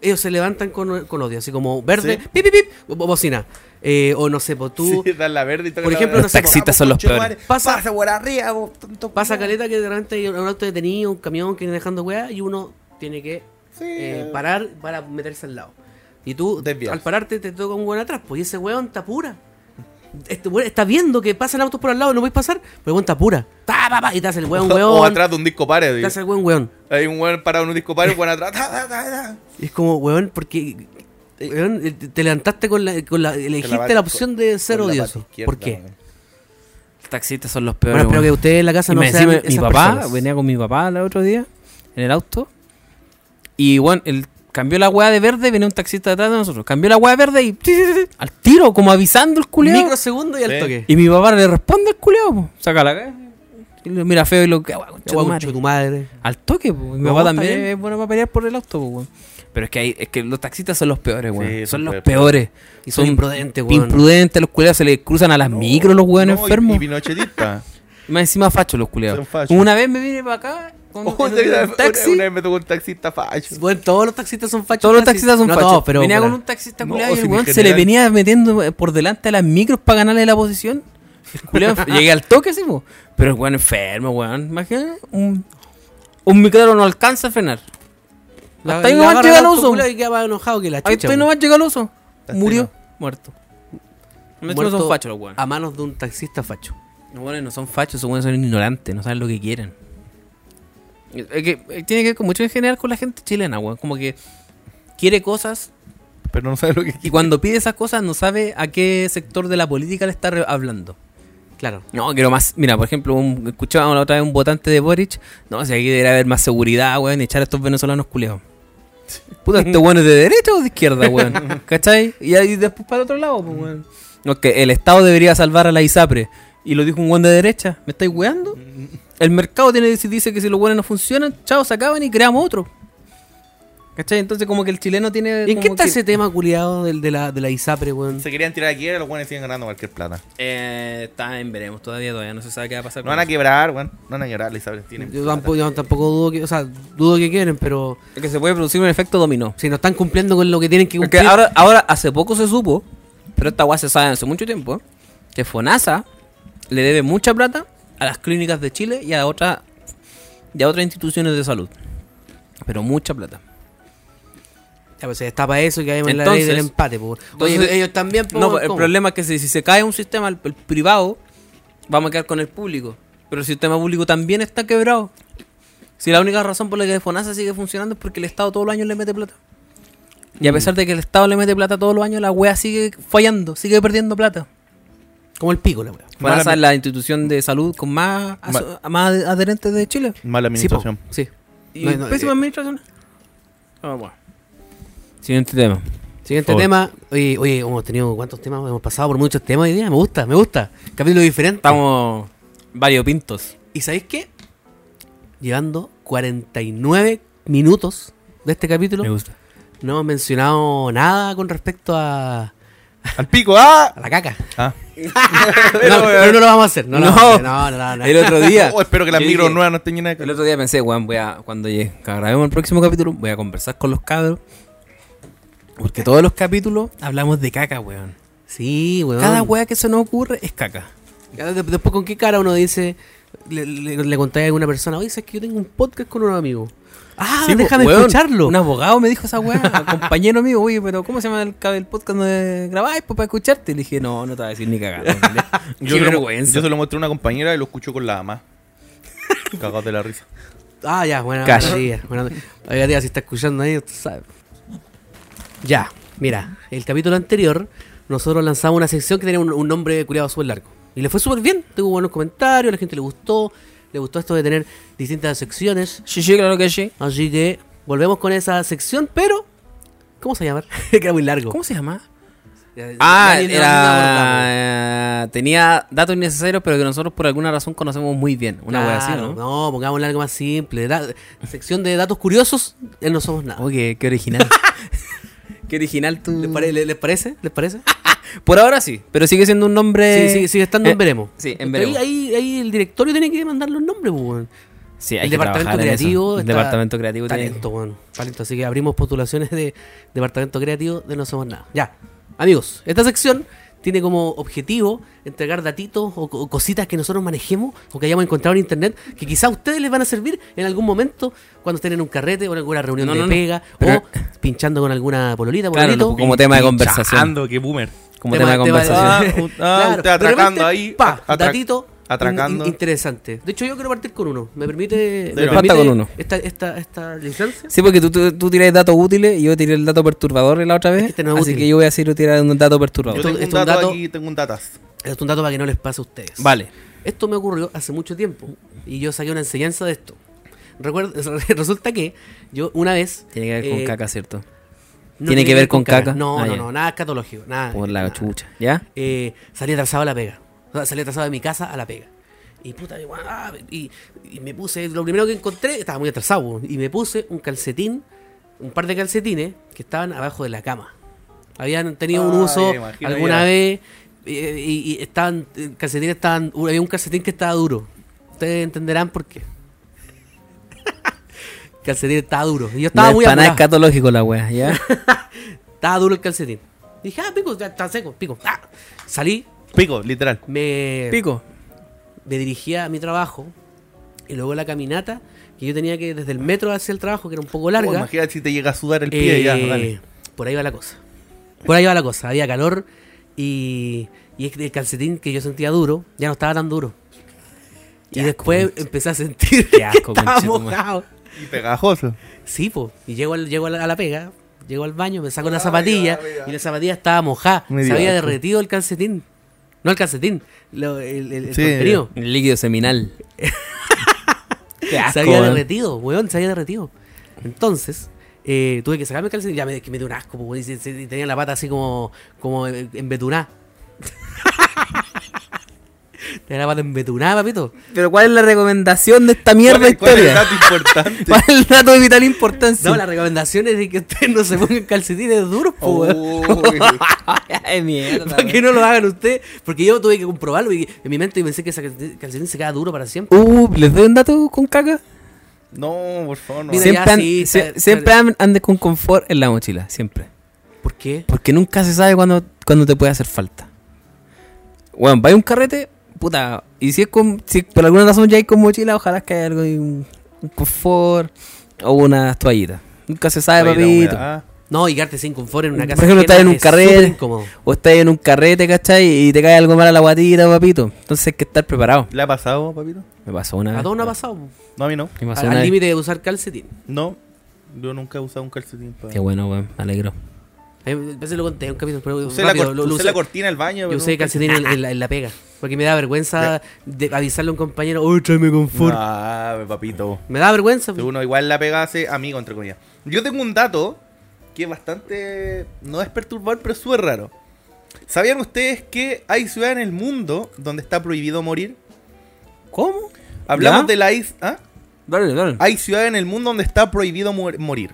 [SPEAKER 3] Ellos se levantan con, con odio. Así como verde,
[SPEAKER 4] Sí.
[SPEAKER 3] pip, pip, pip, bo- bocina. Eh, o no sé, pues tú.
[SPEAKER 4] Sí, dan la verde y tocan
[SPEAKER 3] Por
[SPEAKER 4] la
[SPEAKER 3] ejemplo,
[SPEAKER 4] verde.
[SPEAKER 3] los
[SPEAKER 5] taxistas son los
[SPEAKER 4] Vamos, conchetumare,
[SPEAKER 5] peores.
[SPEAKER 4] Pasa,
[SPEAKER 3] Pasa-
[SPEAKER 4] por arriba, vos, tonto
[SPEAKER 3] Pasa
[SPEAKER 4] culiao.
[SPEAKER 3] caleta que de repente hay un auto detenido, un camión que viene dejando hueá y uno tiene que
[SPEAKER 4] Sí.
[SPEAKER 3] eh, parar para meterse al lado. Y tú,
[SPEAKER 4] Desviarse.
[SPEAKER 3] al pararte, te toca un hueón atrás, pues y ese hueón está pura. Este hueón está viendo que pasan autos por al lado, no puedes pasar, pero el hueón está pura. Ta, pa, pa, y te hace el hueón, hueón.
[SPEAKER 4] O atrás de un disco pare.
[SPEAKER 3] Te
[SPEAKER 4] digo.
[SPEAKER 3] hace el hueón, hueón.
[SPEAKER 4] Hay un weón parado en un disco pare, un weón atrás. ta, ta, ta, ta.
[SPEAKER 3] Y es como, hueón, porque hueón, eh, te levantaste con la, con la
[SPEAKER 4] Con
[SPEAKER 3] elegiste
[SPEAKER 4] la
[SPEAKER 3] la,
[SPEAKER 4] pata-
[SPEAKER 3] opción de ser
[SPEAKER 4] con la pata
[SPEAKER 3] odioso.
[SPEAKER 4] izquierda,
[SPEAKER 3] ¿Por qué?
[SPEAKER 4] weón.
[SPEAKER 5] Los taxistas son los
[SPEAKER 3] Bueno,
[SPEAKER 5] peores.
[SPEAKER 3] espero que
[SPEAKER 5] weón.
[SPEAKER 3] ustedes en la casa
[SPEAKER 5] Y
[SPEAKER 3] no
[SPEAKER 5] me
[SPEAKER 3] sean
[SPEAKER 5] encima, mi
[SPEAKER 3] esas
[SPEAKER 5] papá,
[SPEAKER 3] personas.
[SPEAKER 5] venía con mi papá el otro día en el auto. Y bueno, él cambió la hueá de verde, venía un taxista detrás de nosotros. Cambió la hueá de verde y ti, ti, ti, ti, al tiro, como avisando el culeado.
[SPEAKER 3] Microsegundo y al
[SPEAKER 4] Sí.
[SPEAKER 3] toque.
[SPEAKER 5] Y mi papá le responde al culeado, po. saca la cara. Y lo mira feo y lo que
[SPEAKER 3] Ya, hueón, concha tu madre.
[SPEAKER 5] Al toque, po. Y mi
[SPEAKER 3] No,
[SPEAKER 5] papá
[SPEAKER 3] está
[SPEAKER 5] también
[SPEAKER 3] bien.
[SPEAKER 5] es bueno para pelear por el auto, po, weón. Pero es que, hay, es que los taxistas son los peores, weón.
[SPEAKER 4] Sí,
[SPEAKER 5] son
[SPEAKER 4] son
[SPEAKER 5] los
[SPEAKER 4] peores.
[SPEAKER 5] peores.
[SPEAKER 3] Y son imprudentes, weón.
[SPEAKER 5] Imprudentes, los culeados se les cruzan a las micros, los weones
[SPEAKER 4] No, y-
[SPEAKER 5] enfermos.
[SPEAKER 4] Y Pinochetista.
[SPEAKER 5] Y más encima fachos los
[SPEAKER 4] Son
[SPEAKER 5] culiados.
[SPEAKER 4] fachos.
[SPEAKER 5] Una vez me vine para acá con
[SPEAKER 4] Oh,
[SPEAKER 5] en
[SPEAKER 4] una- una-
[SPEAKER 5] un taxi.
[SPEAKER 4] Una vez me tocó un taxista facho.
[SPEAKER 3] Pues, Bueno, todos los taxistas son fachos.
[SPEAKER 5] Todos los
[SPEAKER 3] casi.
[SPEAKER 5] taxistas son
[SPEAKER 3] no,
[SPEAKER 5] fachos.
[SPEAKER 3] todos, pero.
[SPEAKER 5] venía
[SPEAKER 3] bueno.
[SPEAKER 5] con un taxista
[SPEAKER 4] No,
[SPEAKER 5] culiado y
[SPEAKER 4] si
[SPEAKER 5] el
[SPEAKER 4] en
[SPEAKER 5] weón se le
[SPEAKER 4] general-
[SPEAKER 5] venía metiendo eh, por delante a las micros para ganarle la posición. El culiao enf- llegué al toque, sí, po. pero el weón enfermo, weón. Imagínate, un, un micro no alcanza a frenar.
[SPEAKER 3] La-
[SPEAKER 5] Hasta ahí
[SPEAKER 3] la
[SPEAKER 5] nomás
[SPEAKER 3] agarra
[SPEAKER 5] llega el
[SPEAKER 3] el auto,
[SPEAKER 5] oso.
[SPEAKER 3] culiao, Y queda más enojado que la
[SPEAKER 5] Ahí
[SPEAKER 3] chucha.
[SPEAKER 5] estoy nomás llega el oso.
[SPEAKER 4] Hasta ahí
[SPEAKER 5] Murió, este Ah. muerto. No,
[SPEAKER 3] Muerto
[SPEAKER 5] no son fachos los weones.
[SPEAKER 3] A manos de un taxista facho.
[SPEAKER 5] Los weones no son fachos, esos weones son ignorantes, no saben lo que quieren. Es que, eh, tiene que ver con mucho en general con la gente chilena, weón. Como que quiere cosas
[SPEAKER 4] Pero no sabe lo que
[SPEAKER 5] y cuando pide esas cosas no sabe a qué sector de la política le está re- hablando.
[SPEAKER 3] Claro.
[SPEAKER 5] No, quiero más. Mira, por ejemplo, un, escuchábamos la otra vez un votante de Boric. No, si aquí debería haber más seguridad, weón, y echar a estos venezolanos culeados. Puta, ¿este weón es de derecha o de izquierda, weón? ¿Cachai? Y ahí después para el otro lado, pues, weón. No, que el Estado debería salvar a la ISAPRE. Y lo dijo un weón de derecha. ¿Me estáis weando?
[SPEAKER 3] Mm.
[SPEAKER 5] El mercado tiene, si dice que si los weones no funcionan, chao, se acaban y creamos otro. ¿Cachai? Entonces, como que el chileno tiene.
[SPEAKER 3] ¿Y en
[SPEAKER 5] como
[SPEAKER 3] qué está
[SPEAKER 5] que-
[SPEAKER 3] ese tema culiado del de la, de la ISAPRE, weón?
[SPEAKER 4] Se querían tirar aquí, los buenos siguen ganando cualquier plata.
[SPEAKER 5] Eh, está en veremos, todavía, todavía no se sabe qué va a pasar.
[SPEAKER 4] No
[SPEAKER 5] con
[SPEAKER 4] van a
[SPEAKER 5] eso.
[SPEAKER 4] quebrar, weón. No van a llorar, Elizabeth. Tienen
[SPEAKER 3] Yo
[SPEAKER 4] plata.
[SPEAKER 3] tampoco, yo tampoco dudo que. O sea, dudo que quieren, pero.
[SPEAKER 5] Es que se puede producir un efecto dominó.
[SPEAKER 3] Si no están cumpliendo con lo que tienen que
[SPEAKER 5] Porque
[SPEAKER 3] cumplir.
[SPEAKER 5] ahora, ahora hace poco se supo, pero esta weá se sabe hace mucho tiempo, ¿eh? que FONASA le debe mucha plata a las clínicas de Chile y a otras y a otras instituciones de salud. Pero mucha plata.
[SPEAKER 3] Ya, pues, se destapa eso y caemos en la ley
[SPEAKER 5] Entonces-
[SPEAKER 3] del empate, po. Oye, pues,
[SPEAKER 5] Entonces-
[SPEAKER 3] ellos también, po,
[SPEAKER 5] No,
[SPEAKER 3] weón,
[SPEAKER 5] el
[SPEAKER 3] ¿cómo?
[SPEAKER 5] problema es que si, si se cae un sistema el, el privado, vamos a quedar con el público. Pero el sistema público también está quebrado. Si la única razón por la que FONASA sigue funcionando es porque el Estado todos los años le mete plata. Y
[SPEAKER 3] Mm.
[SPEAKER 5] a pesar de que el Estado le mete plata todos los años, la wea sigue fallando, sigue perdiendo plata.
[SPEAKER 3] Como el pico, la weón.
[SPEAKER 5] Van a
[SPEAKER 4] Mala
[SPEAKER 5] ser la institución de salud con más, aso- más ad- adherentes de Chile.
[SPEAKER 4] Mala
[SPEAKER 3] Sí, po.
[SPEAKER 4] administración.
[SPEAKER 3] Sí.
[SPEAKER 5] Y
[SPEAKER 3] No, no,
[SPEAKER 5] pésima
[SPEAKER 3] eh,
[SPEAKER 5] administración.
[SPEAKER 4] Ah,
[SPEAKER 5] Siguiente tema.
[SPEAKER 3] Siguiente
[SPEAKER 5] Por
[SPEAKER 3] tema. Oye, oye, hemos tenido cuántos temas, hemos pasado por muchos temas hoy día. Me gusta, me gusta. Capítulo diferente.
[SPEAKER 5] Estamos varios pintos.
[SPEAKER 3] ¿Y sabéis qué? Llevando 49 minutos de este capítulo,
[SPEAKER 5] gusta.
[SPEAKER 3] no hemos mencionado nada con respecto a,
[SPEAKER 4] Al pico, ¡ah!
[SPEAKER 3] a la caca.
[SPEAKER 4] Ah.
[SPEAKER 3] No, pero no lo vamos a hacer. No, lo
[SPEAKER 5] No.
[SPEAKER 3] vamos a hacer, no, no, no, no.
[SPEAKER 5] El otro día.
[SPEAKER 4] Oh, espero que las
[SPEAKER 5] yo
[SPEAKER 4] micros
[SPEAKER 5] dije-
[SPEAKER 4] nuevas no estén llenas de
[SPEAKER 5] El otro día pensé, weón, voy a, cuando llegue, que grabemos el próximo capítulo, voy a conversar con los cabros Porque todos los capítulos hablamos de caca, weón.
[SPEAKER 3] Sí, weón.
[SPEAKER 5] Cada weá que se nos ocurre es caca.
[SPEAKER 3] Ya de- Después, ¿con qué cara uno dice, le, le, le contáis a alguna persona, oye, es que yo tengo un podcast con unos amigos? Ah,
[SPEAKER 5] Sí, pues,
[SPEAKER 3] déjame
[SPEAKER 5] weón,
[SPEAKER 3] escucharlo.
[SPEAKER 5] Un abogado me dijo esa weá, compañero mío, oye, pero ¿cómo se llama el, cab- el podcast donde grabáis pues, para escucharte? Y le dije, no, no te voy a decir ni cagar.
[SPEAKER 4] Yo, se lo, yo se lo mostré a una compañera y lo escuchó con la mamá. Cagados de la risa.
[SPEAKER 3] Ah, ya, buena
[SPEAKER 4] Cash.
[SPEAKER 3] día. Buena Oiga, tía, si está escuchando ahí, usted sabe. Ya, mira, el capítulo anterior nosotros lanzamos una sección que tenía un, un nombre culiado súper largo. Y le fue súper bien, tuvo buenos comentarios, la gente le gustó, le gustó esto de tener distintas secciones.
[SPEAKER 5] Sí, sí, claro que sí.
[SPEAKER 3] Así que volvemos con esa sección, pero... ¿Cómo se llama? que era muy largo.
[SPEAKER 5] ¿Cómo se llama?
[SPEAKER 3] Ya-
[SPEAKER 5] Ah,
[SPEAKER 3] ya ni- no- no
[SPEAKER 5] era. tenía datos innecesarios, pero que nosotros por alguna razón conocemos muy bien. Una wea así,
[SPEAKER 3] Claro,
[SPEAKER 5] ¿no?
[SPEAKER 3] No, pongámosle algo más simple. Da- sección de datos curiosos, en No Somos Nada.
[SPEAKER 5] Oye, Oh, qué, qué original. qué original tú.
[SPEAKER 3] ¿Les, pare- le- les parece? ¿Les parece?
[SPEAKER 5] Por ahora sí, pero sigue siendo un nombre.
[SPEAKER 3] Sí, sí, sigue estando
[SPEAKER 5] Eh,
[SPEAKER 3] en veremos.
[SPEAKER 5] Sí, en
[SPEAKER 3] Pero
[SPEAKER 5] veremos.
[SPEAKER 3] Ahí, ahí, ahí el directorio tiene que mandar los nombres, pues, weón.
[SPEAKER 5] Sí, hay
[SPEAKER 3] El
[SPEAKER 5] que
[SPEAKER 3] departamento
[SPEAKER 5] trabajar en eso.
[SPEAKER 3] creativo.
[SPEAKER 5] El
[SPEAKER 3] está-
[SPEAKER 5] departamento creativo tiene-
[SPEAKER 3] Talento, weón. Talento. Así que abrimos postulaciones de departamento creativo de No Somos Nada. Ya. Amigos, esta sección tiene como objetivo entregar datitos o, co- cositas que nosotros manejemos o que hayamos encontrado en internet que quizá a ustedes les van a servir en algún momento cuando estén en un carrete o en alguna reunión
[SPEAKER 5] No,
[SPEAKER 3] de
[SPEAKER 5] no, no.
[SPEAKER 3] pega
[SPEAKER 5] Pero-
[SPEAKER 3] o pinchando con alguna pololita,
[SPEAKER 5] Claro,
[SPEAKER 3] pololito.
[SPEAKER 5] no, como tema de conversación.
[SPEAKER 4] Chando, qué boomer.
[SPEAKER 5] Como tema, de conversación.
[SPEAKER 4] Ah, un- ah, usted
[SPEAKER 3] de
[SPEAKER 4] atracando
[SPEAKER 3] repente,
[SPEAKER 4] ahí,
[SPEAKER 3] Pa,
[SPEAKER 4] atra-
[SPEAKER 3] datito.
[SPEAKER 4] atracando.
[SPEAKER 3] in- interesante. De hecho, yo quiero partir con uno. ¿Me permite, me
[SPEAKER 4] Basta
[SPEAKER 3] permite
[SPEAKER 5] con uno.
[SPEAKER 3] Esta, esta, esta licencia?
[SPEAKER 5] Sí, porque tú, tú, tú tiras datos útiles y yo tiré el dato perturbador la otra vez.
[SPEAKER 3] que este no es
[SPEAKER 5] así
[SPEAKER 3] útil.
[SPEAKER 5] que yo voy a seguir tirando un dato
[SPEAKER 4] Yo
[SPEAKER 5] perturbador.
[SPEAKER 4] tengo un
[SPEAKER 3] esto es un
[SPEAKER 4] dato,
[SPEAKER 3] dato-
[SPEAKER 4] aquí, tengo un datas.
[SPEAKER 3] Es un dato para que no les pase a ustedes.
[SPEAKER 5] Vale.
[SPEAKER 3] Esto me ocurrió hace mucho tiempo y yo saqué una enseñanza de esto. Recuerda- resulta que yo una vez...
[SPEAKER 5] Tiene que ver con
[SPEAKER 3] eh,
[SPEAKER 5] caca, ¿cierto?
[SPEAKER 3] no
[SPEAKER 5] ¿Tiene que ver con caca?
[SPEAKER 3] No,
[SPEAKER 5] Ah,
[SPEAKER 3] no,
[SPEAKER 5] ya.
[SPEAKER 3] no, nada escatológico. Nada,
[SPEAKER 5] Por la
[SPEAKER 3] nada.
[SPEAKER 5] chucha. ¿Ya?
[SPEAKER 3] eh, salí atrasado a la pega. O sea, salí atrasado de mi casa a la pega. Y puta, yo, ah, y, y me puse, lo primero que encontré, estaba muy atrasado, weón, y me puse un calcetín, un par de calcetines que estaban abajo de la cama. Habían tenido un
[SPEAKER 4] Ay,
[SPEAKER 3] uso
[SPEAKER 4] imagino
[SPEAKER 3] alguna
[SPEAKER 4] ya.
[SPEAKER 3] vez, eh, y, y estaban, el calcetín estaban, había un calcetín que estaba duro. Ustedes entenderán por qué. el calcetín estaba duro. Y yo estaba
[SPEAKER 5] no
[SPEAKER 3] muy
[SPEAKER 5] es para nada
[SPEAKER 3] apurado.
[SPEAKER 5] escatológico la wea, ¿ya?
[SPEAKER 3] Estaba duro el calcetín. Dije, ah, pico, ya está seco, pico. Ah. Salí,
[SPEAKER 4] Pico, literal.
[SPEAKER 3] me...
[SPEAKER 5] Pico.
[SPEAKER 3] me dirigía a mi trabajo y luego la caminata que yo tenía que desde el metro hacia el trabajo, que era un poco
[SPEAKER 4] Oh,
[SPEAKER 3] larga.
[SPEAKER 4] imagínate si te llega a sudar el pie ya,
[SPEAKER 3] eh,
[SPEAKER 4] dale.
[SPEAKER 3] Por ahí va la cosa. Por ahí va la cosa. Había calor y, y es que el calcetín que yo sentía duro ya no estaba tan duro.
[SPEAKER 5] Qué
[SPEAKER 3] y
[SPEAKER 5] asco,
[SPEAKER 3] después
[SPEAKER 5] conche-
[SPEAKER 3] empecé a sentir
[SPEAKER 5] qué asco,
[SPEAKER 3] que estaba
[SPEAKER 5] conchetumare.
[SPEAKER 3] mojado.
[SPEAKER 4] Y pegajoso.
[SPEAKER 3] Sí, po. Y llego, al- llego a, la, a la pega, llego al baño, me saco la zapatilla y la zapatilla estaba mojada.
[SPEAKER 4] Me
[SPEAKER 3] Se
[SPEAKER 4] dio
[SPEAKER 3] había
[SPEAKER 4] asco.
[SPEAKER 3] derretido el calcetín. No el calcetín, lo- el, el- el
[SPEAKER 4] Sí,
[SPEAKER 3] contenido.
[SPEAKER 5] El líquido seminal. Qué asco,
[SPEAKER 3] se había
[SPEAKER 5] weón.
[SPEAKER 3] derretido, weón, se había derretido. Entonces, eh, tuve que sacarme el calcetín. Ya me, que me dio un asco, po, weón, y, se- se- y tenía la pata así como, como en- embetunada. tenía la pata embetunada, papito.
[SPEAKER 5] Pero ¿cuál es la recomendación de esta mierda
[SPEAKER 4] ¿Cuál es- cuál es el
[SPEAKER 5] historia?
[SPEAKER 4] dato importante?
[SPEAKER 5] ¿Cuál es el dato de vital importancia?
[SPEAKER 3] No, la recomendación es de que ustedes no se pongan calcetines duros, po, weón.
[SPEAKER 5] Oh,
[SPEAKER 4] Uy.
[SPEAKER 5] Ay, mierda.
[SPEAKER 3] Para que no lo hagan ustedes, porque yo tuve que comprobarlo y en mi mente pensé que ese calcetín calcetín se queda duro para siempre.
[SPEAKER 5] Uh, ¿les doy un dato con caca?
[SPEAKER 4] No, por favor, no.
[SPEAKER 3] Mira,
[SPEAKER 5] siempre
[SPEAKER 3] ya
[SPEAKER 5] an-
[SPEAKER 3] sí,
[SPEAKER 5] sie-
[SPEAKER 3] está-
[SPEAKER 5] siempre an- andes con confort en la mochila, siempre.
[SPEAKER 3] ¿Por qué?
[SPEAKER 5] Porque nunca se sabe cuándo, cuándo te puede hacer falta. Bueno, vaya un carrete, puta. Y si es con, si por alguna razón ya hay con mochila, ojalá que haya algo, un, un confort o unas toallitas. Nunca se sabe,
[SPEAKER 4] Oye, la
[SPEAKER 5] papito.
[SPEAKER 4] humedad.
[SPEAKER 3] No, y quedarte sin confort en una casa.
[SPEAKER 5] Por ejemplo,
[SPEAKER 3] ajena
[SPEAKER 5] estás en un
[SPEAKER 3] es súper
[SPEAKER 5] carrete
[SPEAKER 3] incómodo.
[SPEAKER 5] o estás en un carrete, ¿cachai? Y te cae algo mal a la guatita, papito. Entonces hay que estar preparado.
[SPEAKER 4] ¿Le ha pasado, papito?
[SPEAKER 5] Me pasó una vez.
[SPEAKER 3] A todos nos ha pasado. po.
[SPEAKER 4] No, a mí no.
[SPEAKER 5] Me pasó
[SPEAKER 3] Al
[SPEAKER 5] una
[SPEAKER 3] al
[SPEAKER 5] vez.
[SPEAKER 3] límite de usar calcetín.
[SPEAKER 4] No, yo nunca he usado un calcetín para...
[SPEAKER 5] Qué bueno, weón. Me alegro.
[SPEAKER 3] A mí me parece que lo conté en un capítulo, pero
[SPEAKER 4] Usé,
[SPEAKER 3] rápido,
[SPEAKER 4] la, cor-
[SPEAKER 3] lo- lo
[SPEAKER 4] usé
[SPEAKER 3] usé.
[SPEAKER 4] la cortina del baño.
[SPEAKER 3] Yo
[SPEAKER 4] pero
[SPEAKER 3] usé
[SPEAKER 4] nunca-
[SPEAKER 3] calcetín en, en la, en la pega, porque me da vergüenza de avisarle a un compañero, uy, tráeme confort.
[SPEAKER 4] Ah, papito.
[SPEAKER 3] Me da vergüenza. pues.
[SPEAKER 4] Que Uno igual la pega hace amigo, entre comillas. Yo tengo un dato que es bastante... No es perturbador, pero es súper raro. ¿Sabían ustedes que hay ciudades en el mundo donde está prohibido morir?
[SPEAKER 5] ¿Cómo?
[SPEAKER 4] Hablamos
[SPEAKER 5] ¿Ya? Mm.
[SPEAKER 4] de la is- ¿ah?
[SPEAKER 5] Dale, dale.
[SPEAKER 4] Hay ciudades en el mundo donde está prohibido muer- morir.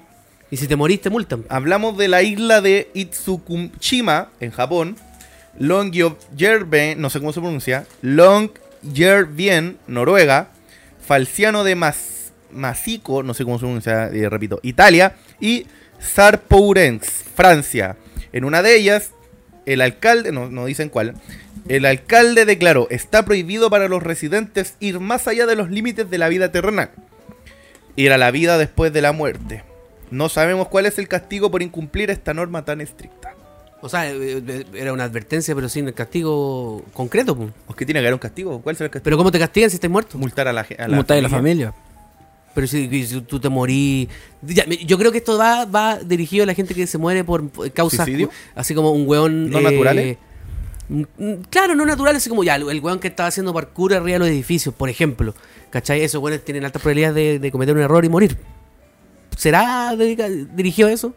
[SPEAKER 3] Y si te moriste, multan. pues.
[SPEAKER 4] Hablamos de la isla de Itsukushima, en Japón. Longyearbyen, no sé cómo se pronuncia. Longyearbyen, Noruega. Falciano de Mas- Masico, no sé cómo se pronuncia, eh, repito, Italia. Y Sarpourenx, Francia. En una de ellas, el alcalde, no, no dicen cuál, el alcalde declaró, está prohibido para los residentes ir más allá de los límites de la vida terrenal. Ir a la vida después de la muerte. No sabemos cuál es el castigo por incumplir esta norma tan estricta.
[SPEAKER 3] O sea, eh, eh, era una advertencia, pero sin el castigo concreto. po.
[SPEAKER 4] ¿O que tiene que haber un castigo? ¿Cuál será el castigo?
[SPEAKER 3] Pero ¿cómo te castigan si estás muerto?
[SPEAKER 4] Multar a la, ge- a
[SPEAKER 5] Como está de la familia.
[SPEAKER 3] Pero si, si tú te morís. Ya, me- yo creo que esto va, va dirigido a la gente que se muere por por causas.
[SPEAKER 4] ¿Suicidio?
[SPEAKER 3] Así como un weón.
[SPEAKER 4] ¿No naturales?
[SPEAKER 3] mm, mm, Claro, no naturales, así como ya, el el weón que estaba haciendo parkour arriba de los edificios, por ejemplo. ¿Cachai? Esos weones tienen altas probabilidades de, de cometer un error y morir. ¿Será Ah, dedica- dirigido a eso?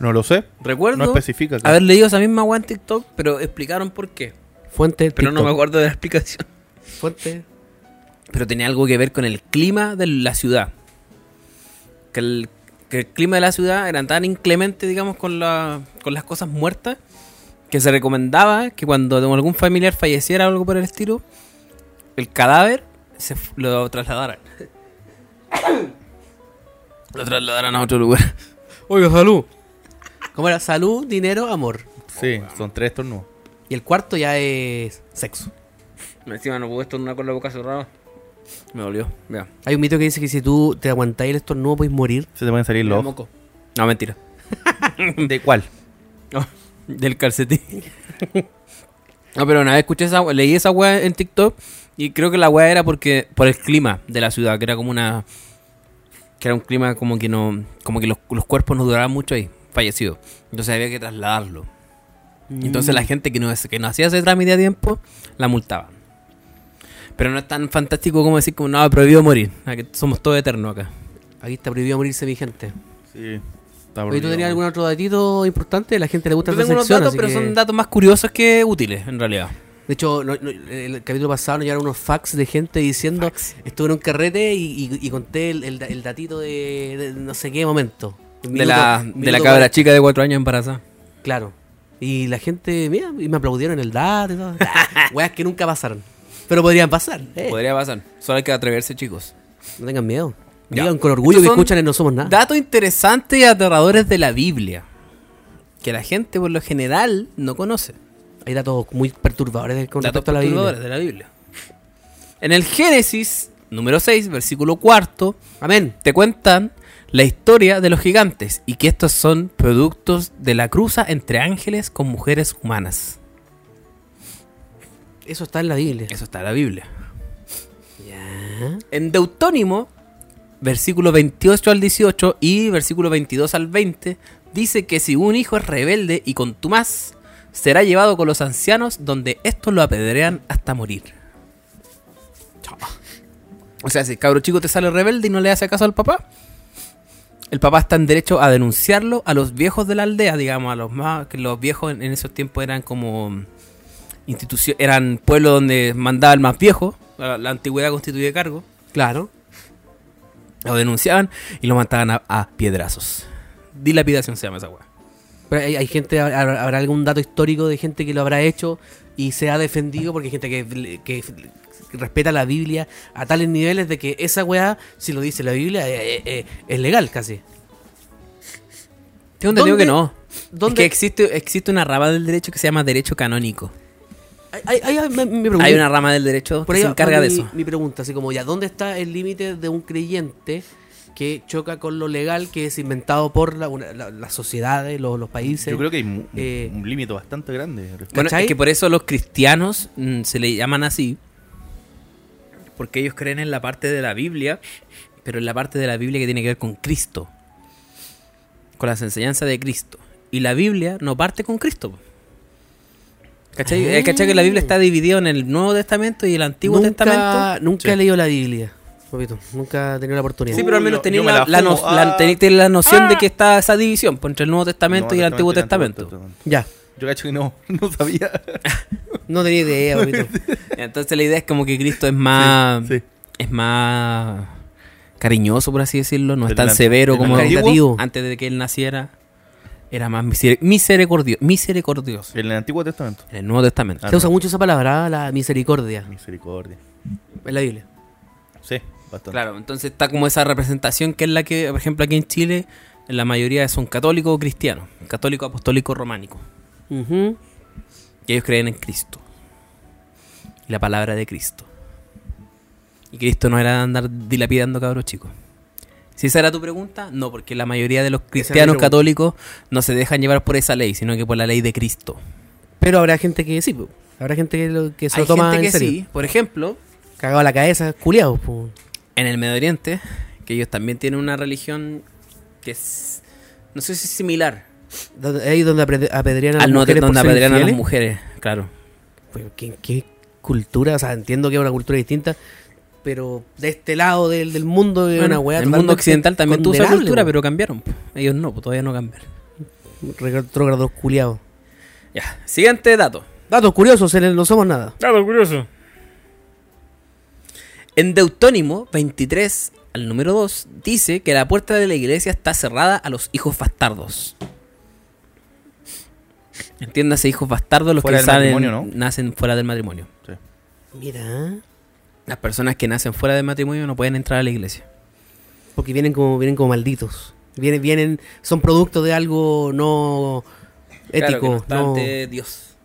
[SPEAKER 4] No lo sé.
[SPEAKER 5] Recuerdo
[SPEAKER 4] No especifica. claro.
[SPEAKER 5] haber leído esa misma weá en TikTok, pero explicaron por qué.
[SPEAKER 3] Fuente.
[SPEAKER 5] Pero no
[SPEAKER 3] TikTok.
[SPEAKER 5] me acuerdo de la explicación.
[SPEAKER 3] Fuente.
[SPEAKER 5] Pero tenía algo que ver con el clima de la ciudad. Que el, que el clima de la ciudad era tan inclemente, digamos, con, la, con las cosas muertas, que se recomendaba que cuando algún familiar falleciera o algo por el estilo, el cadáver se f- lo trasladaran. lo trasladaran a otro lugar.
[SPEAKER 3] Oiga, salud. ¿Cómo era? Salud, dinero, amor.
[SPEAKER 4] Sí, son tres estornudos.
[SPEAKER 3] Y el cuarto ya es sexo.
[SPEAKER 5] Encima no pude estornudar con la boca cerrada. Me dolió. Vea.
[SPEAKER 3] Hay un mito que dice que si tú te aguantáis el estornudo puedes morir.
[SPEAKER 4] Se te pueden salir los.
[SPEAKER 5] moco. No, mentira.
[SPEAKER 4] ¿De cuál?
[SPEAKER 5] Del calcetín. no, pero una vez escuché esa, leí esa weá en TikTok y creo que la weá era porque por el clima de la ciudad, que era como una que era un clima como que no como que los, los cuerpos no duraban mucho ahí, fallecido. Entonces había que trasladarlo. Y Entonces la gente que no es- que no hacía ese trámite a tiempo la multaba. Pero no es tan fantástico como decir como no, prohibido morir. Aquí somos todos eternos acá.
[SPEAKER 3] Aquí está prohibido morirse mi gente.
[SPEAKER 4] Sí. Está
[SPEAKER 3] Oye, ¿tú tenías algún otro datito importante? La gente le gusta
[SPEAKER 5] Yo
[SPEAKER 3] esta
[SPEAKER 5] tengo unos
[SPEAKER 3] sección,
[SPEAKER 5] datos,
[SPEAKER 3] así
[SPEAKER 5] pero
[SPEAKER 3] que-
[SPEAKER 5] son datos más curiosos que útiles en realidad.
[SPEAKER 3] De hecho, no- no, el capítulo pasado nos llegaron unos fax de gente diciendo estuve en un carrete y, y- y conté el, el- el datito de, de no sé qué momento. Un
[SPEAKER 5] De
[SPEAKER 3] minuto-
[SPEAKER 5] la,
[SPEAKER 3] un
[SPEAKER 5] de la
[SPEAKER 3] minuto
[SPEAKER 5] cabra
[SPEAKER 3] cuarenta.
[SPEAKER 5] chica de cuatro años embarazada.
[SPEAKER 3] Claro. Y la gente, mira, y me aplaudieron el dato y todo. Ah, Weas que nunca pasaron. Pero podrían pasar. eh.
[SPEAKER 5] Podría pasar. Solo hay que atreverse, chicos.
[SPEAKER 3] No tengan miedo.
[SPEAKER 5] Ya.
[SPEAKER 3] Digan con orgullo
[SPEAKER 5] Estos
[SPEAKER 3] que
[SPEAKER 5] son
[SPEAKER 3] escuchan en No Somos Nada.
[SPEAKER 5] Datos interesantes y aterradores de la Biblia. Que la gente por lo general no conoce.
[SPEAKER 3] Hay datos muy perturbadores de- con
[SPEAKER 5] Datos
[SPEAKER 3] respecto a la
[SPEAKER 5] perturbadores
[SPEAKER 3] Biblia.
[SPEAKER 5] de la Biblia. En el Génesis, número 6, versículo cuarto,
[SPEAKER 3] Amén.
[SPEAKER 5] te cuentan la historia de los gigantes y que estos son productos de la cruza entre ángeles con mujeres humanas.
[SPEAKER 3] Eso está en la Biblia.
[SPEAKER 5] Eso está en la Biblia. En Deutónimo, versículo 28 al 18 y versículo 22 al 20, dice que si un hijo es rebelde y contumaz, será llevado con los ancianos donde estos lo apedrean hasta morir. Chao. O sea, si el cabro chico te sale rebelde y no le hace caso al papá, el papá está en derecho a denunciarlo a los viejos de la aldea, digamos, a los más que los viejos en, en esos tiempos eran como institución, eran pueblos donde mandaba el más viejo, la, la antigüedad constituye cargo,
[SPEAKER 3] Claro.
[SPEAKER 5] lo denunciaban y lo mataban a, a piedrazos. Dilapidación se llama esa weá.
[SPEAKER 3] Pero hay, hay gente, habrá, habrá algún dato histórico de gente que lo habrá hecho y se ha defendido porque hay gente que, que respeta la Biblia a tales niveles de que esa weá, si lo dice la Biblia, eh, eh, eh, es legal casi.
[SPEAKER 5] Tengo entendido
[SPEAKER 3] ¿Dónde-
[SPEAKER 5] que no.
[SPEAKER 3] dónde-
[SPEAKER 5] Es que existe, existe una rama del derecho que se llama derecho canónico.
[SPEAKER 3] Ay, ay, ay, me- me pregunté-
[SPEAKER 5] Hay una rama del derecho
[SPEAKER 3] Por
[SPEAKER 5] que
[SPEAKER 3] ahí
[SPEAKER 5] se
[SPEAKER 3] va-
[SPEAKER 5] encarga
[SPEAKER 3] va
[SPEAKER 5] de
[SPEAKER 3] mi-
[SPEAKER 5] eso.
[SPEAKER 3] Mi pregunta, así como ya, ¿dónde está el límite de un creyente que choca con lo legal que es inventado por la- una- la- las sociedades, los, los países?
[SPEAKER 4] Yo creo que hay mu-
[SPEAKER 3] Eh,
[SPEAKER 4] un límite bastante grande.
[SPEAKER 5] Bueno,
[SPEAKER 3] ¿Cachai?
[SPEAKER 5] es que por eso los cristianos mm, se le llaman así. Porque ellos creen en la parte de la Biblia, pero en la parte de la Biblia que tiene que ver con Cristo. Con las enseñanzas de Cristo. Y la Biblia no parte con Cristo. po. ¿Cachai?
[SPEAKER 3] Ah.
[SPEAKER 5] Eh, ¿Cachai que la Biblia está dividida en el Nuevo Testamento y el Antiguo
[SPEAKER 3] nunca,
[SPEAKER 5] Testamento?
[SPEAKER 3] Nunca
[SPEAKER 5] Sí.
[SPEAKER 3] he leído la Biblia, papito. Nunca he tenido la oportunidad.
[SPEAKER 5] Sí, pero al menos
[SPEAKER 4] Yo-
[SPEAKER 5] tenéis
[SPEAKER 4] yo me
[SPEAKER 5] la,
[SPEAKER 4] la
[SPEAKER 5] la
[SPEAKER 4] fumo.
[SPEAKER 5] no- la-
[SPEAKER 4] Ah.
[SPEAKER 5] tenéis la noción de que está esa división po, entre el Nuevo Testamento y el Antiguo Testamento.
[SPEAKER 3] Ya,
[SPEAKER 4] Yo cacho que no, no sabía.
[SPEAKER 3] no tenía idea, papito.
[SPEAKER 5] Entonces la idea es como que Cristo es más.
[SPEAKER 4] Sí, sí.
[SPEAKER 5] Es más cariñoso, por así decirlo. No es
[SPEAKER 4] Del
[SPEAKER 5] tan
[SPEAKER 4] an-
[SPEAKER 5] severo
[SPEAKER 4] del
[SPEAKER 5] como
[SPEAKER 4] antiguo.
[SPEAKER 5] caritativo. antes de que él naciera. Era más miseric- misericordio- misericordioso.
[SPEAKER 4] En el Antiguo Testamento.
[SPEAKER 5] En el Nuevo Testamento.
[SPEAKER 4] Ah,
[SPEAKER 3] Se usa
[SPEAKER 4] no.
[SPEAKER 3] mucho esa palabra, la misericordia,
[SPEAKER 4] Misericordia.
[SPEAKER 3] en la Biblia.
[SPEAKER 4] Sí, bastante.
[SPEAKER 5] Claro, entonces está como esa representación que es la que, por ejemplo, aquí en Chile la mayoría son católicos o cristianos, católico, apostólico, románico.
[SPEAKER 3] Ujú.
[SPEAKER 5] Y ellos creen en Cristo. Y La palabra de Cristo. Y Cristo no era de andar dilapidando cabros chicos. Si esa era tu pregunta, no, porque la mayoría de los cristianos
[SPEAKER 3] pregunta.
[SPEAKER 5] católicos no se dejan llevar por esa ley, sino que por la ley de Cristo.
[SPEAKER 3] Pero habrá gente que sí, po. habrá gente que, lo- que se
[SPEAKER 5] Hay
[SPEAKER 3] lo toma
[SPEAKER 5] gente que
[SPEAKER 3] en serio.
[SPEAKER 5] sí, por ejemplo,
[SPEAKER 3] Cagado la cabeza, culiados, po.
[SPEAKER 5] en el Medio Oriente, que ellos también tienen una religión que es, no sé si es similar
[SPEAKER 3] Donde- Ahí donde apre- apedrean a las
[SPEAKER 5] al no
[SPEAKER 3] mujeres por
[SPEAKER 5] donde
[SPEAKER 3] ser
[SPEAKER 5] apedrean a las
[SPEAKER 3] infieles.
[SPEAKER 5] mujeres, claro.
[SPEAKER 3] Pero, ¿qué, qué cultura? O sea, entiendo que es una cultura distinta, pero de este lado del, del mundo es
[SPEAKER 5] Bueno,
[SPEAKER 3] una weá
[SPEAKER 5] el mundo
[SPEAKER 3] totalmente
[SPEAKER 5] occidental también tuvo esa
[SPEAKER 3] condenable,
[SPEAKER 5] cultura,
[SPEAKER 3] po.
[SPEAKER 5] pero cambiaron. po. Ellos no, po, todavía no cambiaron.
[SPEAKER 3] Retrógrados culiados.
[SPEAKER 5] Ya, siguiente dato.
[SPEAKER 3] Datos curiosos, en el no somos nada.
[SPEAKER 1] Claro, curioso.
[SPEAKER 5] En Deutónimo 23, al número 2, dice que la puerta de la iglesia está cerrada a los hijos bastardos. Entiéndase, hijos bastardos, los
[SPEAKER 4] Fuera
[SPEAKER 5] que
[SPEAKER 4] del
[SPEAKER 5] salen-
[SPEAKER 4] matrimonio, ¿no?
[SPEAKER 5] nacen fuera del matrimonio.
[SPEAKER 3] Mira,
[SPEAKER 5] Las personas que nacen fuera del matrimonio no pueden entrar a la iglesia.
[SPEAKER 3] porque vienen como vienen como malditos. Vienen vienen son producto de algo no
[SPEAKER 5] Claro que no
[SPEAKER 3] ético,
[SPEAKER 5] está
[SPEAKER 3] no-
[SPEAKER 5] ante Dios.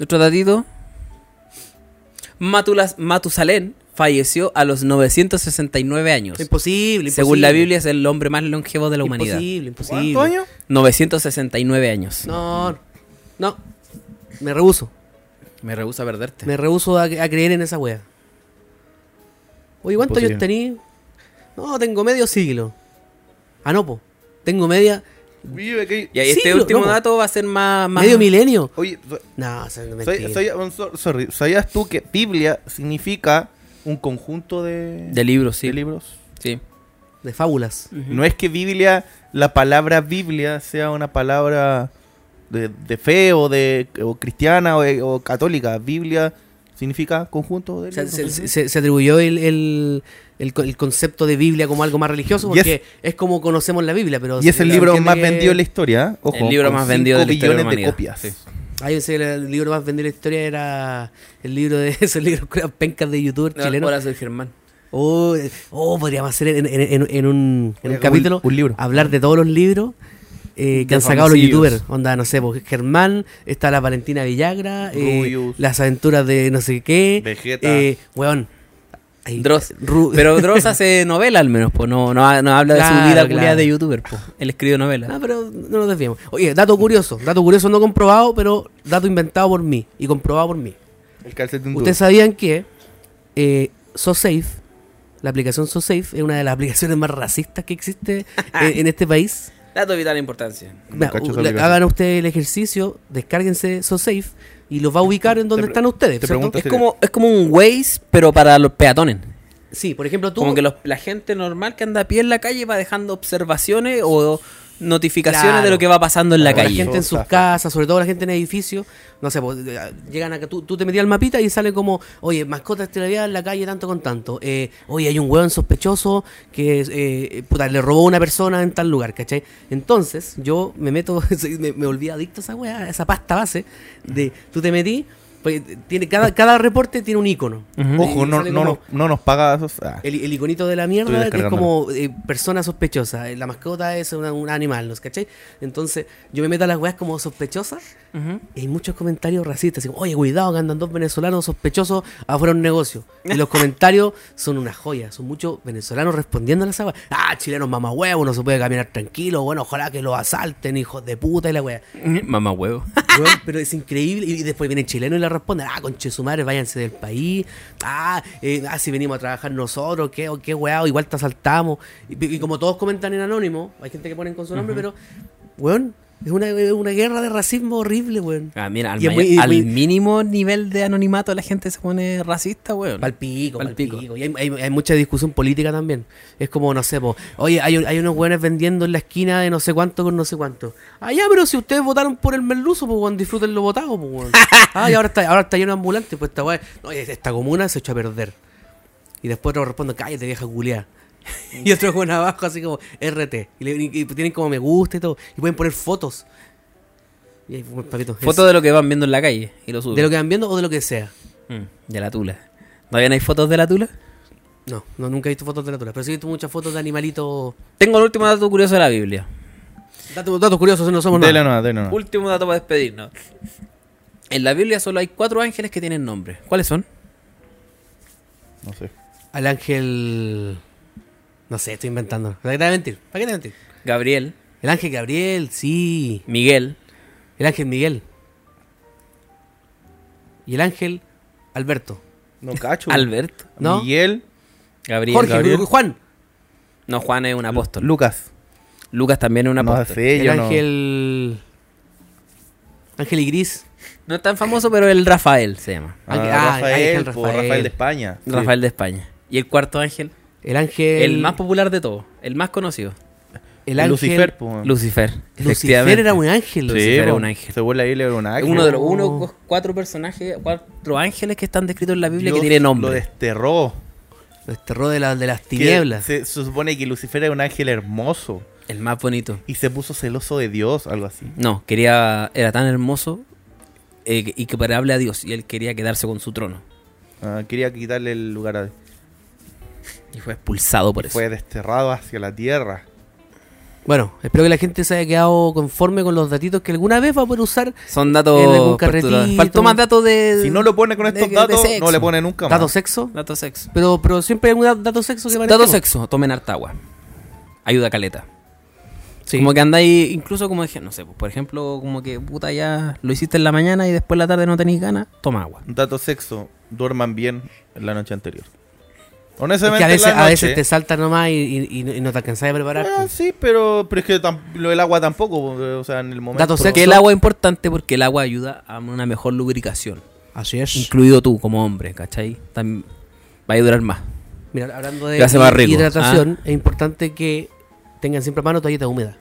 [SPEAKER 5] Otro datito. Matulas- Matusalén falleció a los 969 años.
[SPEAKER 3] imposible,
[SPEAKER 5] Según
[SPEAKER 3] imposible.
[SPEAKER 5] la Biblia es el hombre más longevo de la humanidad.
[SPEAKER 3] Imposible, imposible.
[SPEAKER 4] ¿Cuántos años?
[SPEAKER 5] 969 años.
[SPEAKER 3] No. No. Me rehuso.
[SPEAKER 5] Me rehúsa a perderte.
[SPEAKER 3] Me rehuso a, a creer en esa wea. Oye, ¿cuántos años
[SPEAKER 4] Imposible.
[SPEAKER 3] tenía? No, tengo medio siglo. Ah, no, po. Tengo media.
[SPEAKER 4] Vive que...
[SPEAKER 5] Y ahí
[SPEAKER 3] Sí,
[SPEAKER 5] este
[SPEAKER 3] lo-
[SPEAKER 5] último
[SPEAKER 3] no, po.
[SPEAKER 5] dato va a ser más. más-
[SPEAKER 3] ¿Medio milenio?
[SPEAKER 4] Oye,
[SPEAKER 3] No, o sea, no, mentira.
[SPEAKER 4] soy, soy- I'm so- sorry, ¿sabías tú que Biblia significa un conjunto de,
[SPEAKER 5] De libros, sí.
[SPEAKER 4] de libros?
[SPEAKER 5] sí.
[SPEAKER 3] De fábulas.
[SPEAKER 4] No es que Biblia, la palabra Biblia sea una palabra de, de fe o de o cristiana o, o católica. Biblia significa conjunto de
[SPEAKER 3] O sea,
[SPEAKER 4] libros.
[SPEAKER 3] se, se- se atribuyó el, el- el co- el concepto de Biblia como algo más religioso
[SPEAKER 4] Y es-
[SPEAKER 3] porque es como conocemos la Biblia, pero...
[SPEAKER 4] y es el
[SPEAKER 3] la-
[SPEAKER 4] libro
[SPEAKER 3] gente
[SPEAKER 4] más
[SPEAKER 3] que-
[SPEAKER 4] vendido de la historia. ¿eh? Ojo,
[SPEAKER 5] El libro
[SPEAKER 4] con
[SPEAKER 5] más vendido de la
[SPEAKER 4] cinco
[SPEAKER 5] historia de
[SPEAKER 4] billones de,
[SPEAKER 5] la humanidad,
[SPEAKER 4] copias.
[SPEAKER 3] Ah, yo pensé que el libro más vendido de la historia era el libro de esos libros con las pencas de youtuber chileno.
[SPEAKER 5] Ahora soy Germán.
[SPEAKER 3] Oh, eh, oh, podríamos hacer en, en- en- en un, en un
[SPEAKER 4] Oiga,
[SPEAKER 3] capítulo
[SPEAKER 4] un- un libro.
[SPEAKER 3] hablar de todos los libros eh, que
[SPEAKER 4] De
[SPEAKER 3] han sacado los
[SPEAKER 4] famosillos.
[SPEAKER 3] youtubers. Onda, no sé, pues, Germán, está la Valentina Villagra, eh,
[SPEAKER 4] Rubius.
[SPEAKER 3] las aventuras de no sé qué.
[SPEAKER 4] Vegeta.
[SPEAKER 3] eh, weón. Ay,
[SPEAKER 5] Dross.
[SPEAKER 3] Ru-
[SPEAKER 5] Pero Dross hace novela al menos, pues no, no, no habla de su
[SPEAKER 3] Claro,
[SPEAKER 5] vida
[SPEAKER 3] claro.
[SPEAKER 5] culiada de youtuber, pues. Él escribe novela.
[SPEAKER 3] No, Ah, pero no nos desviemos. Oye, dato curioso. Dato curioso no comprobado, pero dato inventado por mí y comprobado por mí.
[SPEAKER 4] El calcetín duro.
[SPEAKER 3] Ustedes sabían que eh, SoSafe, la aplicación SoSafe, es una de las aplicaciones más racistas que existe en- en este país.
[SPEAKER 5] Dato de vital importancia.
[SPEAKER 4] No
[SPEAKER 3] Vea,
[SPEAKER 4] cacho esa
[SPEAKER 3] u- le-
[SPEAKER 4] aplicación.
[SPEAKER 3] hagan ustedes el ejercicio, descárguense SoSafe y los va a ubicar en donde
[SPEAKER 4] pre-
[SPEAKER 3] están ustedes.
[SPEAKER 4] te
[SPEAKER 3] ¿cierto?
[SPEAKER 4] pregunto-
[SPEAKER 5] Es como, es como un Waze, pero para los peatones.
[SPEAKER 3] Sí, por ejemplo, tú.
[SPEAKER 5] Como que los- la gente normal que anda a pie en la calle va dejando observaciones o notificaciones de
[SPEAKER 3] Claro.
[SPEAKER 5] lo que va pasando en la
[SPEAKER 3] la,
[SPEAKER 5] calle.
[SPEAKER 3] gente en sus
[SPEAKER 4] Sosafe.
[SPEAKER 3] casas, sobre todo la gente en edificios, no sé, pues, eh, llegan acá, tú, tú te metías al mapita y sale como, oye, mascota estrellada en la calle tanto con tanto, eh, oye, hay un hueón sospechoso que eh, puta, le robó a una persona en tal lugar, ¿cachai? Entonces yo me meto, sí, me, me volví adicto a esa weá, a esa pasta base de, tú te metí, pues, tiene, cada, cada reporte tiene un icono.
[SPEAKER 4] Ojo, no,
[SPEAKER 3] Sale
[SPEAKER 4] no,
[SPEAKER 3] ¿eh? como-
[SPEAKER 4] nos- no nos paga esos. ah.
[SPEAKER 3] El, el iconito de la mierda
[SPEAKER 4] Estoy
[SPEAKER 3] es como eh, persona sospechosa. eh, La mascota es una- un animal, ¿los cachai? Entonces, yo me meto a las weas como sospechosas y hay muchos comentarios racistas. así como, Oye, cuidado que andan dos venezolanos sospechosos afuera de un negocio. Y los comentarios son una joya. Son muchos venezolanos respondiendo a las aguas. Ah, chilenos mamahuevos, no se puede caminar tranquilo. Bueno, ojalá que los asalten, hijos de puta y la wea.
[SPEAKER 5] Mamá huevo.
[SPEAKER 3] Weón, pero es increíble. Y después viene el chileno y le responde, ah, conche su madre, váyanse del país. Ah, eh, ah, si venimos a trabajar nosotros, qué, o qué weado, igual te asaltamos. Y, y como todos comentan en anónimo, hay gente que ponen con su nombre, pero, weón, es una, es una guerra de racismo horrible, weón.
[SPEAKER 5] Ah, mira, al,
[SPEAKER 3] Y es
[SPEAKER 5] mayor-
[SPEAKER 3] muy- y
[SPEAKER 5] al
[SPEAKER 3] muy-
[SPEAKER 5] mínimo nivel de anonimato la gente se pone racista, weón.
[SPEAKER 3] Palpico,
[SPEAKER 5] Palpico.
[SPEAKER 3] palpico. Y hay, hay- hay mucha discusión política también. Es como, no sé, po, oye, hay, un- hay unos weones vendiendo en la esquina de no sé cuánto con no sé cuánto. Ah, ya, pero si ustedes votaron por el merluzo, pues, weón, disfruten lo votado, pues, weón. Ah, y ahora está, ahora está lleno de ambulantes, pues, esta weá. No, oye, esta comuna se echó a perder. Y después otro responde, cállate, vieja culiá. y otro weón abajo, así como, RT. Y, le- y- y tienen como me gusta y todo. Y pueden poner fotos. Y ahí, pues, papito, es-
[SPEAKER 5] Fotos de lo que van viendo en la calle y lo suben.
[SPEAKER 3] de lo que van viendo o de lo que sea.
[SPEAKER 5] Mm, de la tula. ¿Todavía no hay fotos de la tula?
[SPEAKER 3] No, no, nunca he visto fotos de natura, pero sí he visto muchas fotos de animalitos.
[SPEAKER 5] Tengo el último dato curioso de la Biblia.
[SPEAKER 3] Datos, datos curiosos, no somos
[SPEAKER 4] Dele
[SPEAKER 3] nada.
[SPEAKER 4] nomás, dele nomás.
[SPEAKER 5] Último dato para despedirnos. En la Biblia solo hay cuatro ángeles que tienen nombre. ¿Cuáles son?
[SPEAKER 4] No sé.
[SPEAKER 3] Al ángel. No sé, estoy inventando. ¿Para qué te voy a mentir? ¿Para qué te voy a mentir?
[SPEAKER 5] Gabriel,
[SPEAKER 3] El ángel Gabriel, sí.
[SPEAKER 5] Miguel,
[SPEAKER 3] El ángel Miguel. Y el ángel Alberto.
[SPEAKER 4] No cacho.
[SPEAKER 5] Albert,
[SPEAKER 3] ¿No?
[SPEAKER 4] Miguel.
[SPEAKER 5] Gabriel,
[SPEAKER 3] Jorge,
[SPEAKER 5] Gabriel.
[SPEAKER 3] Juan.
[SPEAKER 5] No, Juan es un apóstol.
[SPEAKER 4] Lucas.
[SPEAKER 5] Lucas también es un
[SPEAKER 4] no
[SPEAKER 5] apóstol.
[SPEAKER 4] sé,
[SPEAKER 3] el
[SPEAKER 4] yo no.
[SPEAKER 3] ángel. Ángel y gris.
[SPEAKER 5] No es tan famoso, pero el Rafael se llama.
[SPEAKER 4] Ah,
[SPEAKER 3] ángel- ah,
[SPEAKER 4] Rafael,
[SPEAKER 3] ángel
[SPEAKER 4] po,
[SPEAKER 3] Rafael.
[SPEAKER 4] Rafael de España.
[SPEAKER 5] Rafael de España. Y el cuarto ángel,
[SPEAKER 3] El ángel.
[SPEAKER 5] el, más popular de todos, el más conocido,
[SPEAKER 3] El ángel.
[SPEAKER 4] Ah. Lucifer, po.
[SPEAKER 5] Lucifer.
[SPEAKER 3] Lucifer
[SPEAKER 5] efectivamente.
[SPEAKER 3] era un ángel.
[SPEAKER 5] Sí. Lucifer era un ángel.
[SPEAKER 4] Según la Biblia era un
[SPEAKER 5] Es
[SPEAKER 4] ángel. Uh,
[SPEAKER 5] uno de los
[SPEAKER 3] Oh.
[SPEAKER 5] uno, cuatro personajes, cuatro ángeles que están descritos en la Biblia
[SPEAKER 4] Dios
[SPEAKER 5] que tiene
[SPEAKER 4] Lo
[SPEAKER 5] nombre.
[SPEAKER 4] desterró.
[SPEAKER 3] Lo desterró Este de, la- de las
[SPEAKER 4] Que
[SPEAKER 3] tinieblas.
[SPEAKER 4] Se, se supone que Lucifer era un ángel hermoso
[SPEAKER 5] El más bonito.
[SPEAKER 4] y se puso celoso de Dios, algo así.
[SPEAKER 5] No, quería era tan hermoso eh, que- y que parable a Dios y él quería quedarse con su trono
[SPEAKER 4] Ah, quería quitarle el lugar a
[SPEAKER 5] y fue expulsado por eso.
[SPEAKER 4] Fue desterrado hacia la tierra.
[SPEAKER 3] Bueno, espero que la gente se haya quedado conforme con los datitos que alguna vez va a poder usar.
[SPEAKER 5] Son datos.
[SPEAKER 3] En algún
[SPEAKER 5] particulares.
[SPEAKER 3] carretito.
[SPEAKER 5] Faltó más datos de.
[SPEAKER 4] Si no lo pone con
[SPEAKER 5] de-
[SPEAKER 4] estos
[SPEAKER 5] de
[SPEAKER 4] datos,
[SPEAKER 5] sexo.
[SPEAKER 4] no le pone nunca más.
[SPEAKER 3] Dato sexo.
[SPEAKER 5] Dato sexo.
[SPEAKER 3] Pero, pero siempre hay un da- dato sexo que
[SPEAKER 5] Dato
[SPEAKER 3] manejemos.
[SPEAKER 5] sexo, tomen harta agua. Ayuda caleta.
[SPEAKER 3] Sí.
[SPEAKER 5] Como que andáis, incluso como dije, no sé, pues, por ejemplo, como que puta ya lo hiciste en la mañana y después en la tarde no tenéis ganas, toma agua.
[SPEAKER 4] Dato sexo, duerman bien la noche anterior.
[SPEAKER 3] Es que
[SPEAKER 4] Honestamente,
[SPEAKER 3] a veces,
[SPEAKER 4] la noche,
[SPEAKER 3] a veces te saltas nomás y, y- y- y no te alcanzás a preparar.
[SPEAKER 4] Ah, sí, pero, pero es que tam- lo del agua tampoco, o sea, en el momento.
[SPEAKER 3] Dato
[SPEAKER 5] Porque
[SPEAKER 3] sexo.
[SPEAKER 5] el agua es importante porque el agua ayuda a una mejor lubricación.
[SPEAKER 3] Así es.
[SPEAKER 5] Incluido tú como hombre, ¿cachai? Tam- va a durar más.
[SPEAKER 3] Mira, hablando de
[SPEAKER 5] Te hace más
[SPEAKER 3] hi-
[SPEAKER 5] rico. Ah.
[SPEAKER 3] hidratación, es importante que tengan siempre a mano toallita húmeda.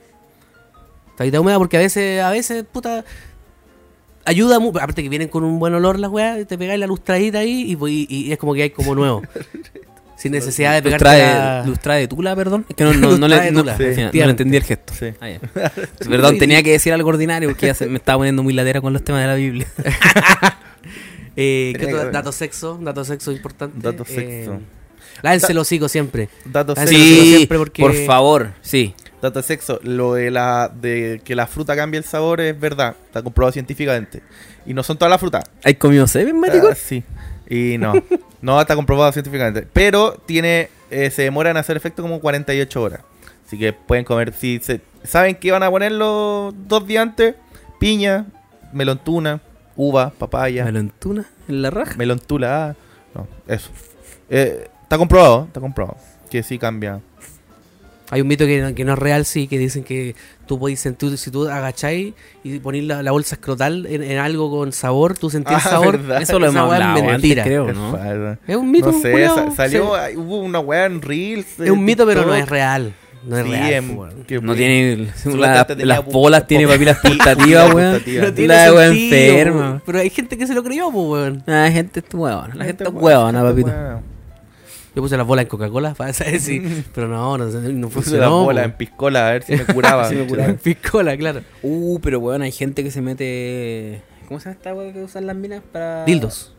[SPEAKER 3] Toallita húmeda porque a veces, a veces, puta, ayuda mucho. Aparte que vienen con un buen olor las weas, y te pegáis la lustradita ahí y, voy- y- y es como que hay como nuevo. Sin necesidad de
[SPEAKER 5] Luz
[SPEAKER 3] pegarte
[SPEAKER 5] trae,
[SPEAKER 3] la...
[SPEAKER 5] luz trae de tula, perdón. Es que no, no,
[SPEAKER 3] Luz
[SPEAKER 5] no
[SPEAKER 3] trae
[SPEAKER 5] le, no-
[SPEAKER 3] tula.
[SPEAKER 5] sí,
[SPEAKER 3] Sí.
[SPEAKER 5] no le entendí el gesto.
[SPEAKER 4] Sí.
[SPEAKER 5] Ah, ya. Perdón, tenía que decir algo ordinario porque ya se- me estaba poniendo muy ladera con los temas de la Biblia.
[SPEAKER 3] Eh, ¿qué
[SPEAKER 4] Tenía
[SPEAKER 3] otro
[SPEAKER 4] que ver.
[SPEAKER 3] dato sexo, dato sexo importante.
[SPEAKER 4] Dato
[SPEAKER 3] eh,
[SPEAKER 4] sexo.
[SPEAKER 3] lávense el hocico siempre.
[SPEAKER 4] Dato
[SPEAKER 3] Ah,
[SPEAKER 4] sexo.
[SPEAKER 3] sí. lo digo
[SPEAKER 5] Sí,
[SPEAKER 3] siempre porque-
[SPEAKER 5] por favor, sí.
[SPEAKER 4] Dato sexo, lo de, la, de que la fruta cambia el sabor es verdad, está comprobado científicamente. Y no son todas las frutas.
[SPEAKER 5] ¿Hay comido semen, marico?
[SPEAKER 4] Ah, sí. Y no, no está comprobado científicamente. Pero tiene eh, se demora en hacer efecto como 48 horas. Así que pueden comer, si se, saben que van a ponerlo dos días antes, piña, melontuna, uva, papaya,
[SPEAKER 5] ¿Melantuna en la raja?
[SPEAKER 4] melontula, ah, no, eso. Eh, está comprobado, está comprobado. Que sí cambia.
[SPEAKER 3] Hay un mito que, no- que no es real, sí, que dicen que tú podés sentir, si tú agacháis y ponís la, la bolsa escrotal en, en algo con sabor, tú sentís
[SPEAKER 4] Ah,
[SPEAKER 3] sabor.
[SPEAKER 4] verdad.
[SPEAKER 5] Eso lo
[SPEAKER 3] Esa
[SPEAKER 5] hemos
[SPEAKER 3] weá es
[SPEAKER 5] hablado antes,
[SPEAKER 3] mentira.
[SPEAKER 5] creo,
[SPEAKER 4] Es
[SPEAKER 5] ¿no?
[SPEAKER 4] falso.
[SPEAKER 3] Es un mito.
[SPEAKER 4] no sé,
[SPEAKER 3] culiao.
[SPEAKER 4] sa- salió,
[SPEAKER 3] Sí.
[SPEAKER 4] ay, hubo una weá en Reels. eh,
[SPEAKER 3] Es un mito, pero no es real. No es real. po, weón.
[SPEAKER 5] No tiene... la-
[SPEAKER 4] Supuestamente tenía
[SPEAKER 5] las
[SPEAKER 4] pu-
[SPEAKER 5] bolas tiene
[SPEAKER 4] pu-
[SPEAKER 5] papilas
[SPEAKER 4] pu-
[SPEAKER 5] gustativas,
[SPEAKER 4] pupila
[SPEAKER 5] weón.
[SPEAKER 4] gustativa. No
[SPEAKER 3] tiene
[SPEAKER 5] La weón
[SPEAKER 3] sentido,
[SPEAKER 5] enferma.
[SPEAKER 3] po. Pero hay gente que se lo creyó, pues, weón.
[SPEAKER 5] La gente es huevona, la gente es huevona, papito.
[SPEAKER 3] Yo puse las bolas en Coca-Cola, para saber si. Pero no, no, no
[SPEAKER 4] Puse la
[SPEAKER 3] funcionó.
[SPEAKER 4] bola en piscola a ver si me curaba.
[SPEAKER 3] si me curaba. En piscola, claro.
[SPEAKER 5] Uh, pero weón, hay gente que se mete. ¿Cómo se llama esta weón que usan las minas para.
[SPEAKER 3] Dildos.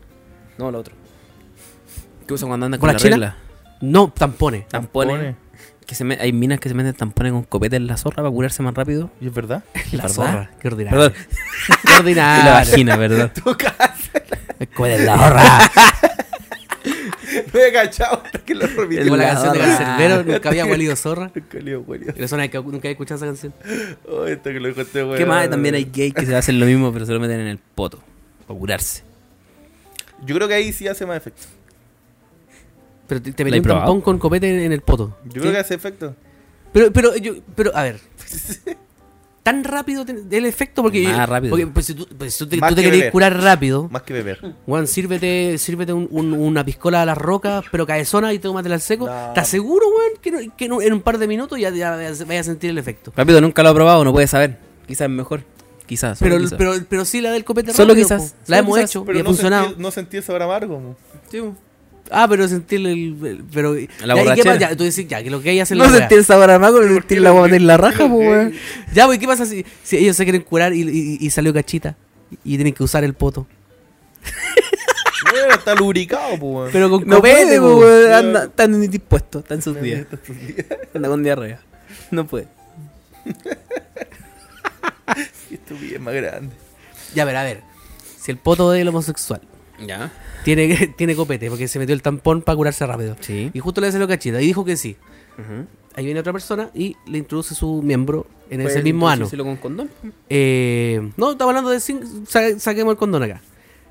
[SPEAKER 5] No, lo otro. ¿Qué usan cuando andan con
[SPEAKER 3] ¿Bola
[SPEAKER 5] la
[SPEAKER 3] china?
[SPEAKER 5] regla?
[SPEAKER 3] No, tampones.
[SPEAKER 5] Tampones. Que se me- Hay minas que se meten tampones con copete en la zorra para curarse más rápido.
[SPEAKER 4] ¿Y es verdad?
[SPEAKER 3] La
[SPEAKER 5] ¿Verdad?
[SPEAKER 3] zorra. Qué ordinario.
[SPEAKER 5] Perdón,
[SPEAKER 3] Qué
[SPEAKER 5] en la
[SPEAKER 3] ordinario.
[SPEAKER 5] vagina, ¿verdad?
[SPEAKER 3] Con la zorra.
[SPEAKER 4] Me he cachado hasta que lo repitió.
[SPEAKER 3] Como la
[SPEAKER 5] La
[SPEAKER 3] canción de
[SPEAKER 5] zorra.
[SPEAKER 3] Cancerbero, nunca había huelido zorra.
[SPEAKER 4] Calió, güey.
[SPEAKER 3] En la zona de Cauca, nunca había escuchado esa canción.
[SPEAKER 4] Oh, esto que lo dijo este güey.
[SPEAKER 5] ¿Qué más? También hay gays que se hacen lo mismo, pero se lo meten en el poto. Para curarse.
[SPEAKER 4] Yo creo que ahí sí hace más efecto.
[SPEAKER 3] Pero te, te
[SPEAKER 5] ¿La he
[SPEAKER 3] metí un
[SPEAKER 5] probado?
[SPEAKER 3] tampón con copete en, en el poto.
[SPEAKER 4] Yo
[SPEAKER 3] Sí.
[SPEAKER 4] creo que hace efecto.
[SPEAKER 3] Pero, pero, yo, pero, a ver. Tan rápido te- el efecto porque.
[SPEAKER 5] Más rápido.
[SPEAKER 3] Porque pues, si tú, pues, si tú te,
[SPEAKER 4] Más
[SPEAKER 3] tú te
[SPEAKER 4] que
[SPEAKER 3] querés
[SPEAKER 4] beber.
[SPEAKER 3] curar rápido,
[SPEAKER 4] Más que beber.
[SPEAKER 3] Juan, sírvete, sírvete un- un- una piscola a las rocas, pero caezona y tómatela al seco.
[SPEAKER 4] No.
[SPEAKER 3] ¿Te aseguro, Juan, que, no- que no- en un par de minutos ya, ya vayas vayas a sentir el efecto?
[SPEAKER 5] Rápido, nunca lo ha probado, no puede saber. Quizás es mejor. Quizás. solo
[SPEAKER 3] Pero,
[SPEAKER 5] quizás.
[SPEAKER 3] pero, pero sí, la del copete
[SPEAKER 5] Solo
[SPEAKER 3] rápido,
[SPEAKER 5] quizás,
[SPEAKER 3] po. La
[SPEAKER 5] solo
[SPEAKER 3] hemos
[SPEAKER 5] quizás,
[SPEAKER 3] hecho y
[SPEAKER 4] Pero
[SPEAKER 3] ha
[SPEAKER 4] no
[SPEAKER 3] funcionado.
[SPEAKER 4] sentí, no sentí el sabor amargo. mo.
[SPEAKER 3] Ah, pero sentir el. el- Pero.
[SPEAKER 5] La
[SPEAKER 3] ya, ¿y qué
[SPEAKER 5] borrachera.
[SPEAKER 3] pasa? Ya, tú dices, ya, que lo que hay hacen
[SPEAKER 5] No
[SPEAKER 3] la
[SPEAKER 5] se tiene sabor amargo, pero se tiene la guata en la raja, pues, weón.
[SPEAKER 3] Ya, güey, ¿qué pasa si, si ellos se quieren curar y, y- y salió cachita? Y tienen que usar el poto.
[SPEAKER 4] No weón, está lubricado, po, weón.
[SPEAKER 3] Pero con
[SPEAKER 5] No
[SPEAKER 3] copete,
[SPEAKER 5] puede,
[SPEAKER 3] po.
[SPEAKER 5] po, weón. Anda, están indispuestos, están sus días. Anda con diarrea. No puede.
[SPEAKER 4] Esto bien más grande.
[SPEAKER 3] Ya, pero a ver. Si el poto del homosexual
[SPEAKER 5] Ya.
[SPEAKER 3] tiene, tiene copete porque se metió el tampón para curarse rápido.
[SPEAKER 5] Sí.
[SPEAKER 3] Y justo le hace lo cachita y dijo que sí. Ahí viene otra persona y le introduce su miembro en
[SPEAKER 5] Pues,
[SPEAKER 3] ese mismo ano.
[SPEAKER 5] con condón?
[SPEAKER 3] Eh, no, estamos hablando de sin- sa- saquemos el condón acá.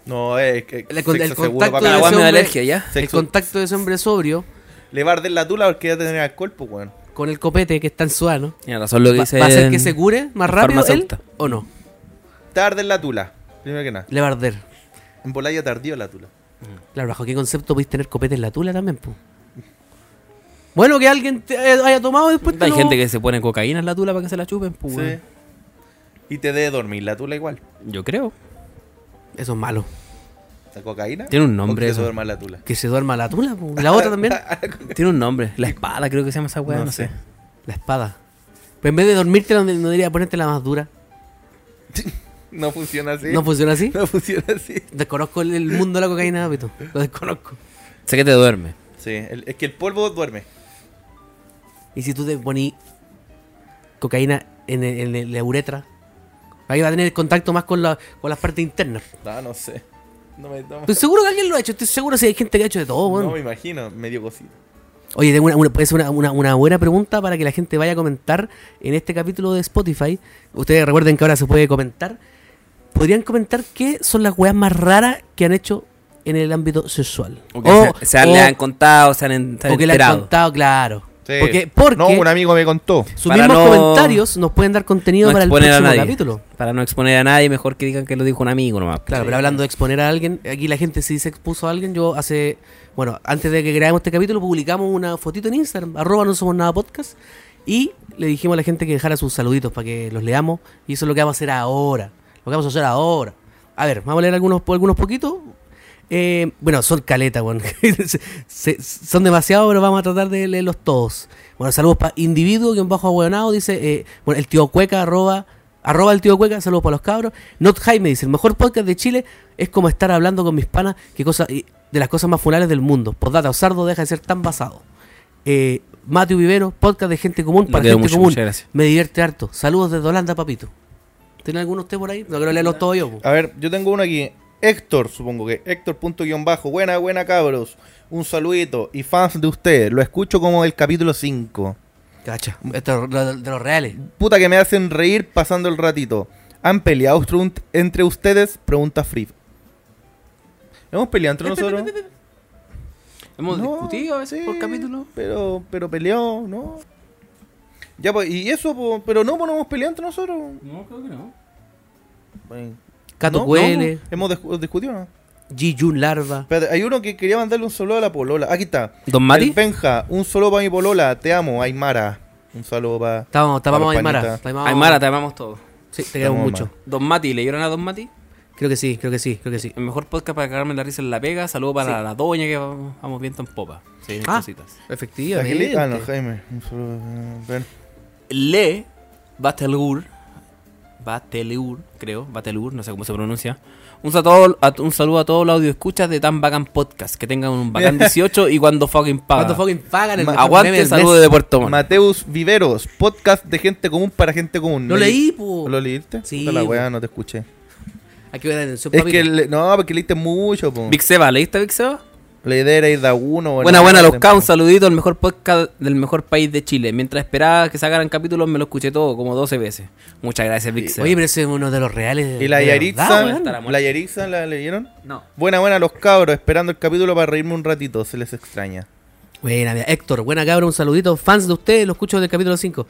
[SPEAKER 4] No, es que.
[SPEAKER 3] El, con- el
[SPEAKER 4] sexo seguro,
[SPEAKER 3] contacto
[SPEAKER 4] papi.
[SPEAKER 5] La
[SPEAKER 3] de ese
[SPEAKER 5] weá me
[SPEAKER 3] hombre,
[SPEAKER 5] da alergia, ya.
[SPEAKER 3] El
[SPEAKER 4] Sexo-
[SPEAKER 3] contacto de ese hombre sobrio
[SPEAKER 4] Le va a arder la tula porque va a tener alcohol, pues, weón.
[SPEAKER 3] con el copete que está en su ano.
[SPEAKER 5] Tiene razón lo que
[SPEAKER 3] ¿Va,
[SPEAKER 5] dice.
[SPEAKER 3] va a hacer que se cure más
[SPEAKER 5] el
[SPEAKER 3] rápido él
[SPEAKER 5] farmacéutico.
[SPEAKER 3] o no?
[SPEAKER 4] Te va a arder la tula, primero que nada.
[SPEAKER 3] Le va a arder.
[SPEAKER 4] En Bolaya tardío la tula.
[SPEAKER 3] Claro, bajo qué concepto podéis tener copete en la tula también, po? Bueno, que alguien te haya haya tomado y después te
[SPEAKER 5] Hay
[SPEAKER 3] lo-
[SPEAKER 5] gente que se pone cocaína en la tula para que se la chupen, pues,
[SPEAKER 4] Sí.
[SPEAKER 5] weón.
[SPEAKER 4] Y te debe dormir la tula igual.
[SPEAKER 5] Yo creo.
[SPEAKER 3] Eso es malo.
[SPEAKER 4] ¿La cocaína?
[SPEAKER 5] Tiene un nombre
[SPEAKER 4] ¿O que se
[SPEAKER 5] eso.
[SPEAKER 4] duerma la tula.
[SPEAKER 3] Que se duerma la tula, po. La otra también.
[SPEAKER 5] Tiene un nombre. La espada, creo que se llama esa weá, Ah, no,
[SPEAKER 4] No
[SPEAKER 5] sé.
[SPEAKER 4] sé.
[SPEAKER 3] La espada. Pero en vez de dormirte, no, no diría ponerte la más dura.
[SPEAKER 4] No funciona así.
[SPEAKER 3] ¿No funciona así?
[SPEAKER 4] No funciona así.
[SPEAKER 3] Desconozco el, el mundo de la cocaína, Pito. Lo desconozco.
[SPEAKER 5] Sé que te duerme.
[SPEAKER 4] Sí, el- es que el polvo duerme.
[SPEAKER 3] Y si tú te poní cocaína en, el- en el- la uretra, ahí va a tener contacto más con, la, con las partes internas.
[SPEAKER 4] No, no sé. No me, no me-
[SPEAKER 3] Estoy seguro que alguien lo ha hecho. Estoy seguro si hay gente que ha hecho de todo, weón.
[SPEAKER 4] no me imagino, medio cosito.
[SPEAKER 3] Oye, tengo una, una, puede ser una, una- una buena pregunta para que la gente vaya a comentar en este capítulo de Spotify. Ustedes recuerden que ahora se puede comentar. ¿Podrían comentar qué son las weas más raras que han hecho en el ámbito sexual?
[SPEAKER 5] O que se, se han- le han contado, se han, en- se han
[SPEAKER 3] o que le han
[SPEAKER 5] enterado.
[SPEAKER 3] contado, claro.
[SPEAKER 4] Sí.
[SPEAKER 3] Porque, porque
[SPEAKER 4] No, un amigo me contó.
[SPEAKER 3] sus
[SPEAKER 5] Para
[SPEAKER 3] mismos
[SPEAKER 5] no-
[SPEAKER 3] comentarios nos pueden dar contenido
[SPEAKER 5] No
[SPEAKER 3] para el
[SPEAKER 5] exponer a
[SPEAKER 3] próximo
[SPEAKER 5] nadie.
[SPEAKER 3] capítulo.
[SPEAKER 5] Para no exponer a nadie, mejor que digan que lo dijo un amigo nomás.
[SPEAKER 3] Claro, pero hablando de exponer a alguien, aquí la gente sí se expuso a alguien. Yo hace, bueno, antes de que grabemos este capítulo, publicamos una fotito en Instagram, arroba no somos nada podcast, y le dijimos a la gente que dejara sus saluditos para que los leamos, y eso es lo que vamos a hacer ahora. Lo que vamos a hacer ahora. A ver, vamos a leer algunos, algunos poquitos. Eh, bueno, son caleta, weón. Se- se- son demasiados, pero vamos a tratar de leerlos todos. Bueno, saludos para individuo, guión bajo ahueonado, dice, eh, bueno, el tío cueca, arroba, arroba el tío cueca, saludos para los cabros. Not Jaime dice, el mejor podcast de Chile es como estar hablando con mis panas, que cosa, y- de las cosas más funales del mundo. Postdata, Osardo deja de ser tan basado. Eh, Mateo Vivero, podcast de gente común
[SPEAKER 5] Lo
[SPEAKER 3] para
[SPEAKER 5] quiero
[SPEAKER 3] gente
[SPEAKER 5] mucho,
[SPEAKER 3] común.
[SPEAKER 5] muchas gracias.
[SPEAKER 3] Me divierte harto. Saludos desde Holanda, papito. ¿Tiene alguno usted por ahí? No quiero leerlos todos yo. po.
[SPEAKER 4] A ver, yo tengo uno aquí. Héctor, supongo que. Héctor punto guión bajo. Buena, buena, cabros. Un saludito. Y fans de ustedes. Lo escucho como el capítulo 5.
[SPEAKER 3] Cacha, esto es lo- de los reales.
[SPEAKER 4] Puta que me hacen reír pasando el ratito. ¿Han peleado tru- entre ustedes? Pregunta Free. ¿Hemos peleado entre nosotros?
[SPEAKER 5] Hemos
[SPEAKER 4] No,
[SPEAKER 5] discutido a veces
[SPEAKER 4] sí,
[SPEAKER 5] por capítulo.
[SPEAKER 4] Pero, pero peleó, ¿no? Ya, pues, y eso, pues, pero no, pues no hemos peleado entre nosotros.
[SPEAKER 5] No, creo que no.
[SPEAKER 4] Bueno,
[SPEAKER 3] Cato
[SPEAKER 4] no,
[SPEAKER 3] Cuele.
[SPEAKER 4] no, hemos discu- discutido, ¿no?
[SPEAKER 3] Ji Jun Larva.
[SPEAKER 4] Espérate, hay uno que quería mandarle un saludo a la polola. Aquí está.
[SPEAKER 5] ¿Don Mati?
[SPEAKER 4] El Benja, un saludo para mi polola. Te amo, Aymara. Un saludo para.
[SPEAKER 3] Estábamos, estábamos
[SPEAKER 4] Para
[SPEAKER 3] Aymara.
[SPEAKER 4] Panita.
[SPEAKER 3] estábamos-
[SPEAKER 5] Aymara, te amamos todos.
[SPEAKER 3] Sí, te queremos
[SPEAKER 4] Estábamos
[SPEAKER 3] mucho.
[SPEAKER 5] Don Mati, ¿leyeron a Don Mati?
[SPEAKER 3] Creo que sí, creo que sí, creo que sí.
[SPEAKER 5] El mejor podcast para cagarme la risa en la pega. Saludo para la doña que vamos, vamos viento en popa. Sí, vienen
[SPEAKER 3] Ah.
[SPEAKER 5] cositas.
[SPEAKER 3] Efectivamente.
[SPEAKER 4] Ah, no, Jaime. Un saludo. eh, ven.
[SPEAKER 5] Le Batelur. Batelur, creo. Batelur, no sé cómo se pronuncia. Un, sa- todo- a- un saludo a todos los escuchas de Tan Bacán Podcast. Que tengan un bacán 18 y cuando fucking paga.
[SPEAKER 3] ¿Cuánto fucking pagan el
[SPEAKER 4] Ma-
[SPEAKER 3] mejor meme
[SPEAKER 5] Aguante,
[SPEAKER 3] del
[SPEAKER 5] saludo
[SPEAKER 3] mes?
[SPEAKER 5] de Puerto Montt.
[SPEAKER 4] Mateus Viveros, podcast de gente común para gente común.
[SPEAKER 3] Lo
[SPEAKER 4] ¿Me
[SPEAKER 3] leí,
[SPEAKER 4] li-
[SPEAKER 3] po.
[SPEAKER 4] ¿Lo leíste?
[SPEAKER 3] Sí,
[SPEAKER 4] Puta la
[SPEAKER 3] po.
[SPEAKER 4] weá, no te escuché.
[SPEAKER 3] Hay que ver la atención,
[SPEAKER 4] Es
[SPEAKER 3] papito.
[SPEAKER 4] que, le- no, porque leíste mucho, po.
[SPEAKER 5] Big Seba, ¿leíste Big Seba?
[SPEAKER 4] La idea era ir de a uno.
[SPEAKER 5] Buena,
[SPEAKER 4] no,
[SPEAKER 5] buena, los
[SPEAKER 4] no,
[SPEAKER 5] K, un saludito al mejor podcast del mejor país de Chile. Mientras esperaba que sacaran capítulos, me lo escuché todo, como 12 veces. Muchas gracias, Big Seba.
[SPEAKER 3] Oye, pero ese es uno de los reales.
[SPEAKER 4] ¿Y la
[SPEAKER 3] de
[SPEAKER 4] Yaritza?
[SPEAKER 3] verdad, weón.
[SPEAKER 5] Está la muerte.
[SPEAKER 4] ¿La Yaritza la leyeron?
[SPEAKER 5] No.
[SPEAKER 4] Buena, buena, los cabros, esperando el capítulo para reírme un ratito, se les extraña.
[SPEAKER 3] Buena, mira, Héctor, buena cabra, un saludito. Fans de ustedes, lo escucho del capítulo 5.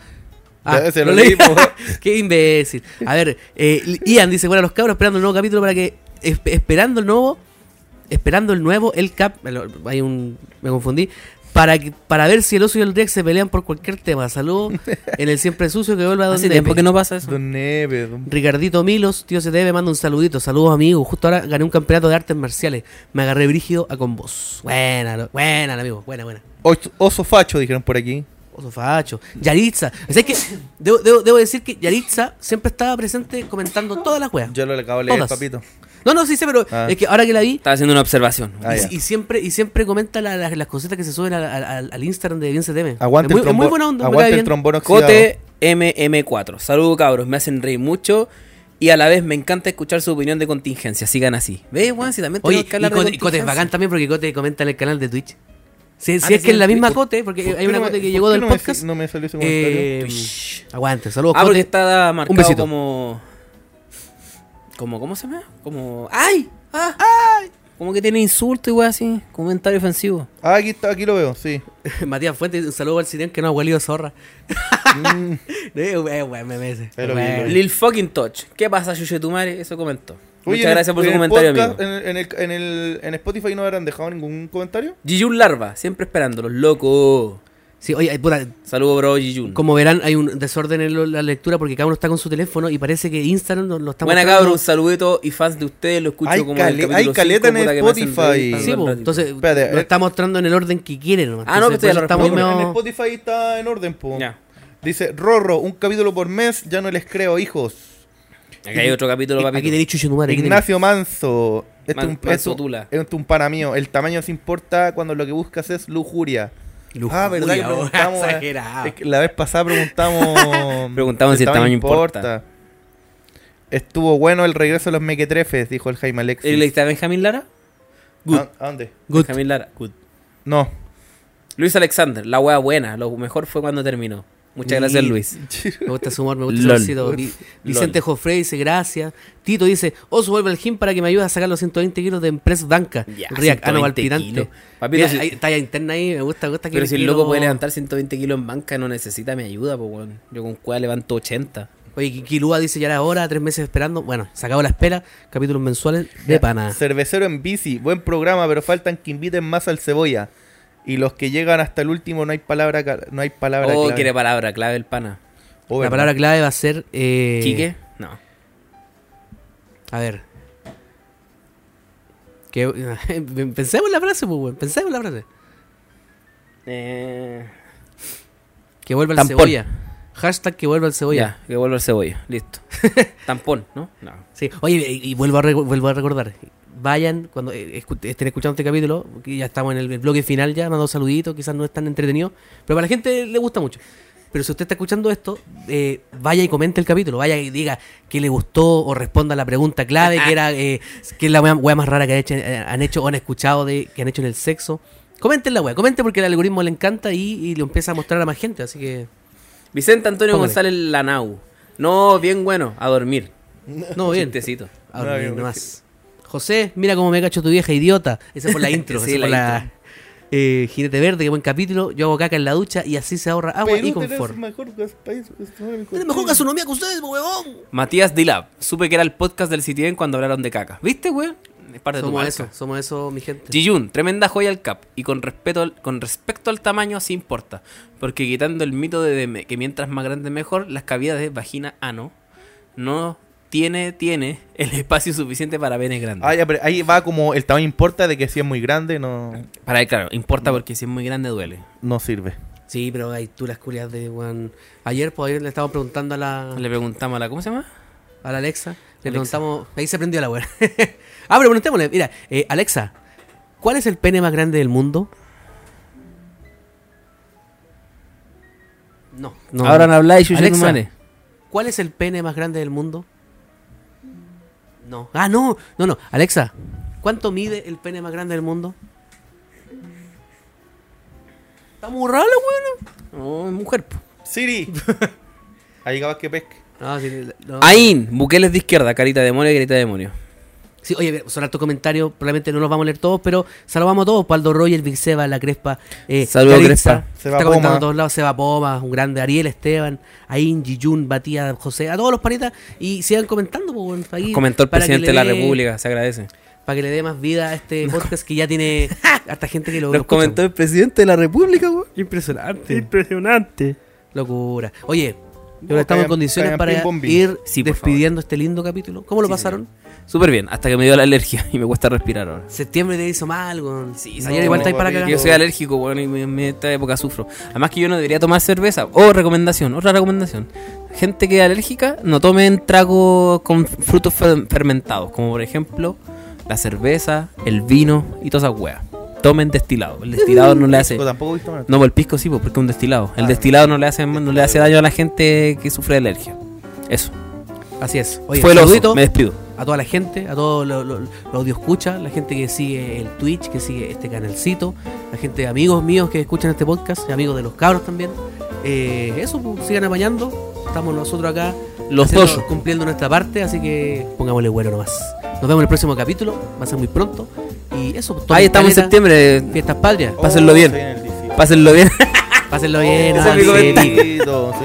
[SPEAKER 5] Ah,
[SPEAKER 4] Ya, se lo leí, po.
[SPEAKER 3] Qué imbécil. A ver, eh, Ian dice, bueno, los cabros esperando el nuevo capítulo para que... esp- esperando el nuevo... Esperando el nuevo, el cap... el- Hay un... Me confundí. Para, que- para ver si el oso y el Rex se pelean por cualquier tema. Saludos en el siempre sucio que vuelva a
[SPEAKER 5] Hace
[SPEAKER 3] donde...
[SPEAKER 5] tiempo que no pasa eso.
[SPEAKER 4] Don Neve, don-
[SPEAKER 3] Ricardito Milos, tío CTV, me manda un saludito. Saludos, amigo. Justo ahora gané un campeonato de artes marciales. Me agarré brígido a con vos. Buena, lo- buena, amigo. Buena, buena.
[SPEAKER 4] Oso, oso facho, dijeron por aquí.
[SPEAKER 3] Oso facho. Yaritza. O sea, es que debo, debo- debo decir que Yaritza siempre estaba presente comentando todas las weas.
[SPEAKER 4] Ya lo acabo de leer,
[SPEAKER 3] Todas.
[SPEAKER 4] papito.
[SPEAKER 3] No, no, sí sé, pero
[SPEAKER 4] Ah.
[SPEAKER 3] es que ahora que la vi,
[SPEAKER 5] Estaba haciendo una observación.
[SPEAKER 4] Ah,
[SPEAKER 3] y,
[SPEAKER 4] ya.
[SPEAKER 3] y siempre y siempre comenta la- la- las cositas que se suben al, al- al- al Instagram de Bien CTM.
[SPEAKER 4] Aguante
[SPEAKER 3] es muy,
[SPEAKER 4] el
[SPEAKER 3] es muy
[SPEAKER 4] trombón.
[SPEAKER 3] buena onda, me cae
[SPEAKER 4] aguante el
[SPEAKER 3] bien.
[SPEAKER 4] trombón oxidado.
[SPEAKER 5] Cote MM4. Saludos, cabros. Me hacen reír mucho. Y a la vez me encanta escuchar su opinión de contingencia. Sigan así. ¿Ves, weón? Si también
[SPEAKER 3] Oye,
[SPEAKER 5] tenemos que
[SPEAKER 3] y
[SPEAKER 5] hablar de
[SPEAKER 3] Cote, y Cote es
[SPEAKER 5] contingencia.
[SPEAKER 3] bacán también porque Cote comenta en el canal de Twitch. Si, si
[SPEAKER 4] Ah,
[SPEAKER 5] te
[SPEAKER 3] es que es
[SPEAKER 5] tienen
[SPEAKER 3] la misma
[SPEAKER 5] Twitch.
[SPEAKER 3] Cote, porque
[SPEAKER 4] ¿Por
[SPEAKER 3] hay
[SPEAKER 4] qué
[SPEAKER 3] una
[SPEAKER 4] no me-
[SPEAKER 3] Cote que
[SPEAKER 4] por
[SPEAKER 3] llegó
[SPEAKER 4] qué
[SPEAKER 3] del
[SPEAKER 4] no me-
[SPEAKER 3] podcast.
[SPEAKER 4] no me salió ese
[SPEAKER 3] Eh,
[SPEAKER 4] comentario.
[SPEAKER 3] Twitch. aguante, saludos
[SPEAKER 5] Ah,
[SPEAKER 4] e-
[SPEAKER 5] porque
[SPEAKER 3] Cote.
[SPEAKER 5] está marcado
[SPEAKER 3] besito.
[SPEAKER 5] como. Como, ¿cómo se llama? Como. ¡Ay! ¡Ah! Como que tiene insulto y weón así. Comentario ofensivo.
[SPEAKER 4] Ah, aquí, está, aquí lo veo, sí.
[SPEAKER 3] Matías Fuentes, un saludo al Sidén que no ha huelido zorra.
[SPEAKER 4] Mm.
[SPEAKER 3] Eh, eh, güey, me mece.
[SPEAKER 4] Ahí lo vi,
[SPEAKER 3] Güey.
[SPEAKER 4] lo vi.
[SPEAKER 5] Lil fucking touch. ¿Qué pasa, Yuyo Tumare? Eso comentó.
[SPEAKER 4] Oye, en
[SPEAKER 5] Muchas
[SPEAKER 4] el-
[SPEAKER 5] gracias por su
[SPEAKER 4] en el
[SPEAKER 5] comentario,
[SPEAKER 4] podcast,
[SPEAKER 5] amigo.
[SPEAKER 4] En, el- en el, en, el, en Spotify no habrán dejado ningún comentario.
[SPEAKER 5] Gijun Larva, siempre esperándolos, loco.
[SPEAKER 3] Sí, oye, ay, puta,
[SPEAKER 5] Saludos, bro, Gijun.
[SPEAKER 3] como verán, hay un desorden en lo- la lectura porque cada uno está con su teléfono y parece que Instagram lo, lo está
[SPEAKER 5] Buena
[SPEAKER 3] mostrando-
[SPEAKER 5] cabros, un saludito y fans de ustedes, lo escucho
[SPEAKER 4] Hay
[SPEAKER 5] como
[SPEAKER 4] cale-
[SPEAKER 5] en el
[SPEAKER 4] hay
[SPEAKER 5] capítulo
[SPEAKER 4] caleta
[SPEAKER 5] cinco,
[SPEAKER 4] en
[SPEAKER 5] puta, que me hacen
[SPEAKER 4] Spotify.
[SPEAKER 5] reír para
[SPEAKER 3] Sí,
[SPEAKER 5] un
[SPEAKER 3] po,
[SPEAKER 5] ratito.
[SPEAKER 3] entonces
[SPEAKER 4] Espérate,
[SPEAKER 3] lo
[SPEAKER 4] eh.
[SPEAKER 3] está mostrando en el orden que quiere. nomás.
[SPEAKER 5] Ah, no,
[SPEAKER 3] Entonces,
[SPEAKER 5] pero
[SPEAKER 3] por
[SPEAKER 5] ya lo
[SPEAKER 3] eso estamos
[SPEAKER 5] respondí.
[SPEAKER 4] No, pero
[SPEAKER 3] medio-
[SPEAKER 4] En Spotify está en orden, po.
[SPEAKER 5] Ya.
[SPEAKER 4] Dice, Rorro, un capítulo por mes, ya no les creo, hijos.
[SPEAKER 5] Aquí hay otro capítulo, papi.
[SPEAKER 3] Aquí tenéis chucho tu madre. aquí tenéis.
[SPEAKER 4] Ignacio Manso. Este
[SPEAKER 5] Man-
[SPEAKER 4] un,
[SPEAKER 5] Manso
[SPEAKER 4] esto-
[SPEAKER 5] Tula.
[SPEAKER 4] esto un pana mío. El tamaño se importa cuando lo que buscas es lujuria.
[SPEAKER 3] Lujuria,
[SPEAKER 4] ah, verdad que
[SPEAKER 3] weón,
[SPEAKER 4] preguntamos.
[SPEAKER 3] exagerado.
[SPEAKER 4] es que la vez pasada preguntamos.
[SPEAKER 5] Preguntamos
[SPEAKER 4] si
[SPEAKER 5] si el tamaño importa.
[SPEAKER 4] Estuvo bueno el regreso de los mequetrefes, dijo el Jaime Alexis.
[SPEAKER 5] ¿El está Benjamín Lara? Good.
[SPEAKER 4] ¿A, a dónde?
[SPEAKER 3] Good.
[SPEAKER 5] Benjamín Lara. Good.
[SPEAKER 4] No.
[SPEAKER 5] Luis Alexander, la wea buena. Lo mejor fue cuando terminó. Muchas gracias, Luis.
[SPEAKER 3] Me gusta sumar, me gusta
[SPEAKER 5] Lol.
[SPEAKER 3] el solcito. Vi- Vicente Jofre dice gracias. Tito dice, Oso vuelve al gym para que me ayude a sacar los 120 kilos de Empress Danca.
[SPEAKER 5] Ya,
[SPEAKER 3] Riak, ah, Ano
[SPEAKER 5] 120
[SPEAKER 3] Valpirante.
[SPEAKER 5] kilos. Papito,
[SPEAKER 3] Mira,
[SPEAKER 5] si-
[SPEAKER 3] hay talla interna ahí, me gusta, me gusta que
[SPEAKER 5] Pero
[SPEAKER 3] le
[SPEAKER 5] si el
[SPEAKER 3] quiero-
[SPEAKER 5] loco puede levantar 120 kilos en banca, no necesita mi ayuda, pues, weón. Yo con cueva levanto 80.
[SPEAKER 3] Oye, Ki- Kilua dice ya era hora, tres meses esperando. Bueno, se acabó la espera, capítulos mensuales de pana.
[SPEAKER 4] Cervecero en bici, buen programa, pero faltan que inviten más al cebolla. Y los que llegan hasta el último no hay palabra ca- no hay palabra
[SPEAKER 5] oh,
[SPEAKER 4] clave.
[SPEAKER 5] quiere palabra clave el pana.
[SPEAKER 4] Oh,
[SPEAKER 3] la
[SPEAKER 4] ¿verdad?
[SPEAKER 3] palabra clave va a ser. Eh,
[SPEAKER 5] ¿Quique? No.
[SPEAKER 3] A ver. Que, pensemos en la frase, pues, weón. Pensemos en la frase.
[SPEAKER 5] Eh...
[SPEAKER 3] Que vuelva el
[SPEAKER 5] Tampón.
[SPEAKER 3] cebolla. Hashtag que vuelva el cebolla.
[SPEAKER 5] Oh, Ya, que vuelva el cebolla. Listo. Tampón, ¿no? No.
[SPEAKER 3] Sí. Oye, y y vuelvo a, re- vuelvo a recordar. Vayan, cuando eh, escu- estén escuchando este capítulo, que ya estamos en el bloque final ya, mando saluditos, quizás no es tan entretenido, pero para la gente le gusta mucho. Pero si usted está escuchando esto, eh, vaya y comente el capítulo, vaya y diga que le gustó o responda a la pregunta clave, que era eh, que es la wea, wea más rara que han hecho, eh, han hecho o han escuchado de que han hecho en el sexo. Comenten la wea, comente porque el algoritmo le encanta y, y lo empieza a mostrar a más gente, así que...
[SPEAKER 5] Vicente Antonio
[SPEAKER 3] Póngale.
[SPEAKER 5] González Lanau. No, bien bueno. A dormir.
[SPEAKER 3] No, bien.
[SPEAKER 5] Chistecito.
[SPEAKER 3] Ahora
[SPEAKER 4] No,
[SPEAKER 3] bien,
[SPEAKER 4] bien,
[SPEAKER 3] Ah, nomás. José, mira cómo me cacho tu vieja idiota. Esa fue la intro.
[SPEAKER 5] Sí,
[SPEAKER 3] esa
[SPEAKER 5] la
[SPEAKER 3] fue la eh, Jinete Verde, qué buen capítulo. Yo hago caca en la ducha y así se ahorra agua
[SPEAKER 4] Perú
[SPEAKER 3] y
[SPEAKER 4] tenés
[SPEAKER 3] confort.
[SPEAKER 4] mejor gas- país- es mejor el
[SPEAKER 3] Tienen
[SPEAKER 4] confort.
[SPEAKER 3] mejor gastronomía que ustedes, huevón.
[SPEAKER 5] Matías Dilab. Supe que era el podcast del CTN cuando hablaron de caca. ¿Viste, weón? Es parte de tu
[SPEAKER 3] Somos
[SPEAKER 5] marca.
[SPEAKER 3] eso, somos eso, mi gente.
[SPEAKER 5] Jiyun, tremenda joya al cap. Y con respeto al- con respecto al tamaño, sí importa. Porque quitando el mito de DM, que mientras más grande mejor, las cavidades vagina ano no tiene, tiene el espacio suficiente para venes grandes.
[SPEAKER 4] Ah, ya, pero ahí va como el tamaño importa de que si es muy grande no,
[SPEAKER 5] Para él, claro, importa porque si es muy grande duele.
[SPEAKER 4] no sirve.
[SPEAKER 3] Sí, pero hay tú las culias de weón. Ayer, pues ayer le estábamos preguntando a la,
[SPEAKER 5] Le preguntamos a la, ¿cómo se llama?
[SPEAKER 3] a la Alexa. Le preguntamos. Ahí se prendió la weón. ah, pero preguntémosle. Mira, eh, Alexa, ¿cuál es el pene más grande del mundo? No, no.
[SPEAKER 5] habláis,
[SPEAKER 3] Alexa. ¿Cuál es el pene más grande del mundo?
[SPEAKER 5] Mm.
[SPEAKER 3] No. Ah, no, no, no. Alexa, ¿cuánto mide el pene más grande del mundo? Está muy raro, weón.
[SPEAKER 5] No, es mujer. po.
[SPEAKER 4] Siri. ahí capaz que pesque.
[SPEAKER 3] No, sí, no.
[SPEAKER 5] Ain, buqueles de izquierda, carita de demonio y carita de demonio.
[SPEAKER 3] Sí, oye, ver, son hartos comentarios, probablemente no los vamos a leer todos, pero saludamos a todos. Paldo Roger, Big Seba, La Crespa, eh,
[SPEAKER 5] Saludos,
[SPEAKER 3] Yaritza,
[SPEAKER 5] Crespa.
[SPEAKER 4] Seba
[SPEAKER 3] está comentando
[SPEAKER 4] Poma.
[SPEAKER 3] a todos lados, Seba Poma, un grande, Ariel Esteban, Ain, Giyun, Batía, José, a todos los panitas, y sigan comentando, pues, bueno, ahí,
[SPEAKER 5] Comentó el
[SPEAKER 3] para que
[SPEAKER 5] presidente de
[SPEAKER 3] le
[SPEAKER 5] la
[SPEAKER 3] dé-
[SPEAKER 5] República, se agradece.
[SPEAKER 3] para que le dé más vida a este podcast que ya tiene harta gente que lo, lo
[SPEAKER 5] Nos
[SPEAKER 3] escucha.
[SPEAKER 5] comentó el presidente de la República, weón.
[SPEAKER 1] Impresionante. Impresionante.
[SPEAKER 3] Locura. Oye, yo
[SPEAKER 4] No,
[SPEAKER 3] estamos en
[SPEAKER 4] caigan-
[SPEAKER 3] condiciones
[SPEAKER 4] caigan
[SPEAKER 3] para
[SPEAKER 4] pin bombi.
[SPEAKER 3] ir
[SPEAKER 5] Sí, por
[SPEAKER 3] despidiendo este lindo capítulo. ¿Cómo lo pasaron?
[SPEAKER 5] Súper bien, hasta que me dio la alergia y me cuesta respirar ahora.
[SPEAKER 3] Septiembre te hizo mal, weón.
[SPEAKER 5] Sí,
[SPEAKER 3] Ayer igual estáis para
[SPEAKER 4] papito.
[SPEAKER 3] cagar.
[SPEAKER 5] Yo soy alérgico, weón, y me- me- en esta época sufro. Además que yo no debería tomar cerveza. Oh, recomendación, otra recomendación. gente que es alérgica, no tomen tragos con frutos fer- fermentados, como por ejemplo la cerveza, el vino y todas esas weas. Tomen destilado. El destilado no le hace.
[SPEAKER 4] Yo tampoco he visto mal.
[SPEAKER 5] No, pues el pisco sí, pues, porque es un destilado. El destilado no le hace no le hace daño a la gente que sufre de alergia. Eso.
[SPEAKER 3] Así es. Oye,
[SPEAKER 5] Fue el
[SPEAKER 3] saludito
[SPEAKER 5] oso. Me despido.
[SPEAKER 3] a toda la gente, a todos los lo, los audioscuchas, la gente que sigue el Twitch, que sigue este canalcito, la gente, amigos míos que escuchan este podcast, y amigos de los cabros también. Eh, eso, pues, sigan apañando. Estamos nosotros acá
[SPEAKER 5] Los
[SPEAKER 3] haciendo-
[SPEAKER 5] dos.
[SPEAKER 3] cumpliendo nuestra parte, así que pongámosle bueno nomás. Nos vemos en el próximo capítulo, va a ser muy pronto. Y eso, pues, tomen
[SPEAKER 5] Ahí estamos en
[SPEAKER 3] caleta,
[SPEAKER 5] septiembre.
[SPEAKER 3] Fiestas patrias.
[SPEAKER 5] Oh, Pásenlo bien.
[SPEAKER 4] Soy en el 18.
[SPEAKER 5] Pásenlo bien.
[SPEAKER 3] Pásenlo bien,
[SPEAKER 4] Oh,
[SPEAKER 3] no,
[SPEAKER 5] ese es mi
[SPEAKER 3] sí,
[SPEAKER 5] comentario.
[SPEAKER 4] soy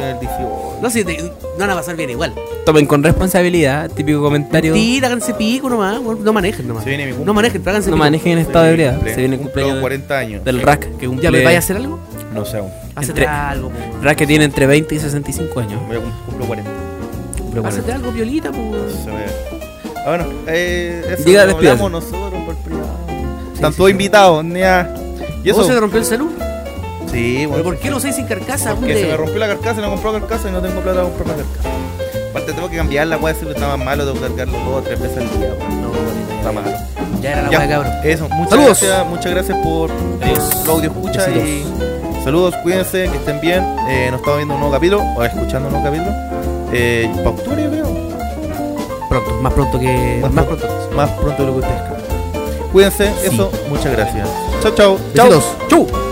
[SPEAKER 4] en el 18.
[SPEAKER 3] no, sí, te- no van a pasar bien igual.
[SPEAKER 5] Tomen con responsabilidad. Típico comentario.
[SPEAKER 3] Tira, háganse pico nomás, no manejen nomás.
[SPEAKER 4] Se viene mi cumple.
[SPEAKER 3] no manejen, tráganse
[SPEAKER 5] No
[SPEAKER 3] pico.
[SPEAKER 5] manejen en
[SPEAKER 4] Soy
[SPEAKER 5] estado de
[SPEAKER 4] mi
[SPEAKER 5] ebriedad.
[SPEAKER 4] cumple-
[SPEAKER 5] Se viene el
[SPEAKER 4] cumplo
[SPEAKER 5] cumpleaños del,
[SPEAKER 4] 40 años.
[SPEAKER 5] del rack que
[SPEAKER 3] ¿Ya
[SPEAKER 5] cumple.
[SPEAKER 3] me vaya a hacer algo?
[SPEAKER 4] No sé aún.
[SPEAKER 3] Hacete
[SPEAKER 5] Entre-
[SPEAKER 3] algo, po.
[SPEAKER 5] rack que tiene entre 20 y 65 años.
[SPEAKER 4] Me cumplo 40.
[SPEAKER 5] Cumple 40.
[SPEAKER 3] Hacete algo, Violita, pues.
[SPEAKER 4] Se ve. Ah, bueno, eh, eso
[SPEAKER 5] Diga,
[SPEAKER 4] lo
[SPEAKER 5] despídase.
[SPEAKER 4] hablamos nosotros por privado. Están todos invitados, nea. Y
[SPEAKER 3] ¿Vos Oh, se te
[SPEAKER 4] eso.
[SPEAKER 3] rompió el celu?
[SPEAKER 4] Sí,
[SPEAKER 3] ¿Pero
[SPEAKER 4] bueno.
[SPEAKER 3] por qué lo usáis sin carcasa,
[SPEAKER 4] Porque se me
[SPEAKER 3] hombre?
[SPEAKER 4] rompió la carcasa, no compró carcasa y no tengo plata para comprar una carcasa. Aparte tengo que cambiar la weá, siempre estaba malo, tengo que cargarlo dos o tres veces al día. weón.
[SPEAKER 3] No, bonita,
[SPEAKER 4] Está malo.
[SPEAKER 3] ya. Ya era la
[SPEAKER 4] Ya,
[SPEAKER 3] wea, cabrón.
[SPEAKER 4] Eso, muchas
[SPEAKER 5] Saludos.
[SPEAKER 4] gracias, muchas gracias por
[SPEAKER 5] Adiós.
[SPEAKER 4] tu audio escucha y saludos, cuídense, que estén bien. Eh, nos estamos viendo un nuevo capítulo, o escuchando un nuevo capítulo. Eh, para octubre, yo creo.
[SPEAKER 3] Pronto, más pronto que.
[SPEAKER 4] Más
[SPEAKER 3] Más
[SPEAKER 4] pronto.
[SPEAKER 3] pronto.
[SPEAKER 4] Más pronto de lo que ustedes creen. Cuídense,
[SPEAKER 5] Sí.
[SPEAKER 4] eso, muchas gracias. Chao, chao.
[SPEAKER 3] Besitos.
[SPEAKER 4] Chau.